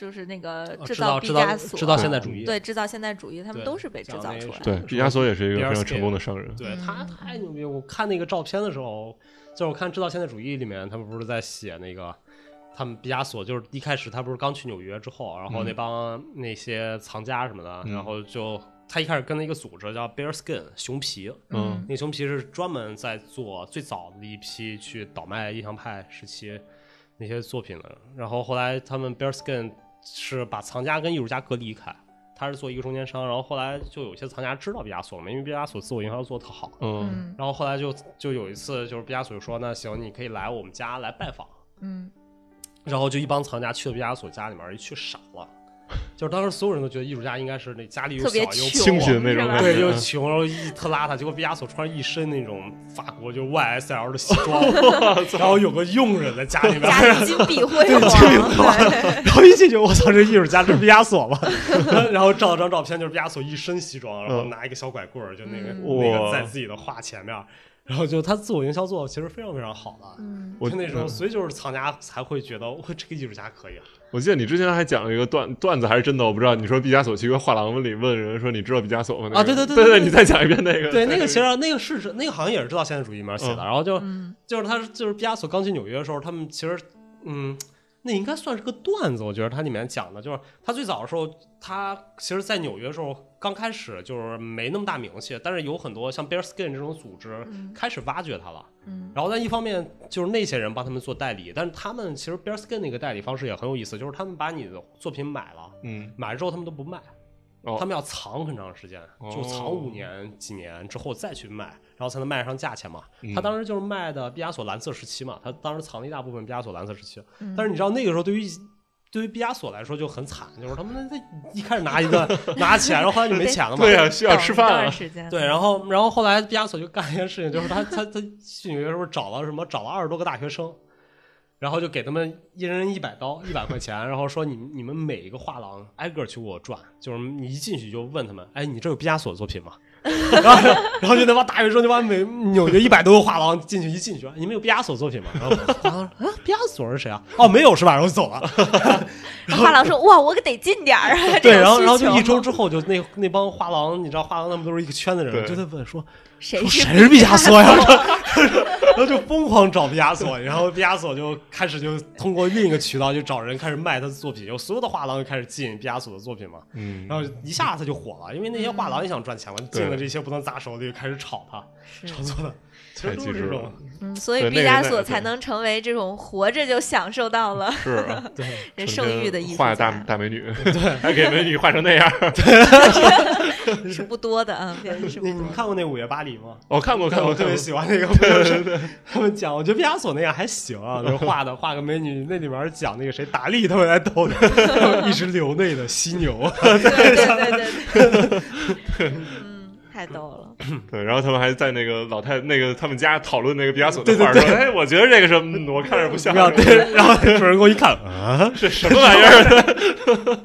S2: 就是那个
S1: 啊
S2: 呃制
S1: 知道
S2: 毕
S1: 知
S2: 加
S1: 道
S2: 索，
S1: 知道现代主义，
S2: 对制造现代主义，他们
S1: 对
S2: 都是被制造出来 的。
S3: 对，毕加索也是一个非常成功的商人。
S1: 对
S2: 嗯
S1: 他太牛逼！了！我看那个照片的时候，就是我看《制造现代主义》里面，他们不是在写那个，他们毕加索就是一开始他不是刚去纽约之后，然后那帮那些藏家什么的，
S3: 嗯
S1: 然后就他一开始跟了一个组织叫 Bear Skin 熊皮，
S3: 嗯
S1: 那熊皮是专门在做最早的一批去倒卖印象派时期那些作品的，然后后来他们 Bear Skin 是把藏家跟艺术家隔离开。他是做一个中间商，然后后来就有些藏家知道毕加索嘛，因为毕加索自我营销做的特好，
S3: 嗯
S2: 嗯
S1: 然后后来就就有一次，就是毕加索就说：“那行，你可以来我们家来拜访。
S2: 嗯，”
S1: 然后就一帮藏家去了毕加索家里面，一去傻了，就是当时所有人都觉得艺术家应该是那家里又
S2: 嗯特
S1: 小
S2: 别
S1: 又
S2: 穷，
S3: 清贫那种
S2: 是吧
S3: 感觉
S1: 对，又穷，然后一特邋遢。结果毕加索穿着一身那种法国就 YSL 的西 装，然后有个佣人在家里面，
S2: 家里金碧辉
S1: 金碧辉
S2: 煌，对
S1: 然后一进去，我操，这艺术家这是毕加索吗？ 然后照了张照片，就是毕加索一身西装，然后拿一个小拐棍儿，就那个、
S2: 嗯
S1: 那个
S3: 哇
S1: 在自己的画前面，然后就他自我营销做的其实非常非常好的。
S2: 嗯
S3: 我
S1: 就那时候，
S3: 嗯
S1: 所以就是藏家才会觉得，哇，这个艺术家可以啊。
S3: 我记得你之前还讲了一个段段子，还是真的，我不知道。你说毕加索去一个画廊里问人说：“你知道毕加索吗？”那个
S1: 啊对对
S3: 对
S1: 对对对
S3: 你再讲一遍那个。
S1: 对，那个其实那个是那个好像也是知道现代主义里面写的，
S3: 嗯
S1: 然后就
S2: 嗯
S1: 就是他就是毕加索刚去纽约的时候，他们其实嗯，那应该算是个段子，我觉得它里面讲的就是他最早的时候，他其实在纽约的时候刚开始就是没那么大名气，但是有很多像 Bear Skin 这种组织
S2: 嗯
S1: 开始挖掘他了。
S2: 嗯
S1: 然后但一方面就是那些人帮他们做代理，但是他们其实 Bear Skin 那个代理方式也很有意思，就是他们把你的作品买了，
S3: 嗯，
S1: 买了之后他们都不卖，
S3: 哦
S1: 他们要藏很长时间，
S3: 哦
S1: 就藏五年、几年之后再去卖，然后才能卖上价钱嘛。
S3: 嗯
S1: 他当时就是卖的毕加索蓝色时期嘛，他当时藏了一大部分毕加索蓝色时期。
S2: 嗯
S1: 但是你知道那个时候对于对于毕加索来说就很惨，就是他们那一开始拿一 个拿钱，然后后来就没钱了嘛。
S3: 对呀，需要吃
S2: 等一
S3: 饭
S2: 段
S3: 啊。
S2: 时间，
S1: 对，然后然后后来毕加索就干一件事情，就是他他他去纽约的时候找了什么找了二十多个大学生，然后就给他们一人一百刀一百块钱，然后说你们你们每一个画廊挨个去给我转，就是你一进去就问他们，哎，你这有毕加索的作品吗？ 然后然后就那帮大学生就把每纽约一百多个画廊进去一进去，你们有毕加索作品吗？然后画廊说啊，毕加索是谁啊？哦，没有是吧？然后就走了。
S2: 然后画廊说：“哇，我可得近点儿啊！”
S1: 对，
S2: 这种
S1: 然后
S2: 需
S1: 然后就
S2: 求
S1: 一周之后就那那帮画廊，你知道画廊他们都是一个圈的人，
S3: 对
S1: 就在问说。
S2: 谁
S1: 说
S2: 是
S1: 谁是毕加索呀？然后就疯狂找毕加索，然后毕加索就开始就通过另一个渠道就找人开始卖他的作品，有所有的画廊就开始进毕加索的作品嘛，
S3: 嗯
S1: 然后一下他就火了，因为那些画廊也想赚钱嘛，进了这些不能砸手里就开始炒他，
S2: 是
S1: 炒作的， 其实
S3: 太
S1: 都
S3: 机
S1: 是
S3: 智
S1: 这
S3: 了
S1: 种，
S2: 嗯， 所以
S3: 对
S2: 毕
S3: 那个
S2: 加
S3: 那
S2: 索
S3: 个
S2: 才
S3: 对
S2: 能成为这种活着就享受到了
S3: 是啊，
S1: 对，
S2: 人
S3: 成
S2: 圣
S3: 天
S2: 域的艺术
S3: 画大
S2: 家
S3: 大美 女，还给美女画成那样。
S2: 是不多 的啊，别人是不
S1: 你
S2: 多
S1: 你
S2: 的。
S1: 看过那《午夜巴黎》 吗？
S3: 我看过，看
S1: 哦
S3: 过，
S1: 我特
S3: 看
S1: 别
S3: 过。
S1: 喜欢那个， 对对他们讲，我觉得毕加索那样还行啊，就是画的画个美女，那里面讲那个谁达利他们来 逗的，一直流泪的犀牛。
S2: 对对对对对，嗯，太逗了。
S3: 对，然后他们还在那个老太那个他们家讨论那个毕加索
S1: 对
S3: 的
S1: 对
S3: 画，
S1: 对
S3: 说：“哎，我觉得这个是，嗯我看着不像，
S1: 然后对，然后主人公一看啊，
S3: 这什么玩意儿？”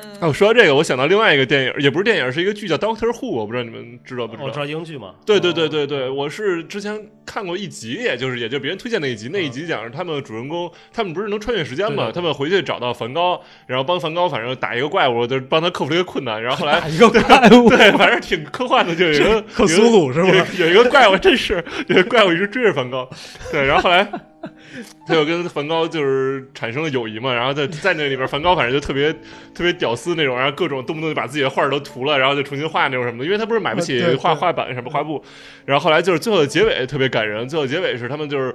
S2: 嗯，
S3: 哦，说到这个，我想到另外一个电影，也不是电影，是一个剧叫《Doctor Who》，我不知道你们知道不 知
S1: 我
S3: 道
S1: 知。道英剧嘛，
S3: 对对对对对，我是之前看过一集，也就是也就别人推荐那一集，那一集讲是他们主人公，他们不是能穿越时间
S1: 嗯对
S3: 嘛，
S1: 对对
S3: 他们回去找到梵高，然后帮梵高反正打一个怪物，就是帮他克服了一个困难，然 后后来
S1: 打啊一个怪物，
S3: 对，反正挺科幻的，就有一个
S1: 克苏鲁是
S3: 有一
S1: 吗？
S3: 个有一 个怪物，真是有一个怪物一直追着梵高，对，然 后后来他又跟梵高就是产生了友谊嘛，然后在在那里边，梵高反正就特别特别屌丝那种，然后各种动不动就把自己的画儿都涂了，然后就重新画那种什么的，因为他不是买不起
S1: 啊对对
S3: 画画板什么画布，然后后来就是最后的结尾特别感人，最后结尾是他们就是。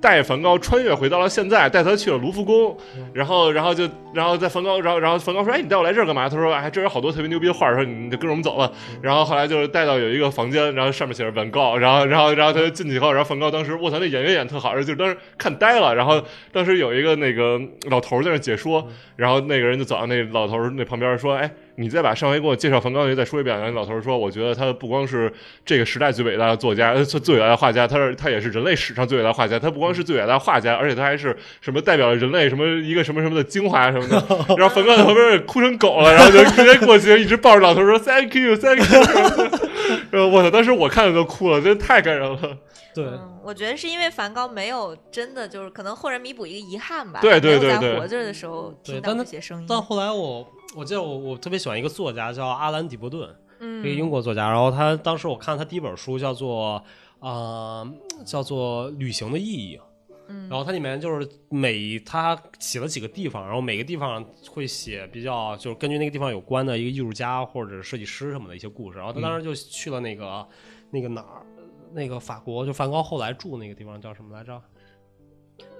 S3: 带梵高穿越回到了现在，带他去了卢浮宫，
S1: 嗯
S3: 然后，然后就，然后在梵高，然后，然后梵高说：“哎，你带我来这儿干嘛？”他说：“哎，这儿有好多特别牛逼的画儿，说你就跟着我们走吧。”然后后来就是带到有一个房间，然后上面写着梵高，然后然后然后他就进去以后，然后梵高当时我操那演员演特好，就是当时看呆了。然后当时有一个那个老头儿在那解说，然后那个人就走到那老头儿那旁边说：“哎，你再把上回给我介绍梵高那个再说一遍。”然后老头儿说：“我觉得他不光是这个时代最伟大的作家，呃最最伟大的画家，他是他也是人类史上最伟大的画家。他不光是最伟大的画家，而且他还是什么代表了人类什么一个什么什么的精华啊什么的。”然后冯高在旁边哭成狗了，然后就直接过去，一直抱着老头说 “thank you, thank you”。然后我操，当时我看着都哭了，真的太感人了。
S1: 对，
S2: 嗯，我觉得是因为梵高没有真的就是可能后人弥补一个遗憾吧，
S3: 对对
S2: 没有
S3: 对
S2: 在
S3: 对
S2: 活着的时候听
S1: 对
S2: 到
S1: 但
S2: 这
S1: 他
S2: 些声音，
S1: 但后来我我记得我我特别喜欢一个作家叫阿兰·底伯顿，
S2: 嗯，
S1: 一个英国作家，然后他当时我看他第一本书叫做啊、呃叫做《旅行的意义》，
S2: 嗯，
S1: 然后它里面就是每他写了几个地方，然后每个地方会写比较就是根据那个地方有关的一个艺术家或者设计师什么的一些故事，然后他当时就去了那个、
S2: 嗯
S1: 那个哪儿，那个法国，就梵高后来住那个地方叫什么来着？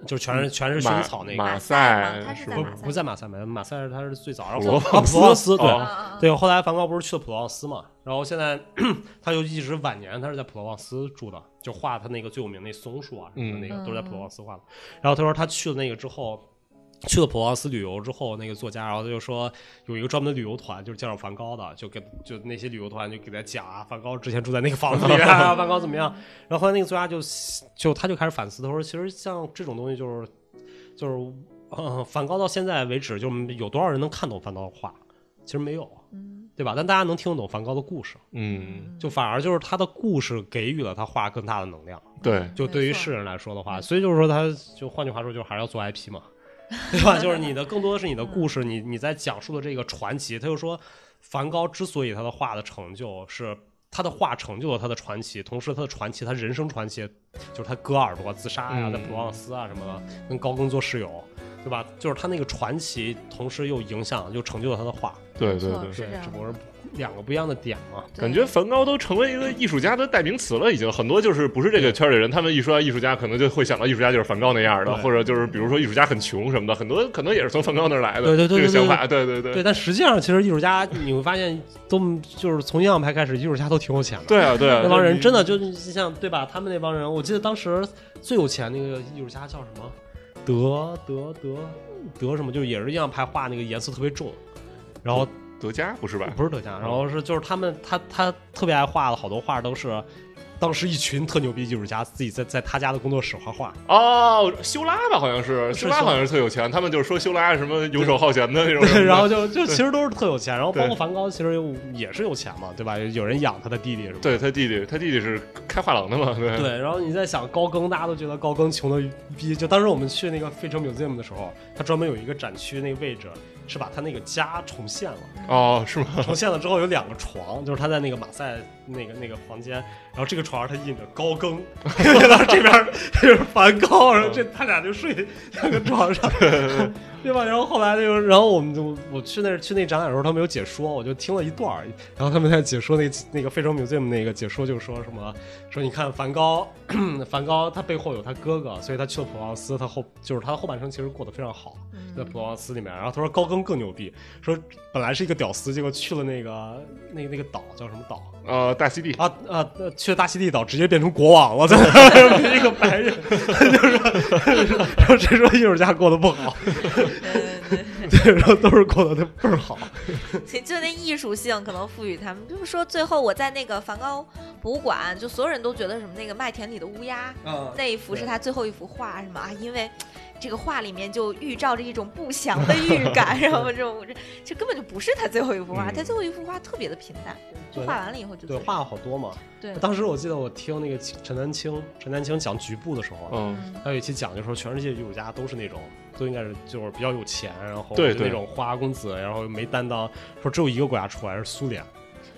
S1: 就是全是全是薰衣草那个，
S3: 马
S2: 马
S3: 赛
S2: 赛嘛他是
S3: 是
S1: 不
S2: 在
S3: 吧
S2: 马赛
S1: 不在马赛梅，马赛是他是最早，然后
S3: 普罗
S1: 啊普罗旺斯对、
S3: 哦
S2: 啊
S1: 对，后来梵高不是去了普罗旺斯嘛，然后现在 他就一直晚年他是在普罗旺斯住的，就画他那个最有名那松树啊什么的，那个、
S2: 嗯
S1: 都是在普罗旺斯画的。然后他说他去了那个之后。去了普罗旺斯旅游之后，那个作家，然后他就说有一个专门的旅游团，就是介绍梵高的，就给就那些旅游团就给他讲啊，梵高之前住在那个房子里啊， 梵高怎么样，然后后来那个作家就就他就开始反思，他说其实像这种东西就是就是呃，梵高到现在为止，就是有多少人能看懂梵高的画？其实没有，
S2: 嗯
S1: 对吧？但大家能听得懂梵高的故事，
S3: 嗯，
S1: 就反而就是他的故事给予了他画更大的能量。
S3: 对，
S1: 就对于
S2: 没错嗯
S1: 世人来说的话，
S2: 没
S1: 所以就是说，他就换句话说，就是还是要做 IP 嘛， 对吧？就是你的更多的是你的故事，你你在讲述的这个传奇。他就说，梵高之所以他的画的成就是他的画成就了他的传奇，同时他的传奇，他人生传奇就是他割耳朵、啊自杀呀、
S3: 嗯
S1: 在普罗旺斯啊什么的，跟高更做室友，对吧？就是他那个传奇，同时又影响又成就了他的画，
S3: 对
S2: 没
S3: 对
S2: 错
S3: 对。
S2: 是这样
S1: 只不过是两个不一样的点嘛。
S2: 对
S3: 感觉梵高都成为一个艺术家的代名词了，已经很多就是不是这个圈儿里人，他们一说到艺术家，可能就会想到艺术家就是梵高那样的，
S1: 对
S3: 或者就是比如说艺术家很穷什么的，很多可能也是从梵高那儿来的
S1: 对对对
S3: 这
S1: 对
S3: 个
S1: 对
S3: 想法，对对对
S1: 对，但实际上其实艺术家你会发现，都就是从印象派开始，艺术家都挺有钱的。
S3: 对啊对啊，
S1: 那帮人真
S3: 的
S1: 的就是像对吧？他们那帮人，我记得当时最有钱那个艺术家叫什么？德德德德什么？就是也是一样派画那个颜色特别重，然后
S3: 德加不是吧？
S1: 不是德加，然后是就是他们他他特别爱画的好多画都是。当时一群特牛逼艺术家自己在在他家的工作室画画，
S3: 哦，修拉吧，好像是
S1: 是
S3: 修拉，好像是特有钱。他们就是说修拉什么游手好闲的那种 人。
S1: 对，然后就就其实都是特有钱，然后包
S3: 对
S1: 括梵高其实有也是有钱嘛，对吧？有人养他的弟弟什么的。
S3: 对他弟弟，他弟弟是开画廊的嘛？对
S1: 对，然后你在想高更，大家都觉得高更穷的逼。就当时我们去那个费城 museum 的时候，他专门有一个展区，那个位置是把他那个家重现了。
S3: 哦，是吗？
S1: 重现了之后有两个床，就是他在那个马赛那个那个房间，然后这个床上他印着高更， 然后这边儿是梵高，然后这他俩就睡两个床上， 对吧？然后后来就，然后我们就我去那儿去那展览的时候，他们有解说，我就听了一段儿，然后他们在解说那那个非洲 museum 那个解说就说什么说你看梵高， 梵高他背后有他哥哥，所以他去了普罗旺斯，他后就是他的后半生其实过得非常好。在普罗旺斯里面，然后他说高更更牛逼，说本来是一个屌丝，结果去了那个那那个岛叫什么岛
S3: 呃，大溪地，
S1: 啊啊，呃去了大溪地岛，直接变成国王了，在 那儿一个 白人，就是说，然后谁说艺术家过得不好？
S2: 对对对，
S1: 对，然后都是过得倍儿好。
S2: 其 就那艺术性可能赋予他们，就是说最后我在那个梵高博物馆，就所有人都觉得什么那个麦田里的乌鸦
S3: 嗯
S1: 啊
S2: 那一幅是
S1: 对
S2: 他最后一幅画，是吗？啊，因为这个画里面就预兆着一种不祥的预 感，然后这种这这根本就不是他最后一幅画，
S3: 嗯
S2: 他最后一幅画特别的平淡，就
S1: 对
S2: 画完了以后就
S1: 对，
S2: 走
S1: 话好多嘛。
S2: 对
S1: 当时我记得我听那个陈丹青，陈丹青讲局部的时候，啊
S3: 嗯，
S2: 嗯
S1: 还有一期讲，就说全世界艺术家都是那种，都应该是就是比较有钱，然后
S3: 对
S1: 就
S3: 对
S1: 那种花花公子，然后没担当。说只有一个国家除外是苏联，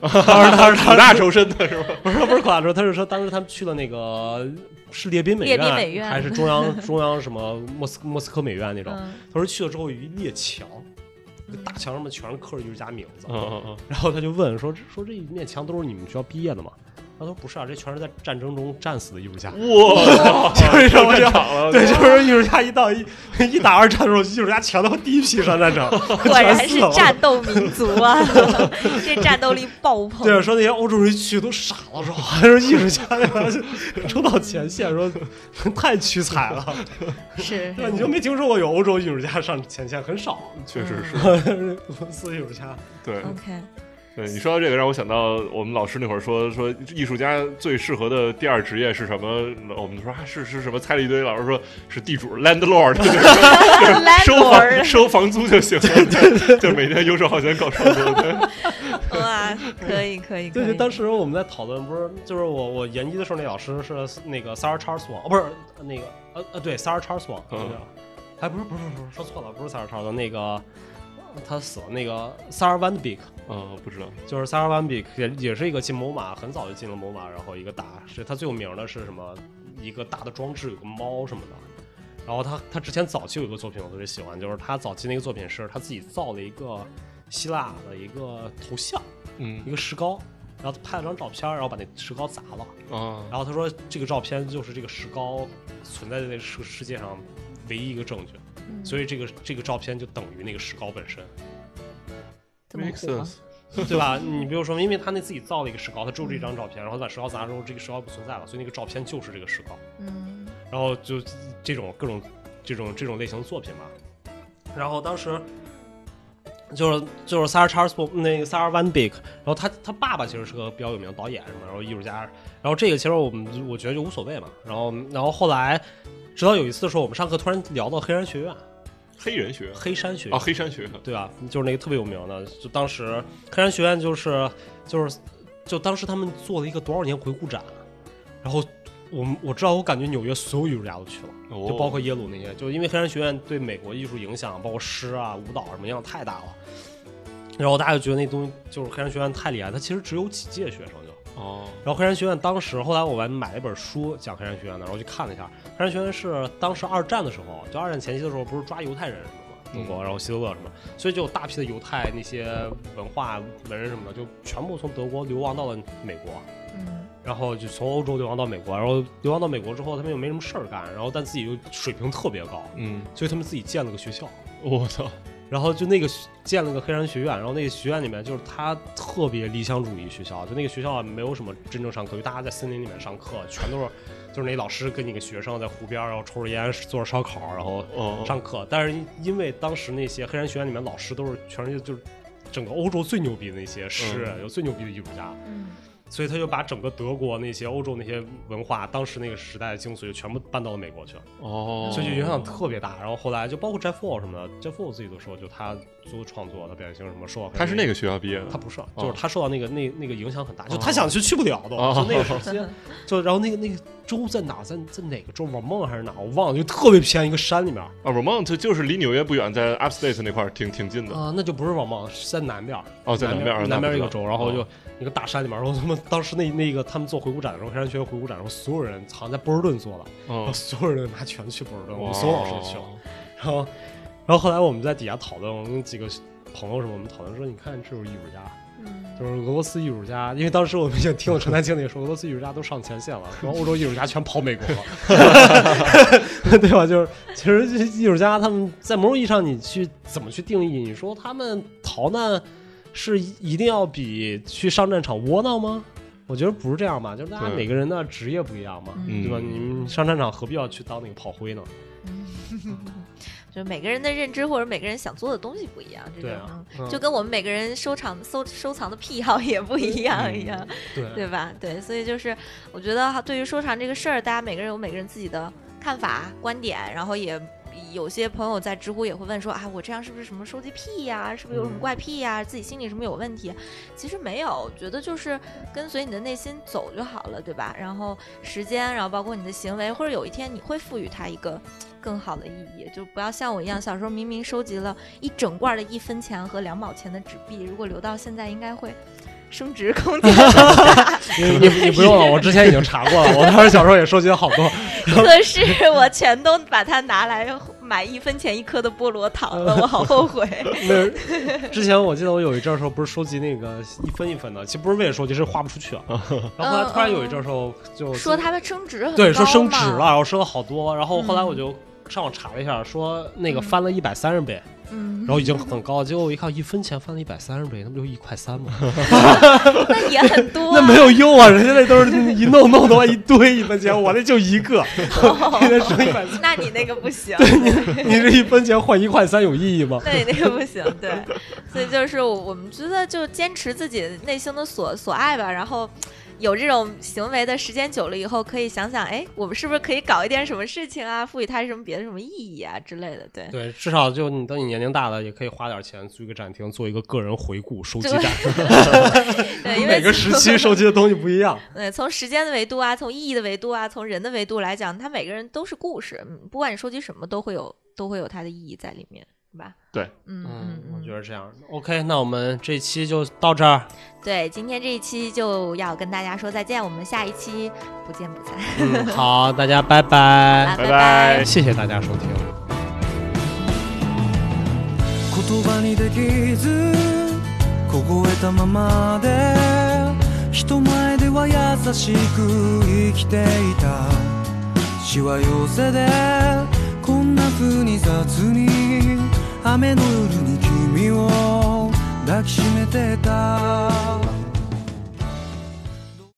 S1: 当时当时
S3: 苦大仇深的是吧？
S1: 不是 不是国家说，他是说当时他们去了那个是列宾美
S2: 列宾美院
S1: 还是中央中央什么莫斯莫斯科美院那种。
S2: 嗯
S1: 他说去了之后有一列墙，就大墙上面全是刻着艺术家名字。
S3: 嗯嗯 嗯，
S1: 然后他就问说这说这一面墙都是你们学校毕业的吗？他说不是啊，这全是在战争中战死的艺术家。
S2: 哦
S3: 哇，
S1: 就是这么
S3: 上
S1: 样
S3: 场了，
S1: 对，就是说艺术家一到一一打二战的时候，艺术家全都第一批上战场，
S2: 嗯 果然
S1: 全死
S2: 是
S1: 了
S2: 战斗民族 啊，这战斗力爆棚。
S1: 对，说那些欧洲人去都傻了，说还是艺术家 那帮就冲到前线，说太屈才了。
S2: 是
S1: 对吧，你就没听说过有欧洲艺术家上前线，很少。
S3: 确实是，
S1: 俄罗斯艺术家，
S3: 对
S2: 嗯 OK，
S3: 对。你说到这个，让我想到我们老师那会儿说说艺术家最适合的第二职业是什么？我们说啊是是什么？猜了一堆，老师说是地主 landlord，收
S2: 啊 landlord
S3: 房收房租就行了， 就每天游手好闲搞创作。对
S2: 哇，可以可以可
S1: 对
S2: 以。
S1: 对，当时我们在讨论，不是就是我我研一的时候，那老师是那个 Sarah Charles Wang，哦，不是那个呃呃，对 Sarah Charles Wang，
S3: 嗯
S1: 哎，不是不是不是，说错了，不是 Sarah Charles，Wang，那个他死了，那个 Sarah Van Beek，
S3: 嗯，不知道，
S1: 就是 Sarah Van Beek 也也是一个进某马，很早就进了某马，然后一个大是他最有名的是什么？一个大的装置有个猫什么的。然后他他之前早期有一个作品我特别喜欢，就是他早期那个作品是他自己造了一个希腊的一个头像，
S3: 嗯
S1: 一个石膏，然后他拍了张照片，然后把那石膏砸了。
S3: 啊，
S1: 然后他说这个照片就是这个石膏存在在这个世世界上唯一一个证据，
S2: 嗯
S1: 所以这个这个照片就等于那个石膏本身。
S2: 这么
S3: make
S2: 火吗
S3: sense，
S1: 对吧？你比如说，因为他那自己造了一个石膏，他只有这张照片，然后把石膏砸了之后，这个石膏不存在了，所以那个照片就是这个石膏。
S2: 嗯
S1: 然后就这种各种这种这种类型作品吧。然后当时就是就是 Sarah Charles Bo- 那个 Sarah Van Beek，然后他他爸爸其实是个比较有名的导演什么，然后艺术家，然后这个其实我们我觉得就无所谓嘛。然后然后后来，直到有一次的时候，我们上课突然聊到黑山学院、
S3: 黑人学
S1: 黑山学院
S3: 啊，黑山学
S1: 对吧？就是那个特别有名的，就当时黑山学院就是就是就当时他们做了一个多少年回顾展，然后我们我知道，我感觉纽约所有艺术家都去了，
S3: 哦
S1: 就包括耶鲁那些，就因为黑山学院对美国艺术影响，包括诗啊、舞蹈什么影响太大了。然后大家就觉得那东西就是黑山学院太厉害，它其实只有几届学生就。
S3: 哦，
S1: 然后黑山学院当时，后来我还买了一本书讲黑山学院的，然后去看了一下，黑山学院是当时二战的时候，就二战前期的时候，不是抓犹太人什么嘛，
S3: 嗯
S1: 德国，然后希特勒什么，所以就有大批的犹太那些文化文人什么的，就全部从德国流亡到了美国，
S2: 嗯
S1: 然后就从欧洲流亡到美国，然后流亡到美国之后，他们又没什么事儿干，然后但自己又水平特别高，
S3: 嗯，
S1: 所以他们自己建了个学校，
S3: 我操，
S1: 然后就那个学建了个黑山学院，然后那个学院里面就是他特别理想主义学校，就那个学校没有什么真正上课，就大家在森林里面上课，全都是就是那老师跟你个学生在湖边儿，然后抽着烟 做着烧烤，然后
S3: 哦，
S1: 上课。但是因为当时那些黑山学院里面老师都是全世界就是整个欧洲最牛逼的那些诗人，有最牛逼的艺术家，
S2: 嗯
S1: 所以他就把整个德国那些欧洲那些文化，当时那个时代的精髓就全部搬到了美国去了。
S3: 哦，
S1: 所以就影响特别大。然后后来就包括 Jeff Wall 什么的，Jeff Wall 自己都说，就他做创作、他表演形式什么受到
S3: 他是那
S1: 个。
S3: 个学校毕业的，
S1: 他不是，
S3: 哦
S1: 就是他受到那个那那个影响很大，就
S3: 哦
S1: 他想去去不了都，
S3: 哦
S1: 就那个时 间，就然后那个那个州在哪儿，在在哪个州，网梦还是哪儿，我忘了，就特别偏一个山里面啊、
S3: 啊，Vermont 就是离纽约不远，在 Upstate 那块儿挺挺近的。
S1: 那就不是网梦，是在南边儿，
S3: 哦，在南
S1: 边
S3: 儿，
S1: 儿
S3: 那
S1: 啊南边儿
S3: 不
S1: 一个
S3: 知道
S1: 州，然后就
S3: 哦
S1: 一个大山里面，然后他们当时那那个他们做回顾展的时候，黑山学院回顾展的时候，所有人好像在波士顿做的，然后
S3: 哦，
S1: 所有人他全去波士顿，我
S3: 哇
S1: 们所有老师都去了。然后，然后后来我们在底下讨论，我们几个朋友什么，我们讨论说，你看这就是艺术家，
S2: 嗯，
S1: 就是俄罗斯艺术家，因为当时我们已经听了陈丹青那个说，俄罗斯艺术家都上前线了，说欧洲艺术家全跑美国了， 对吧？就是其实这艺术家他们在某种意义上，你去怎么去定义？你说他们逃难是一定要比去上战场窝囊吗？我觉得不是这样吧，就是大家
S3: 对
S1: 每个人的职业不一样嘛，
S2: 嗯
S1: 对吧？你们上战场何必要去当那个炮灰呢？
S2: 就每个人的认知或者每个人想做的东西不一样，这
S1: 对
S2: 种、
S1: 啊
S2: 嗯
S1: 嗯
S2: 就跟我们每个人收藏收收藏的癖好也不一样一样，
S1: 对
S2: 对吧？对，所以就是我觉得对于收藏这个事儿，大家每个人有每个人自己的看法、观点，然后也有些朋友在知乎也会问说啊，我这样是不是什么收集癖呀、是不是有什么
S1: 嗯
S2: 怪癖呀、自己心里是不是有问题？其实没有，我觉得就是跟随你的内心走就好了，对吧？然后时间，然后包括你的行为，或者有一天你会赋予它一个。更好的意义，就不要像我一样，小时候明明收集了一整罐的一分钱和两毛钱的纸币，如果留到现在，应该会升值空间
S1: 你你你不用了，我之前已经查过了，我当时小时候也收集了好 多，
S2: 可是我全都把它拿来买一分钱一颗的菠萝糖了，我好后悔。
S1: 那之前我记得我有一阵儿时候不是收集那个一分一分的，其实不是为了收集，是花不出去啊。然后后来突然有一阵儿时候就
S2: 嗯说它们升值很
S1: 对说
S2: 高
S1: 升值
S2: 嘛嗯
S1: 了，，然后升了好多，然后后来我就上网查了一下，说那个翻了一百三十倍，
S2: 嗯
S1: 然，后已经很高了，结果我一看一分钱翻了一百三十倍，那不就一块三吗？
S2: 那也很多、
S1: 那没有用啊，人家那都是一弄弄的话一堆一分钱，我那就一个，给他升一百三，
S2: 哦 那你那个不行，
S1: 你这一分钱换一块三有意义吗？
S2: 那你那个不行，对。所以就是我我们觉得就坚持自己内心的所所爱吧，然后。有这种行为的时间久了以后，可以想想，哎，我们是不是可以搞一点什么事情啊，赋予它什么别的什么意义啊之类的？对，
S1: 对，至少就你等你年龄大了，也可以花点钱租一个展厅，做一个个人回顾收集
S2: 对
S1: 展。
S2: 对，因为
S1: 每个时 期收集的东西不一 样。
S2: 对，呃从时间的维度啊，从意义的维度啊，从人的维度来讲，它每个人都是故事，嗯，不管你收集什么，都会有都会有它的意义在里面，是吧？
S3: 对，
S2: 嗯嗯，
S1: 我觉
S2: 得
S1: 得这样 OK。那我们这期就到这儿。
S2: 对，今天这一期就要跟大家说再见，我们下一期不见不散，
S1: 嗯，好，大家拜
S2: 好
S1: 拜
S2: 啦，拜
S3: 拜
S1: 谢谢大家收听。
S4: 言葉にできず凍えたままで人前では優しく生きていたしわ寄せでこんな風に雑に雨の夜に君を抱きしめてた